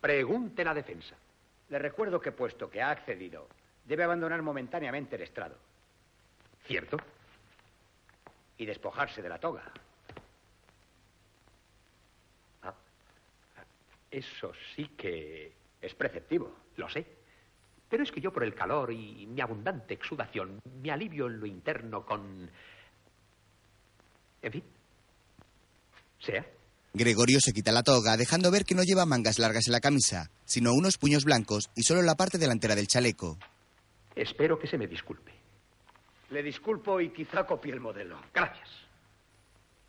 [SPEAKER 3] Pregunte la defensa.
[SPEAKER 23] Le recuerdo que, puesto que ha accedido, debe abandonar momentáneamente el estrado.
[SPEAKER 3] ¿Cierto?
[SPEAKER 23] Y despojarse de la toga.
[SPEAKER 3] Ah, Eso sí que...
[SPEAKER 23] Es preceptivo.
[SPEAKER 3] Lo sé. Pero es que yo por el calor y mi abundante exudación me alivio en lo interno con... En fin. Sea.
[SPEAKER 1] Gregorio se quita la toga, dejando ver que no lleva mangas largas en la camisa, sino unos puños blancos y solo la parte delantera del chaleco.
[SPEAKER 3] Espero que se me disculpe.
[SPEAKER 23] Le disculpo y quizá copie el modelo.
[SPEAKER 3] Gracias.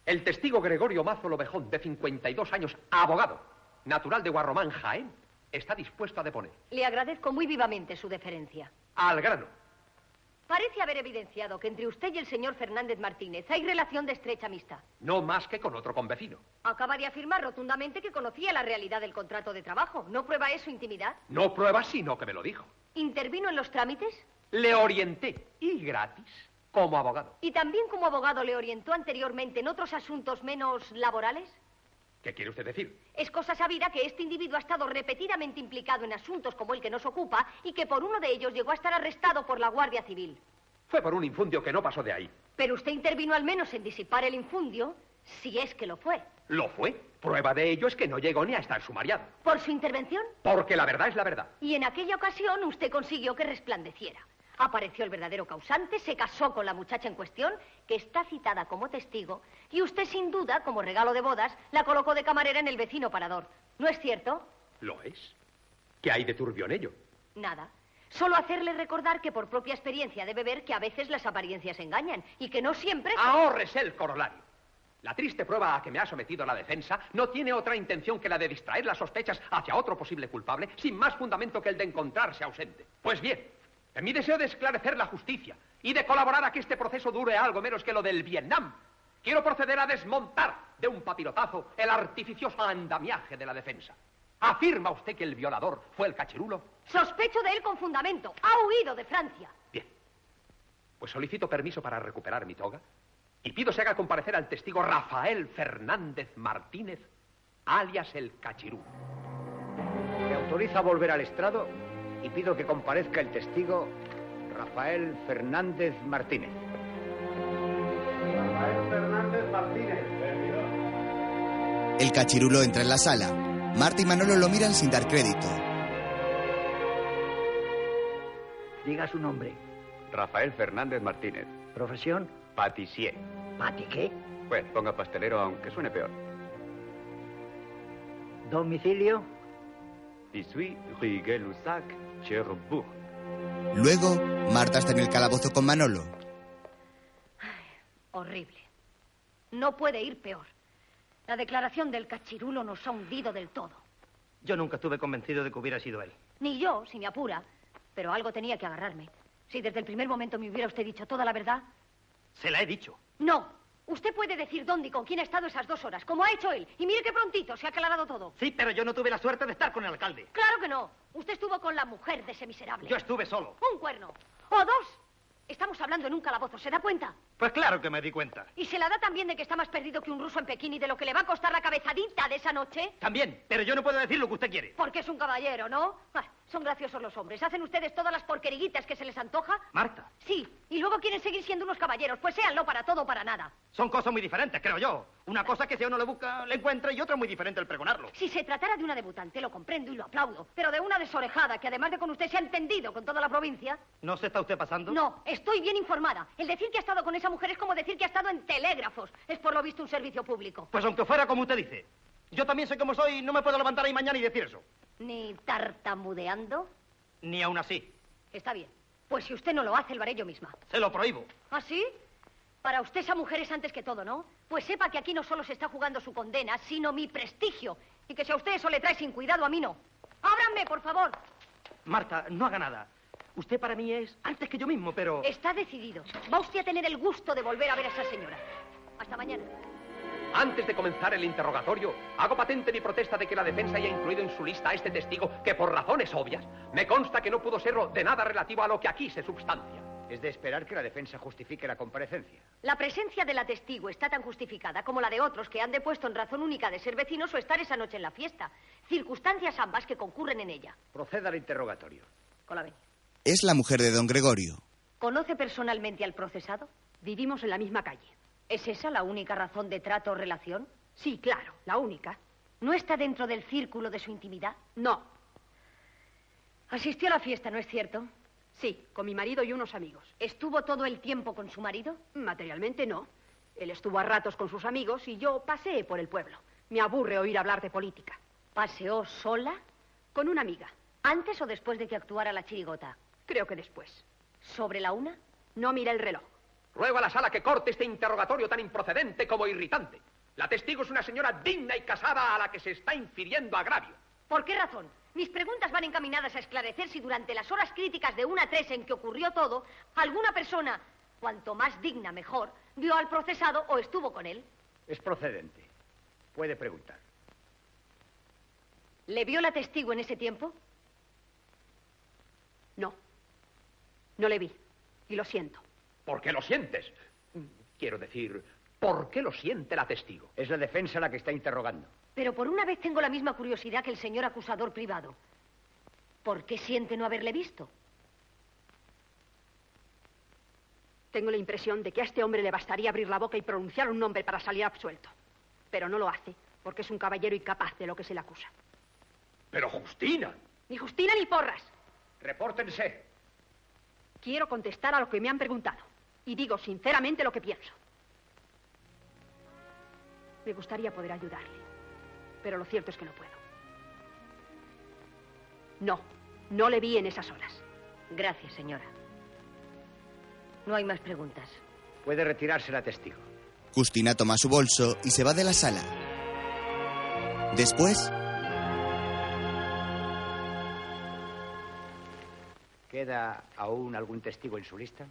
[SPEAKER 3] El testigo Gregorio Mazo Lobejón, de 52 años, abogado, natural de Guarromán, Jaén, está dispuesto a deponer.
[SPEAKER 6] Le agradezco muy vivamente su deferencia.
[SPEAKER 3] Al grano.
[SPEAKER 6] Parece haber evidenciado que entre usted y el señor Fernández Martínez hay relación de estrecha amistad.
[SPEAKER 3] No más que con otro convecino.
[SPEAKER 6] Acaba de afirmar rotundamente que conocía la realidad del contrato de trabajo. ¿No prueba eso intimidad?
[SPEAKER 3] No prueba, sino que me lo dijo.
[SPEAKER 6] ¿Intervino en los trámites?
[SPEAKER 3] Le orienté, y gratis, como abogado.
[SPEAKER 6] ¿Y también como abogado le orientó anteriormente en otros asuntos menos laborales?
[SPEAKER 3] ¿Qué quiere usted decir?
[SPEAKER 6] Es cosa sabida que este individuo ha estado repetidamente implicado en asuntos como el que nos ocupa y que por uno de ellos llegó a estar arrestado por la Guardia Civil.
[SPEAKER 3] Fue por un infundio que no pasó de ahí.
[SPEAKER 6] Pero usted intervino al menos en disipar el infundio, si es que lo fue.
[SPEAKER 3] Lo fue. Prueba de ello es que no llegó ni a estar sumariado.
[SPEAKER 6] ¿Por su intervención?
[SPEAKER 3] Porque la verdad es la verdad.
[SPEAKER 6] Y en aquella ocasión usted consiguió que resplandeciera. Apareció el verdadero causante, se casó con la muchacha en cuestión, que está citada como testigo, y usted sin duda, como regalo de bodas, la colocó de camarera en el vecino parador. ¿No es cierto?
[SPEAKER 3] Lo es. ¿Qué hay de turbio en ello?
[SPEAKER 6] Nada. Solo hacerle recordar que por propia experiencia debe ver que a veces las apariencias engañan y que no siempre...
[SPEAKER 3] Ahorres el corolario. La triste prueba a que me ha sometido la defensa no tiene otra intención que la de distraer las sospechas hacia otro posible culpable sin más fundamento que el de encontrarse ausente. Pues bien, en mi deseo de esclarecer la justicia y de colaborar a que este proceso dure algo menos que lo del Vietnam, quiero proceder a desmontar de un papirotazo el artificioso andamiaje de la defensa. ¿Afirma usted que el violador fue el cachirulo?
[SPEAKER 6] Sospecho de él con fundamento. Ha huido de Francia.
[SPEAKER 3] Pues solicito permiso para recuperar mi toga y pido se haga comparecer al testigo Rafael Fernández Martínez, alias el Cachirú.
[SPEAKER 23] Me autoriza a volver al estrado y pido que comparezca el testigo Rafael Fernández Martínez.
[SPEAKER 17] Fernández Martínez.
[SPEAKER 1] El cachirulo entra en la sala. Marta y Manolo lo miran sin dar crédito.
[SPEAKER 16] Diga su nombre.
[SPEAKER 12] Rafael Fernández Martínez,
[SPEAKER 16] Profesión,
[SPEAKER 12] patissier.
[SPEAKER 16] ¿Pati qué?
[SPEAKER 12] Pues ponga pastelero aunque suene peor.
[SPEAKER 16] Domicilio,
[SPEAKER 12] 18 Rue Gay-Lussac, Cherbourg.
[SPEAKER 1] Luego, Marta está en el calabozo con Manolo.
[SPEAKER 6] Horrible. No puede ir peor. La declaración del cachirulo nos ha hundido del todo.
[SPEAKER 18] Yo nunca estuve convencido de que hubiera sido él.
[SPEAKER 6] Ni yo, si me apura. Pero algo tenía que agarrarme. Si desde el primer momento me hubiera usted dicho toda la verdad...
[SPEAKER 18] Se la he dicho.
[SPEAKER 6] No. Usted puede decir dónde y con quién ha estado esas dos horas, como ha hecho él. Y mire qué prontito, se ha aclarado todo.
[SPEAKER 18] Sí, pero yo no tuve la suerte de estar con el alcalde.
[SPEAKER 6] Claro que no. Usted estuvo con la mujer de ese miserable.
[SPEAKER 18] Yo estuve solo.
[SPEAKER 6] Un cuerno. O dos. Estamos hablando en un calabozo, ¿se da cuenta?
[SPEAKER 18] Pues claro que me di cuenta.
[SPEAKER 6] Y se la da también de que está más perdido que un ruso en Pekín y de lo que le va a costar la cabezadita de esa noche.
[SPEAKER 18] También, pero yo no puedo decir lo que usted quiere.
[SPEAKER 6] Porque es un caballero, ¿no? Ah, son graciosos los hombres. Hacen ustedes todas las porqueriguitas que se les antoja.
[SPEAKER 18] Marta,
[SPEAKER 6] Sí, y luego quieren seguir siendo unos caballeros. Pues séanlo para todo o para nada.
[SPEAKER 18] son cosas muy diferentes, creo yo. Una cosa es que si a uno le busca, le encuentra y otra muy diferente el pregonarlo.
[SPEAKER 6] Si se tratara de una debutante, lo comprendo y lo aplaudo. Pero de una desorejada que además de con usted se ha entendido con toda la provincia.
[SPEAKER 18] ¿No se está usted pasando?
[SPEAKER 6] No, estoy bien informada. El decir que ha estado con esa mujer es como decir que ha estado en telégrafos. Es por lo visto un servicio público.
[SPEAKER 18] Pues aunque fuera como usted dice. Yo también soy como soy y no me puedo levantar ahí mañana y decir eso.
[SPEAKER 6] Ni tartamudeando.
[SPEAKER 18] Ni aún así.
[SPEAKER 6] Está bien. Pues si usted no lo hace, lo haré yo misma.
[SPEAKER 18] Se lo prohíbo.
[SPEAKER 6] ¿Ah, sí? Para usted esa mujer es antes que todo, ¿no? Pues sepa que aquí no solo se está jugando su condena, sino mi prestigio. Y que si a usted eso le trae sin cuidado, a mí no. Ábranme, por favor.
[SPEAKER 18] Marta, no haga nada. Usted para mí es antes que yo mismo, pero...
[SPEAKER 6] Está decidido. Va usted a tener el gusto de volver a ver a esa señora. Hasta mañana.
[SPEAKER 3] Antes de comenzar el interrogatorio, hago patente mi protesta de que la defensa haya incluido en su lista a este testigo que, por razones obvias, me consta que no pudo ser de nada relativo a lo que aquí se substancia.
[SPEAKER 23] Es de esperar que la defensa justifique la comparecencia.
[SPEAKER 6] La presencia de la testigo está tan justificada como la de otros que han depuesto en razón única de ser vecinos o estar esa noche en la fiesta. Circunstancias ambas que concurren en ella.
[SPEAKER 23] Proceda al interrogatorio.
[SPEAKER 6] Colabelli.
[SPEAKER 1] Es la mujer de don Gregorio.
[SPEAKER 6] ¿Conoce personalmente al procesado? Vivimos en la misma calle. ¿Es esa la única razón de trato o relación? Sí, claro, la única. ¿No está dentro del círculo de su intimidad? No. Asistió a la fiesta, ¿no es cierto? Sí, con mi marido y unos amigos. ¿Estuvo todo el tiempo con su marido?
[SPEAKER 13] Materialmente no. Él estuvo a ratos con sus amigos y yo paseé por el pueblo. Me aburre oír hablar de política.
[SPEAKER 6] ¿Paseó sola?
[SPEAKER 13] Con una amiga.
[SPEAKER 6] ¿Antes o después de que actuara la chirigota?
[SPEAKER 13] Creo que después.
[SPEAKER 6] ¿Sobre la una?
[SPEAKER 13] No mira el reloj.
[SPEAKER 3] Ruego a la sala que corte este interrogatorio tan improcedente como irritante. La testigo es una señora digna y casada a la que se está infiriendo agravio.
[SPEAKER 6] ¿Por qué razón? Mis preguntas van encaminadas a esclarecer si durante las horas críticas de una a 3 en que ocurrió todo, alguna persona, cuanto más digna mejor, vio al procesado o estuvo con él.
[SPEAKER 23] Es procedente. Puede preguntar.
[SPEAKER 6] ¿Le vio la testigo en ese tiempo?
[SPEAKER 13] No. No le vi. Y lo siento.
[SPEAKER 3] ¿Por qué lo sientes? Quiero decir, ¿por qué lo siente la testigo?
[SPEAKER 23] Es la defensa la que está interrogando.
[SPEAKER 6] Pero por una vez tengo la misma curiosidad que el señor acusador privado. ¿Por qué siente no haberle visto?
[SPEAKER 13] Tengo la impresión de que a este hombre le bastaría abrir la boca y pronunciar un nombre para salir absuelto. Pero no lo hace, porque es un caballero incapaz de lo que se le acusa.
[SPEAKER 3] Pero Justina.
[SPEAKER 13] Ni Justina ni Porras.
[SPEAKER 23] Repórtense.
[SPEAKER 13] Quiero contestar a lo que me han preguntado. Y digo sinceramente lo que pienso. Me gustaría poder ayudarle. Pero lo cierto es que no puedo. No, no le vi en esas horas.
[SPEAKER 6] Gracias, señora. No hay más preguntas.
[SPEAKER 23] Puede retirarse la testigo.
[SPEAKER 1] Justina toma su bolso y se va de la sala. Después,
[SPEAKER 23] ¿Queda aún algún testigo en su lista?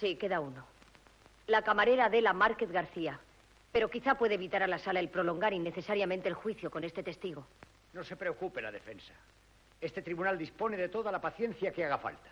[SPEAKER 6] Sí, queda uno. La camarera Adela Márquez García. Pero quizá puede evitar a la sala el prolongar innecesariamente el juicio con este testigo.
[SPEAKER 23] No se preocupe la defensa. Este tribunal dispone de toda la paciencia que haga falta.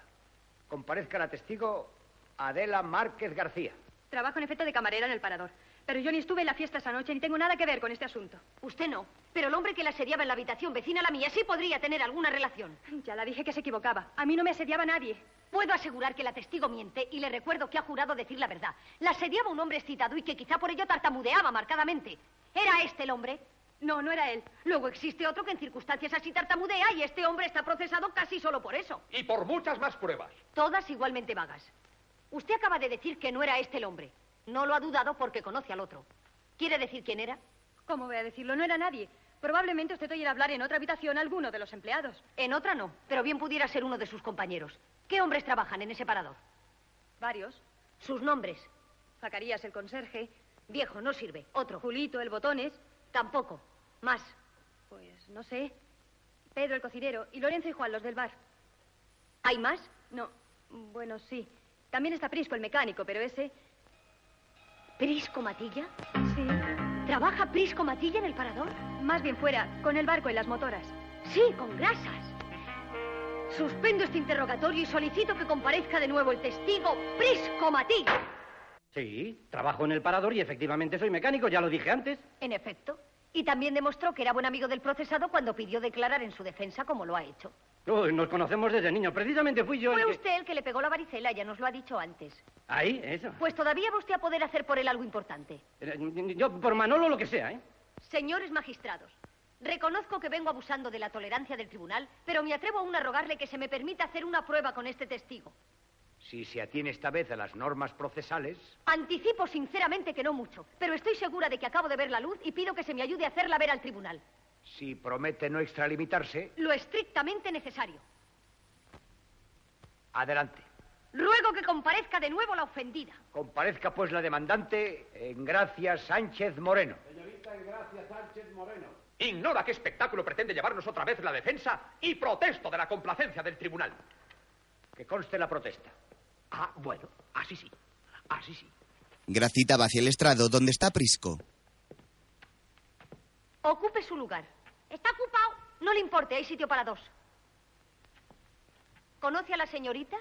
[SPEAKER 23] Comparezca la testigo Adela Márquez García.
[SPEAKER 2] Trabajo en efecto de camarera en el parador. Pero yo ni estuve en la fiesta esa noche ni tengo nada que ver con este asunto.
[SPEAKER 6] Usted no, pero el hombre que la asediaba en la habitación vecina a la mía sí podría tener alguna relación.
[SPEAKER 2] Ya la dije que se equivocaba. A mí no me asediaba nadie.
[SPEAKER 6] Puedo asegurar que la testigo miente y le recuerdo que ha jurado decir la verdad. La asediaba un hombre excitado y que quizá por ello tartamudeaba marcadamente. ¿Era este el hombre?
[SPEAKER 2] No, no era él.
[SPEAKER 6] Luego existe otro que en circunstancias así tartamudea y este hombre está procesado casi solo por eso.
[SPEAKER 3] Y por muchas más pruebas.
[SPEAKER 6] Todas igualmente vagas. Usted acaba de decir que no era este el hombre. No lo ha dudado porque conoce al otro. ¿Quiere decir quién era?
[SPEAKER 2] ¿Cómo voy a decirlo? No era nadie. Probablemente usted oyera hablar en otra habitación a alguno de los empleados.
[SPEAKER 6] En otra no, pero bien pudiera ser uno de sus compañeros. ¿Qué hombres trabajan en ese parador?
[SPEAKER 2] Varios.
[SPEAKER 6] Sus nombres.
[SPEAKER 2] Zacarías, el conserje.
[SPEAKER 6] Viejo, no sirve. Otro.
[SPEAKER 2] Julito, el botones.
[SPEAKER 6] Tampoco. Más.
[SPEAKER 2] Pues no sé. Pedro, el cocinero. Y Lorenzo y Juan, los del bar.
[SPEAKER 6] ¿Hay más?
[SPEAKER 2] No. Bueno, sí. También está Prisco, el mecánico, pero ese...
[SPEAKER 6] ¿Prisco Matilla?
[SPEAKER 2] Sí.
[SPEAKER 6] ¿Trabaja Prisco Matilla en el parador?
[SPEAKER 2] Más bien fuera, con el barco y las motoras.
[SPEAKER 6] Sí, con grasas. Suspendo este interrogatorio y solicito que comparezca de nuevo el testigo Prisco Matilla.
[SPEAKER 30] Sí, trabajo en el parador y efectivamente soy mecánico, ya lo dije antes.
[SPEAKER 6] En efecto. Y también demostró que era buen amigo del procesado cuando pidió declarar en su defensa como lo ha hecho.
[SPEAKER 30] Uy, nos conocemos desde niño. Precisamente fui yo.
[SPEAKER 6] Fue
[SPEAKER 18] Pues
[SPEAKER 30] el que-
[SPEAKER 6] usted el que le pegó la varicela, ya nos lo ha dicho antes.
[SPEAKER 30] Ahí, eso.
[SPEAKER 6] Pues todavía va usted a poder hacer por él algo importante.
[SPEAKER 30] Eh, Yo, por Manolo, lo que sea, ¿eh?
[SPEAKER 6] Señores magistrados, reconozco que vengo abusando de la tolerancia del tribunal, pero me atrevo aún a rogarle que se me permita hacer una prueba con este testigo.
[SPEAKER 23] Si se atiene esta vez a las normas procesales,
[SPEAKER 6] Anticipo sinceramente que no mucho, pero estoy segura de que acabo de ver la luz y pido que se me ayude a hacerla ver al tribunal.
[SPEAKER 23] si promete no extralimitarse,
[SPEAKER 6] Lo estrictamente necesario.
[SPEAKER 23] adelante.
[SPEAKER 6] Ruego que comparezca de nuevo la ofendida.
[SPEAKER 23] Comparezca pues la demandante en gracia Sánchez Moreno.
[SPEAKER 17] Señorita Gracia Sánchez Moreno.
[SPEAKER 3] Ignora qué espectáculo pretende llevarnos otra vez la defensa y protesto de la complacencia del tribunal.
[SPEAKER 23] Que conste la protesta.
[SPEAKER 3] Ah, bueno, así sí. Así sí.
[SPEAKER 1] Gracita va hacia el estrado donde está Prisco.
[SPEAKER 6] Ocupe su lugar. Está ocupado. No le importe, hay sitio para dos. ¿Conoce a la señorita?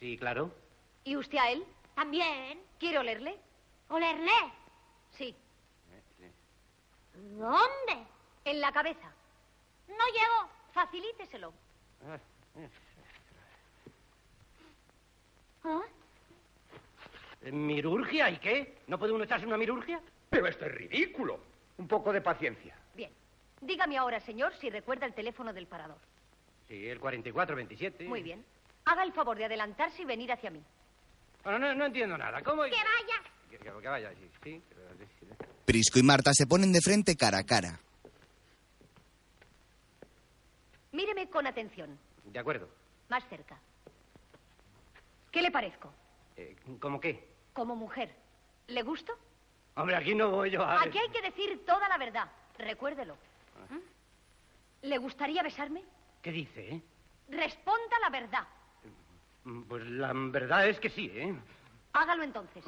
[SPEAKER 30] Sí, claro.
[SPEAKER 6] ¿Y usted a él?
[SPEAKER 4] También.
[SPEAKER 6] ¿Quiere olerle?
[SPEAKER 4] Olerle. Eh,
[SPEAKER 6] Sí.
[SPEAKER 4] ¿Dónde?
[SPEAKER 6] En la cabeza.
[SPEAKER 4] No llego.
[SPEAKER 6] Facilíteselo.
[SPEAKER 4] ¿Ah?
[SPEAKER 30] ¿Mirurgia y qué? ¿No puede uno echarse una mirurgia?
[SPEAKER 3] Pero esto es ridículo.
[SPEAKER 23] Un poco de paciencia.
[SPEAKER 6] Bien. Dígame ahora, señor, si recuerda el teléfono del parador.
[SPEAKER 30] Sí, el 4427.
[SPEAKER 6] Muy bien. Haga el favor de adelantarse y venir hacia mí.
[SPEAKER 30] Bueno, no, no entiendo nada. ¿Cómo?
[SPEAKER 4] Que vaya.
[SPEAKER 30] Que, que- que vaya, sí, sí.
[SPEAKER 1] Prisco y Marta se ponen de frente cara a cara.
[SPEAKER 6] Míreme con atención.
[SPEAKER 30] De acuerdo.
[SPEAKER 6] Más cerca. ¿Qué le parezco?
[SPEAKER 30] Eh, ¿Cómo qué?
[SPEAKER 6] Como mujer. ¿Le gusto?
[SPEAKER 30] Hombre, aquí no voy yo a...
[SPEAKER 6] Aquí hay que decir toda la verdad. Recuérdelo. ¿Mm? ¿Le gustaría besarme?
[SPEAKER 30] ¿Qué dice, eh?
[SPEAKER 6] Responda la verdad.
[SPEAKER 30] Mm, Pues la verdad es que sí, ¿eh?
[SPEAKER 6] Hágalo entonces.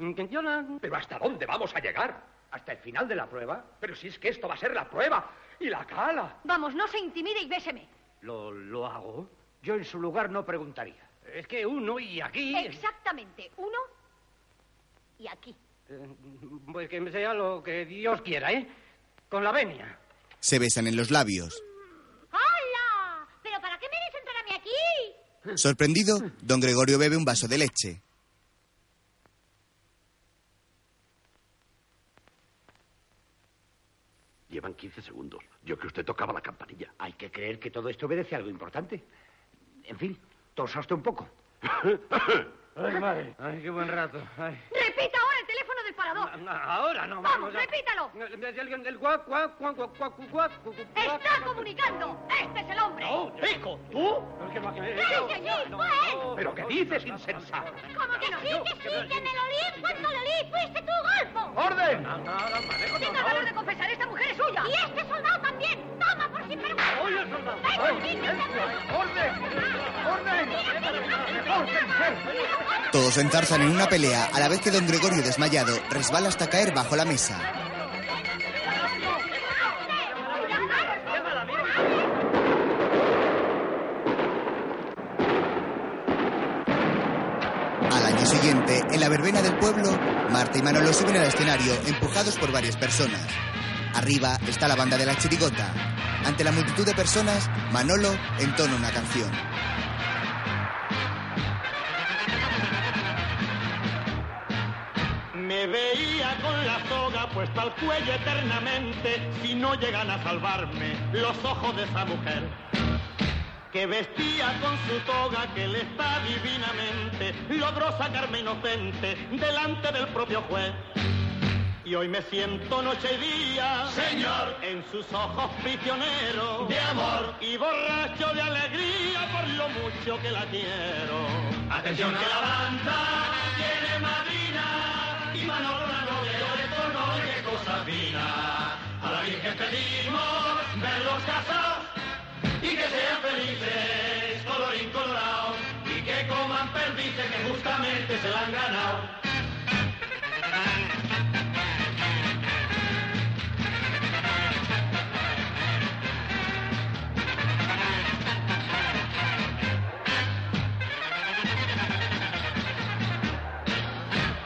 [SPEAKER 30] Intención.
[SPEAKER 3] Pero ¿hasta dónde vamos a llegar?
[SPEAKER 23] Hasta el final de la prueba,
[SPEAKER 3] Pero si es que esto va a ser la prueba y la cala.
[SPEAKER 6] Vamos, no se intimide y béseme.
[SPEAKER 30] ¿Lo, lo hago?
[SPEAKER 23] yo en su lugar no preguntaría.
[SPEAKER 30] Es que uno y aquí...
[SPEAKER 6] Exactamente. Uno y aquí.
[SPEAKER 30] Eh, Pues que sea lo que Dios quiera, ¿eh? Con la venia.
[SPEAKER 1] Se besan en los labios.
[SPEAKER 4] ¡Hola! ¿Pero para qué me dejas entrar a mí aquí?
[SPEAKER 1] Sorprendido, don Gregorio bebe un vaso de leche.
[SPEAKER 14] Llevan 15 segundos. Yo que usted tocaba la campanilla.
[SPEAKER 23] Hay que creer que todo esto obedece a algo importante. En fin, torsa usted un poco.
[SPEAKER 30] Ay, madre. Ay, qué buen rato. Ay.
[SPEAKER 6] Repita ahora el teléfono del parador.
[SPEAKER 3] Ahora no
[SPEAKER 4] Vamos,
[SPEAKER 3] a-
[SPEAKER 4] repítalo.
[SPEAKER 3] El, el- el guac, guac, guac, guac, guac, guac, guac, guac.
[SPEAKER 4] ¡Está comunicando! ¡Este es el hombre!
[SPEAKER 3] ¡Rico! ¿Tú?
[SPEAKER 4] ¡Cállese allí! ¡Fue él!
[SPEAKER 31] ¿Pero qué dices, insensato?
[SPEAKER 4] ¡Como que sí, que sí, que me lo lié cuando lo lié! ¡Fuiste tú, Golfo!
[SPEAKER 31] ¡Orden!
[SPEAKER 4] Tenga el valor de confesar, esta mujer es suya. Y este soldado también. Toma por si permiso. Oye, soldado.
[SPEAKER 31] ¡Orden! ¡Orden!
[SPEAKER 1] Todos se enzarzan en una pelea a la vez que don Gregorio desmayado resbala hasta caer bajo la mesa. Al año siguiente, en la verbena del pueblo, Marta y Manolo suben al escenario empujados por varias personas. Arriba está la banda de la chirigota. Ante la multitud de personas, Manolo entona una canción.
[SPEAKER 2] Me veía con la soga puesta al cuello eternamente si no llegan a salvarme los ojos de esa mujer. Que vestía con su toga que le está divinamente, logró sacarme inocente delante del propio juez. Y hoy me siento noche y día,
[SPEAKER 18] Señor,
[SPEAKER 2] en sus ojos prisionero
[SPEAKER 18] de amor.
[SPEAKER 2] y borracho de alegría por lo mucho que la quiero.
[SPEAKER 18] Atención que la banda
[SPEAKER 4] Ah.
[SPEAKER 2] tiene madrina y Manolo la de esto no oye cosa fina. A la Virgen pedimos verlos casados y que sean felices, colorín colorado y que coman perdices que justamente se la han ganado.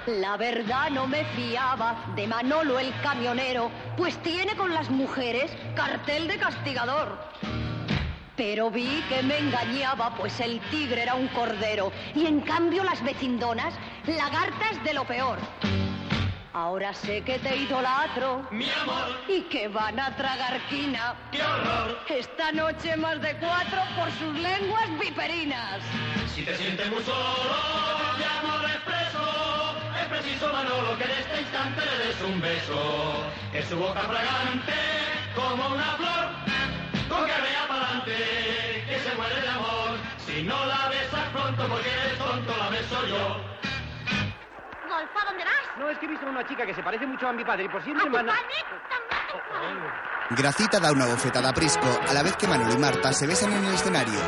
[SPEAKER 6] La verdad no me fiaba de Manolo el camionero, pues tiene con las mujeres cartel de castigador. Pero vi que me engañaba, pues el tigre era un cordero y en cambio las vecindonas, lagartas de lo peor. Ahora sé que te idolatro, mi amor, y que van a tragar quina. ¡Qué horror! Esta noche más de cuatro por sus lenguas viperinas.
[SPEAKER 2] Si te sientes muy solo, de amor expreso, es preciso Manolo que en este instante le des un beso. Que su boca fragante, como una flor, con que vea para adelante, que se muere de amor. Si no la besas pronto, porque eres tonto, la beso yo.
[SPEAKER 4] Golfo, ¿a dónde vas?
[SPEAKER 3] No, es que he visto a una chica que se parece mucho a mi padre y por si es mi
[SPEAKER 4] ¿A tu
[SPEAKER 3] hermana...
[SPEAKER 4] padre?
[SPEAKER 1] Gracita da una bofetada a Prisco a la vez que Manolo y Marta se besan en el escenario.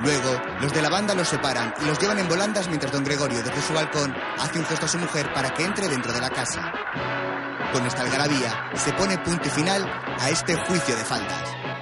[SPEAKER 1] Luego, los de la banda los separan y los llevan en volandas mientras don Gregorio, desde su balcón, hace un gesto a su mujer para que entre dentro de la casa. Con esta algarabía se pone punto y final a este juicio de faltas.